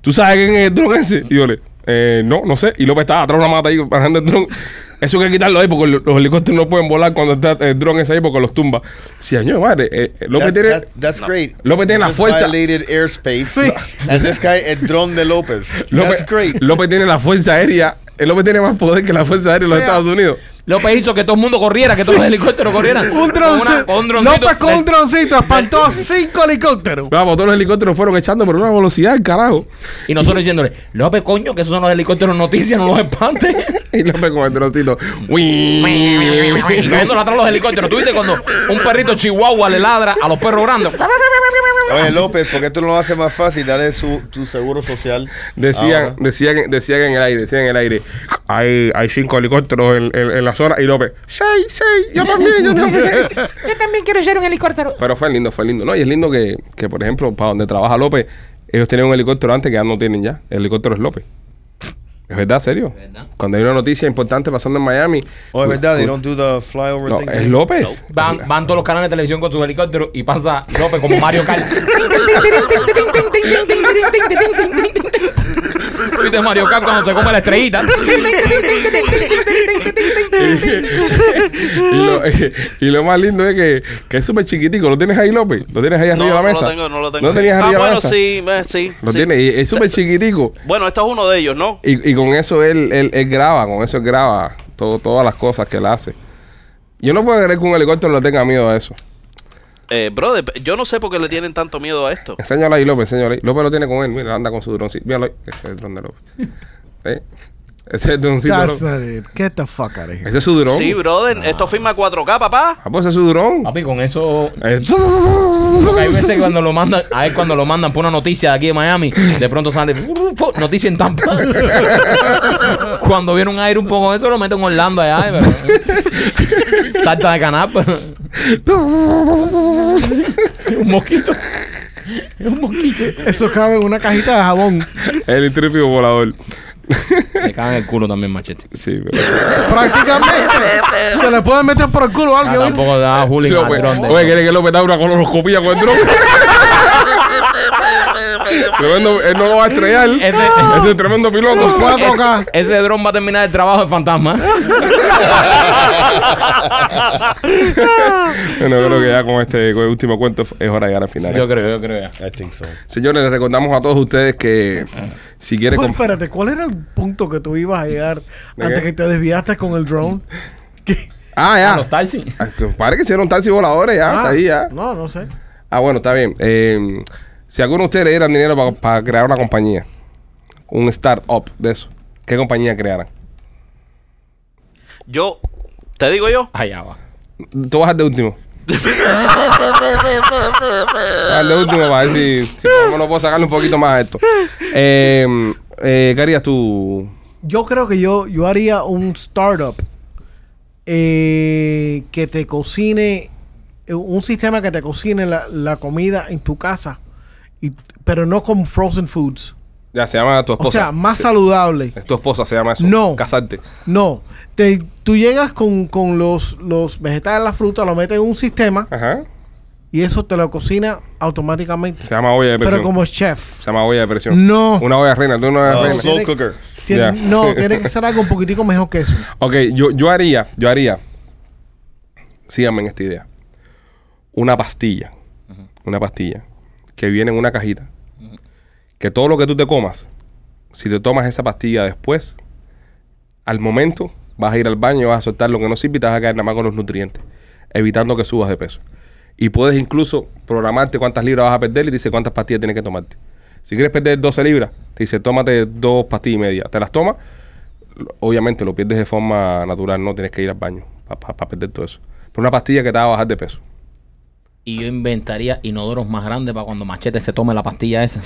Speaker 1: ¿tú sabes quién es el dron ese? Y yo le, "Eh, no, no sé. Y López estaba atrás de una mata ahí manejando el dron. Eso hay que quitarlo ahí porque lo- los helicópteros no pueden volar cuando está el dron ese ahí porque los tumba. Si año madre, eh, eh, López
Speaker 4: That-
Speaker 1: tiene...
Speaker 4: that- that's great.
Speaker 1: López tiene la
Speaker 4: Just
Speaker 1: fuerza.
Speaker 4: violated airspace. And this guy, el dron de López.
Speaker 1: *laughs* López,
Speaker 4: That's great.
Speaker 1: López tiene la fuerza aérea. eh, López tiene más poder que la fuerza aérea de los
Speaker 3: O sea,
Speaker 1: Estados Unidos.
Speaker 2: López hizo que todo el mundo corriera, que todos los helicópteros corrieran.
Speaker 3: Un
Speaker 2: Con una-
Speaker 3: droncito.
Speaker 2: con un droncito.
Speaker 3: López con un droncito espantó a cinco helicópteros.
Speaker 1: Vamos, todos los helicópteros fueron echando por una velocidad, carajo.
Speaker 2: Y nosotros diciéndole, López, coño, que esos son los helicópteros noticias, no
Speaker 1: *laughs*
Speaker 2: los espantes.
Speaker 1: Y López con el
Speaker 4: *laughs*
Speaker 1: trocito.
Speaker 2: Y nosotros atrás los helicópteros. Tú viste cuando un perrito chihuahua le ladra a los perros grandes.
Speaker 4: Oye, López, ¿por qué tú no lo haces más fácil? Dale su, tu seguro social.
Speaker 1: Decían,
Speaker 4: Ahora.
Speaker 1: decían, decían en el aire, decían en el aire. Hay, hay cinco helicópteros en, en- en la zona. Y López, seis, seis, yo también,
Speaker 4: *laughs*
Speaker 1: yo también.
Speaker 2: Yo también quiero ser un helicóptero.
Speaker 1: Pero fue lindo, fue lindo. No, y es lindo que, que, por ejemplo, para donde trabaja López, ellos tenían un helicóptero antes que ya no tienen ya. El helicóptero es López. Es verdad, serio.
Speaker 2: verdad.
Speaker 1: Cuando hay una noticia importante pasando en Miami. pues,
Speaker 4: Oye, Oh, ¿verdad? They don't do the flyover
Speaker 1: No,
Speaker 4: thing.
Speaker 1: es *laughs* López.
Speaker 2: Van, van todos los canales de televisión con sus helicópteros y pasa López como Mario Kart. ¿Viste Mario Kart cuando se come la estrellita?
Speaker 1: Y lo, *laughs* y lo más lindo es que, que es súper chiquitico. ¿Lo tienes ahí, López? ¿Lo tienes ahí arriba de la mesa?
Speaker 5: lo tengo, no lo tengo.
Speaker 1: ¿No tenías
Speaker 5: ah,
Speaker 1: arriba de la
Speaker 5: bueno,
Speaker 1: mesa?
Speaker 5: sí, me- sí.
Speaker 1: Lo
Speaker 5: sí.
Speaker 1: tienes. Y es súper chiquitico.
Speaker 5: Bueno, esto es uno de ellos, ¿no?
Speaker 1: Y, y con eso él, él, él graba, con eso él graba todo, todas las cosas que él hace. Yo no puedo creer que un helicóptero le tenga miedo a eso.
Speaker 5: Eh, brother, yo no sé por qué le tienen tanto miedo a esto.
Speaker 1: Enséñalo ahí, López, enséñalo ahí. López lo tiene con él, mira, anda con su droncito. Míralo ahí. Ese es el dron de López. ¿Eh? Ese es el droncito. de
Speaker 3: That's
Speaker 1: López.
Speaker 3: not it. Get the fuck out of
Speaker 1: *laughs*
Speaker 3: here.
Speaker 1: Ese es su dron.
Speaker 5: Sí, brother, esto firma 4K, papá.
Speaker 1: Ah, pues ese es su dron.
Speaker 2: Papi, con eso
Speaker 1: Eh,
Speaker 2: Porque hay veces cuando lo mandan, a él cuando lo mandan por una noticia de aquí de Miami, de pronto sale "Fu, noticia en *laughs* Tampa. cuando viene un aire un poco de eso, lo meten en Orlando allá, ay, pero- salta de canapa. *laughs* un mosquito. Es un mosquito.
Speaker 3: Eso cabe en una cajita de jabón.
Speaker 1: El intrépido volador.
Speaker 2: Me cagan el culo también, machete.
Speaker 1: Sí, pero...
Speaker 3: Prácticamente. Se le puede meter por el culo a
Speaker 2: Ah,
Speaker 3: alguien. ¿oíste?
Speaker 2: tampoco da Juli
Speaker 1: López,
Speaker 2: ladrón de
Speaker 1: pues, oye,
Speaker 2: eso.
Speaker 1: ¿quiere que López da una colonoscopía con el dron? tremendo, él no lo va a estrellar.
Speaker 2: Ese-
Speaker 1: Ese es un tremendo piloto.
Speaker 3: 4K.
Speaker 2: Ese dron va a terminar el trabajo de fantasma.
Speaker 1: Bueno, creo que ya con este con el último cuento es hora de llegar al final.
Speaker 2: Yo creo, yo creo.
Speaker 4: I think so.
Speaker 1: Señores, les recordamos a todos ustedes que si quieren...
Speaker 3: Pues,
Speaker 1: comp-
Speaker 3: espérate, ¿cuál era el punto que tú ibas a llegar
Speaker 1: ¿De
Speaker 3: antes
Speaker 1: qué?
Speaker 3: que te desviaste con el drone? ¿Qué?
Speaker 1: Ah,
Speaker 2: A
Speaker 1: ya.
Speaker 2: los taxis.
Speaker 1: Ah, que Parece que hicieron taxi voladores
Speaker 2: Ah,
Speaker 1: ya, Ah, está ahí ya.
Speaker 3: Ah, No, no sé.
Speaker 1: Ah, bueno, está bien. Eh, si alguno de ustedes le dieran dinero para, para crear una compañía, un startup de eso, ¿qué compañía crearan?
Speaker 5: Yo, te digo yo,
Speaker 2: Allá va.
Speaker 1: Tú vas al de último. Vas al de último para ver si, si por lo menos puedo sacarle un poquito más a esto. Eh, eh, ¿Qué harías tú?
Speaker 3: Yo creo que yo, yo haría un startup eh, que te cocine, eh, un sistema que te cocine la, la comida en tu casa, y, pero no con frozen foods.
Speaker 1: Ya, se llama tu
Speaker 3: O
Speaker 1: esposa.
Speaker 3: sea, más
Speaker 1: Sí.
Speaker 3: saludable.
Speaker 2: Eh.
Speaker 1: Es tu esposa, se llama eso.
Speaker 3: No.
Speaker 1: Casarte.
Speaker 3: No, te, tú llegas con, con los, los vegetales, la fruta, lo metes en un sistema
Speaker 1: Ajá.
Speaker 3: y eso te lo cocina automáticamente.
Speaker 1: Se llama olla de presión.
Speaker 3: Pero como chef.
Speaker 1: Se llama olla de presión.
Speaker 3: No.
Speaker 1: Una olla reina, tú una olla
Speaker 4: Uh,
Speaker 1: reina.
Speaker 4: slow cooker.
Speaker 3: Tiene-
Speaker 1: Ya.
Speaker 3: No, tiene que ser algo un poquitico mejor que
Speaker 2: *laughs*
Speaker 3: eso.
Speaker 1: Ok, yo, yo haría, yo haría, síganme en esta idea, una pastilla, una pastilla que viene en una cajita, que todo lo que tú te comas, si te tomas esa pastilla después, al momento vas a ir al baño, vas a soltar lo que no sirve y te vas a caer nada más con los nutrientes, evitando que subas de peso. Y puedes incluso programarte cuántas libras vas a perder y te dice cuántas pastillas tienes que tomarte. Si quieres perder 12 libras, te dice tómate dos pastillas y media. Te las tomas obviamente lo pierdes de forma natural, no tienes que ir al baño para perder todo eso. Pero una pastilla que te va a bajar de peso.
Speaker 2: Y yo inventaría inodoros más grandes para cuando Machete se tome la pastilla esa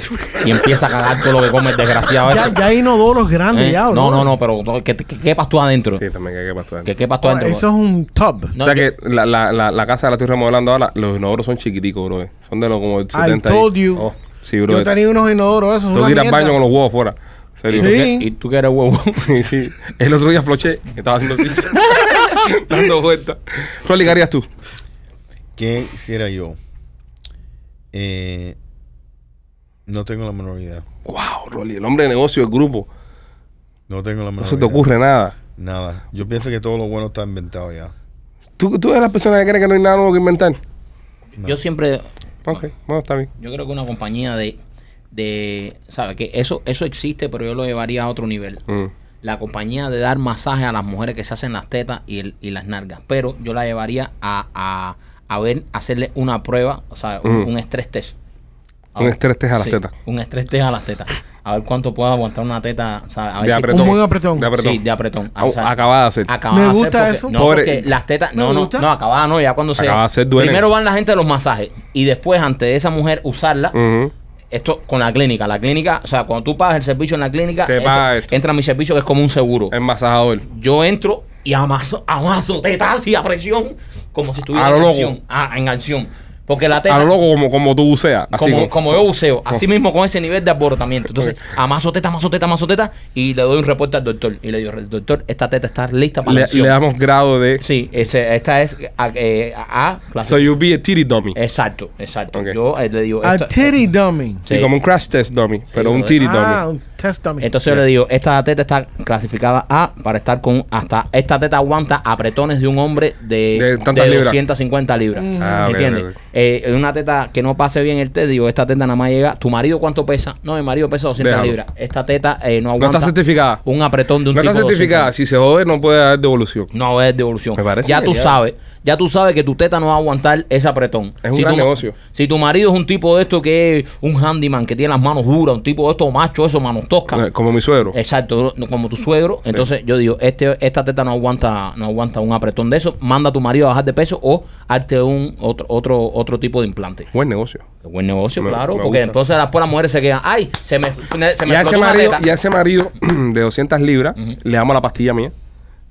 Speaker 2: y empieza a cagar todo lo que come el desgraciado.
Speaker 3: Ya,
Speaker 2: ese.
Speaker 3: ya hay inodoros grandes,
Speaker 2: ¿Eh?
Speaker 3: ya, bro.
Speaker 2: No, no, no, pero todo- que, que quepas tú adentro.
Speaker 1: Sí, también hay que pasar.
Speaker 2: Que quepas tú adentro.
Speaker 3: Oh, Eso es un tub.
Speaker 2: No,
Speaker 1: o sea
Speaker 2: yo-
Speaker 1: que la, la, la, la casa la estoy remodelando ahora, los inodoros son chiquiticos, bro. Son de los como el 70.
Speaker 3: I told you.
Speaker 1: Oh, sí, bro.
Speaker 3: Yo tenía unos inodoros, eso es
Speaker 1: Tengo
Speaker 3: una
Speaker 1: que ir al
Speaker 3: mierda.
Speaker 1: baño con los huevos fuera. Serio.
Speaker 3: Sí.
Speaker 2: ¿Qué? Y tú que eres huevo.
Speaker 1: *laughs* Sí, sí. El otro día floché, estaba haciendo así, *laughs* dando vueltas. Rolly, ¿qué harías tú?
Speaker 4: ¿Qué hiciera yo? Eh, no tengo la menor idea.
Speaker 1: Wow, Rolly, el hombre de negocio del grupo.
Speaker 4: No tengo la menor
Speaker 1: No se te
Speaker 4: idea.
Speaker 1: ocurre nada.
Speaker 4: Nada. Yo pienso que todo lo bueno está inventado ya.
Speaker 1: ¿Tú, tú eres la persona que cree que no hay nada nuevo que inventar.
Speaker 2: Yo siempre,
Speaker 1: Ok, bueno, está bien.
Speaker 2: yo creo que una compañía de, de ¿sabes? Que eso, eso existe, pero yo lo llevaría a otro nivel.
Speaker 1: Mm.
Speaker 2: la compañía de dar masaje a las mujeres que se hacen las tetas y, el- y las nalgas. Pero yo la llevaría a, a, a ver, hacerle una prueba, o sea, un,
Speaker 1: Mm.
Speaker 2: un estrés test. A
Speaker 1: Un
Speaker 2: ver-
Speaker 1: estrés test a las tetas.
Speaker 2: Un estrés test a las tetas. A ver cuánto puede aguantar una teta. o sea, a ver
Speaker 1: De
Speaker 2: si-
Speaker 1: apretón.
Speaker 3: Un buen apretón.
Speaker 1: De apretón.
Speaker 2: Sí, de apretón.
Speaker 1: Au, acabada de hacer.
Speaker 2: acabada
Speaker 3: Me
Speaker 2: de hacer
Speaker 3: gusta
Speaker 2: porque-
Speaker 3: eso.
Speaker 2: No,
Speaker 1: Pobre-
Speaker 2: porque las tetas.
Speaker 3: Me
Speaker 2: No, no,
Speaker 3: gusta.
Speaker 2: no, acabada no, ya cuando se.
Speaker 1: Acabada de hacer duelen.
Speaker 2: Primero van la gente a los masajes y después, antes de esa mujer usarla,
Speaker 1: Ujú.
Speaker 2: esto con la clínica. La clínica, o sea, cuando tú pagas el servicio en la clínica,
Speaker 1: Te
Speaker 2: esto-
Speaker 1: paga esto. Em-
Speaker 2: entra mi servicio que es como un seguro.
Speaker 1: El masajador.
Speaker 2: Yo entro y amaso, amaso tetas y a presión, como si estuviera
Speaker 1: A lo
Speaker 2: en
Speaker 1: loco.
Speaker 2: acción. Ah, en acción. Porque la teta.
Speaker 1: A lo loco como, como tú buceas. Así
Speaker 2: Como, como yo buceo, así mismo con ese nivel de abortamiento. Entonces, amaso teta, amaso teta, amaso teta, y le doy un reporte al doctor. Y le digo, doctor, esta teta está lista para la
Speaker 1: le,
Speaker 2: acción.
Speaker 1: le damos grado de...
Speaker 2: Sí, ese- esta es a, eh, a- a- clase-
Speaker 1: So you be a titty dummy.
Speaker 2: Exacto, exacto.
Speaker 1: Ok.
Speaker 2: Yo eh, le digo.
Speaker 3: A
Speaker 2: esto-
Speaker 3: titty dummy.
Speaker 1: Sí,
Speaker 2: sí.
Speaker 1: como un crash test dummy, pero un
Speaker 2: brother.
Speaker 1: titty
Speaker 3: Ah,
Speaker 1: dummy.
Speaker 3: un test dummy.
Speaker 2: Entonces yo le digo, esta teta está clasificada A para estar con hasta esta teta aguanta apretones de un hombre
Speaker 1: De
Speaker 2: de,
Speaker 1: tantas
Speaker 2: de
Speaker 1: libras.
Speaker 2: 250 libras.
Speaker 1: Ah, ok,
Speaker 2: ¿Entiendes?
Speaker 1: ok, ok.
Speaker 2: Eh, una teta que no pase bien el test, digo, esta teta nada más llega, ¿tu marido cuánto pesa? No, mi marido pesa 200
Speaker 1: Déjalo.
Speaker 2: libras. Esta teta eh, no
Speaker 1: No
Speaker 2: aguanta
Speaker 1: está certificada.
Speaker 2: un apretón de un
Speaker 1: No está
Speaker 2: tipo de 200
Speaker 1: certificada. Si se jode, no puede dar devolución.
Speaker 2: No es devolución.
Speaker 1: Me parece
Speaker 2: ya tú
Speaker 1: genial.
Speaker 2: sabes, ya tú sabes que tu teta no va a aguantar ese apretón.
Speaker 1: Es un gran
Speaker 2: tu,
Speaker 1: negocio.
Speaker 2: Si tu marido es un tipo de esto que es un handyman que tiene las manos duras, un tipo de estos macho, eso manos toscas.
Speaker 1: Eh, Como mi suegro.
Speaker 2: Exacto, no, como tu suegro. Entonces yo digo, este, esta teta no aguanta, no aguanta un apretón de eso. Manda a tu marido a bajar de peso o hazte un otro, otro, otro tipo de implante.
Speaker 1: Buen negocio.
Speaker 2: Qué buen negocio,
Speaker 1: Me-
Speaker 2: claro.
Speaker 1: me
Speaker 2: porque
Speaker 1: gusta.
Speaker 2: entonces después las mujeres se quedan, ay, se me, se me
Speaker 1: Y a, ese
Speaker 2: explotó una
Speaker 1: marido,
Speaker 2: teta".
Speaker 1: y a ese marido *clears throat* de 200 libras, le damos la pastilla mía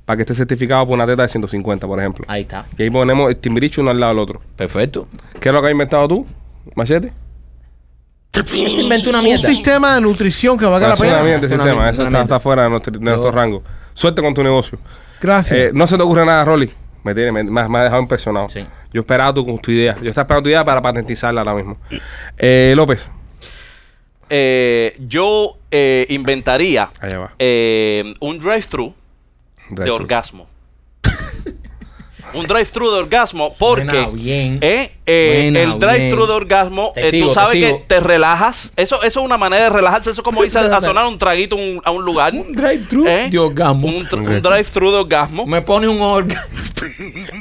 Speaker 1: para que esté certificado por una teta de 150, por ejemplo.
Speaker 2: Ahí está.
Speaker 1: Y ahí ponemos el timbiricho uno al lado del otro.
Speaker 2: Perfecto.
Speaker 1: ¿Qué es lo que has inventado tú, Machete?
Speaker 2: Yo te inventé una
Speaker 3: Un
Speaker 2: mierda.
Speaker 3: sistema de nutrición que valga
Speaker 1: Ah,
Speaker 3: la
Speaker 1: es una
Speaker 3: pena.
Speaker 1: mierda el
Speaker 2: Es una
Speaker 1: sistema.
Speaker 2: mierda,
Speaker 1: Eso
Speaker 2: una
Speaker 1: está,
Speaker 2: mierda.
Speaker 1: está fuera de nuestro, de nuestro rango. Suerte con tu negocio.
Speaker 3: Gracias.
Speaker 1: Eh, no se te ocurre nada, Rolly. Me, tiene, me, me has- me has dejado impresionado.
Speaker 2: Sí.
Speaker 1: Yo esperaba tu, tu idea. Yo estaba esperando tu idea para patentizarla ahora mismo. Eh, López.
Speaker 5: Eh, yo eh, inventaría
Speaker 1: Allá va.
Speaker 5: eh, un drive-thru de
Speaker 1: Drive-thru.
Speaker 5: orgasmo. *laughs* un drive-thru de orgasmo porque
Speaker 2: Suena bien.
Speaker 5: eh, eh,
Speaker 2: Suena
Speaker 5: el drive-thru
Speaker 2: bien.
Speaker 5: de orgasmo,
Speaker 2: Te
Speaker 5: eh,
Speaker 2: sigo,
Speaker 5: tú
Speaker 2: te
Speaker 5: sabes que
Speaker 2: sigo.
Speaker 5: te relajas. Eso, eso es una manera de relajarse. Eso es como irse
Speaker 2: *laughs*
Speaker 5: a, a sonar un traguito un- a un lugar.
Speaker 2: Un drive-thru
Speaker 5: Eh,
Speaker 2: de orgasmo.
Speaker 5: Un, tr- un drive-thru de orgasmo.
Speaker 2: Me pone
Speaker 1: *laughs*
Speaker 2: un orgasmo.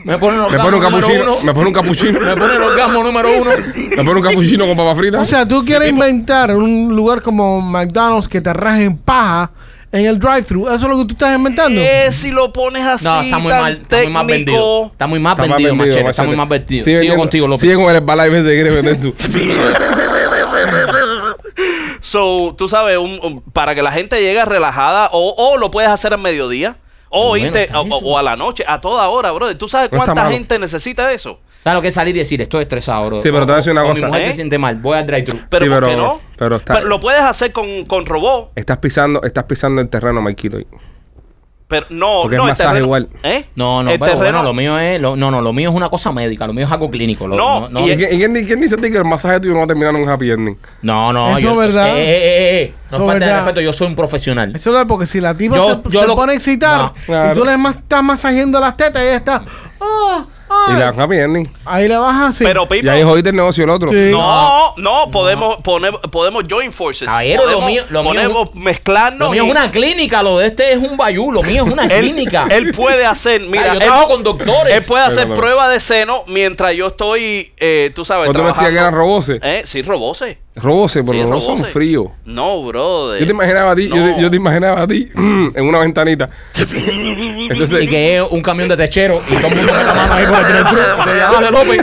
Speaker 2: Me pone un
Speaker 1: Me
Speaker 2: orgasmo
Speaker 1: pone un
Speaker 2: número
Speaker 1: capuchino.
Speaker 2: uno.
Speaker 1: Me pone un capuchino.
Speaker 2: *laughs* Me pone el orgasmo número uno.
Speaker 1: Me pone un capuchino con papas fritas.
Speaker 3: O sea, tú quieres inventar un lugar como McDonald's que te rajen paja en el drive-thru. ¿Eso es lo que tú estás inventando?
Speaker 5: Eh, si lo pones así,
Speaker 2: No, está muy
Speaker 5: tan
Speaker 2: mal, está muy
Speaker 5: técnico.
Speaker 2: mal vendido. Está muy mal
Speaker 1: Está más
Speaker 2: vendido,
Speaker 1: vendido,
Speaker 2: machete. Está muy mal
Speaker 1: Machete.
Speaker 2: vendido.
Speaker 1: Sigue
Speaker 2: Sigo
Speaker 1: vendiendo-
Speaker 2: contigo, López.
Speaker 1: Sigue con el Herbalife ese que quieres vender tú.
Speaker 5: So, tú sabes, un- un- para que la gente llegue relajada o, o lo puedes hacer al mediodía o,
Speaker 2: Bueno,
Speaker 5: irte-
Speaker 2: está
Speaker 5: o-
Speaker 2: eso.
Speaker 5: o a la noche, a toda hora, brother. ¿Tú sabes
Speaker 1: No está
Speaker 5: cuánta
Speaker 1: malo.
Speaker 5: gente necesita eso?
Speaker 2: Claro que salir y decir, estoy estresado, bro.
Speaker 1: Sí, pero te voy a decir una
Speaker 2: O- o
Speaker 1: cosa.
Speaker 2: Mi mujer
Speaker 5: ¿Eh?
Speaker 2: se siente mal, voy al drive-thru.
Speaker 5: Pero
Speaker 1: Sí,
Speaker 5: ¿por
Speaker 1: pero-
Speaker 5: qué no?
Speaker 1: pero está-
Speaker 5: lo puedes hacer con, con robot,
Speaker 1: Estás pisando, estás pisando el terreno, Maikito. ahí.
Speaker 5: pero no,
Speaker 1: Porque es
Speaker 5: no
Speaker 1: masaje igual.
Speaker 5: ¿Eh?
Speaker 2: No, no,
Speaker 5: El
Speaker 2: pero bueno,
Speaker 5: terreno-
Speaker 2: lo mío es. lo- no, no, lo mío es una cosa médica, lo mío es algo clínico. lo-
Speaker 5: No,
Speaker 2: no, eh.
Speaker 1: ¿Y,
Speaker 2: no,
Speaker 5: es-
Speaker 1: quién- y quién, quién dice a ti que el masaje tuyo no va a terminar en un happy ending?
Speaker 2: no, no,
Speaker 3: Eso es verdad.
Speaker 2: Eh, eh, eh, eh, No
Speaker 3: Eso es
Speaker 2: falta de
Speaker 3: verdad.
Speaker 2: respeto, yo soy un profesional.
Speaker 3: Eso no es porque si la tipa
Speaker 2: Yo-
Speaker 3: se,
Speaker 2: yo
Speaker 3: se
Speaker 2: lo-
Speaker 3: pone a excitar
Speaker 2: No.
Speaker 3: y
Speaker 1: Claro.
Speaker 3: tú le mas- estás masajeando las tetas y ella está. "Ah, ah",
Speaker 1: Y le dan happy ending.
Speaker 3: Ahí la bajas así.
Speaker 5: Pero
Speaker 2: Pues,
Speaker 5: Pipo,
Speaker 1: Y ahí jodiste el negocio el otro.
Speaker 3: Sí.
Speaker 5: no, no, podemos poner, podemos join forces.
Speaker 2: Caballero, lo
Speaker 5: Podemos-
Speaker 2: mío- lo mío es un-
Speaker 5: podemos mezclarnos.
Speaker 2: lo mío
Speaker 5: y
Speaker 2: es una clínica, lo de este es un bayú, lo mío es una
Speaker 5: *laughs* él,
Speaker 2: clínica.
Speaker 5: él puede hacer, mira,
Speaker 2: Ah, yo
Speaker 5: él-
Speaker 2: trabajo con doctores.
Speaker 5: Él puede hacer
Speaker 1: Perdóname.
Speaker 5: prueba de seno mientras yo estoy, eh, tú sabes,
Speaker 1: Otro me decía que eran roboses.
Speaker 5: Eh, sí, robose.
Speaker 1: Robose, pero
Speaker 5: Sí,
Speaker 1: los robos son
Speaker 5: robose.
Speaker 1: fríos.
Speaker 5: No, brother.
Speaker 1: Yo te imaginaba a ti, yo,
Speaker 5: No.
Speaker 1: te- yo te imaginaba a ti *clears throat* en una ventanita.
Speaker 2: y
Speaker 5: *laughs*
Speaker 1: Entonces,
Speaker 2: que es un camión de techero y todo el mundo mete la mano ahí por el drive-thru.
Speaker 5: *laughs*
Speaker 2: Porque ya dale, López.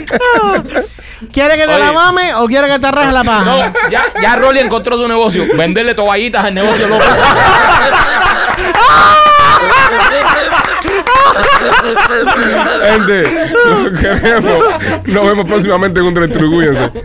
Speaker 3: ¿Quiere que te la
Speaker 2: Oye.
Speaker 3: mame o quiere que te raje la paja?
Speaker 2: No, ya, ya Rolly encontró su negocio. Venderle toallitas al negocio López.
Speaker 1: *laughs* gente, nos queremos. Nos vemos próximamente con Cuídense.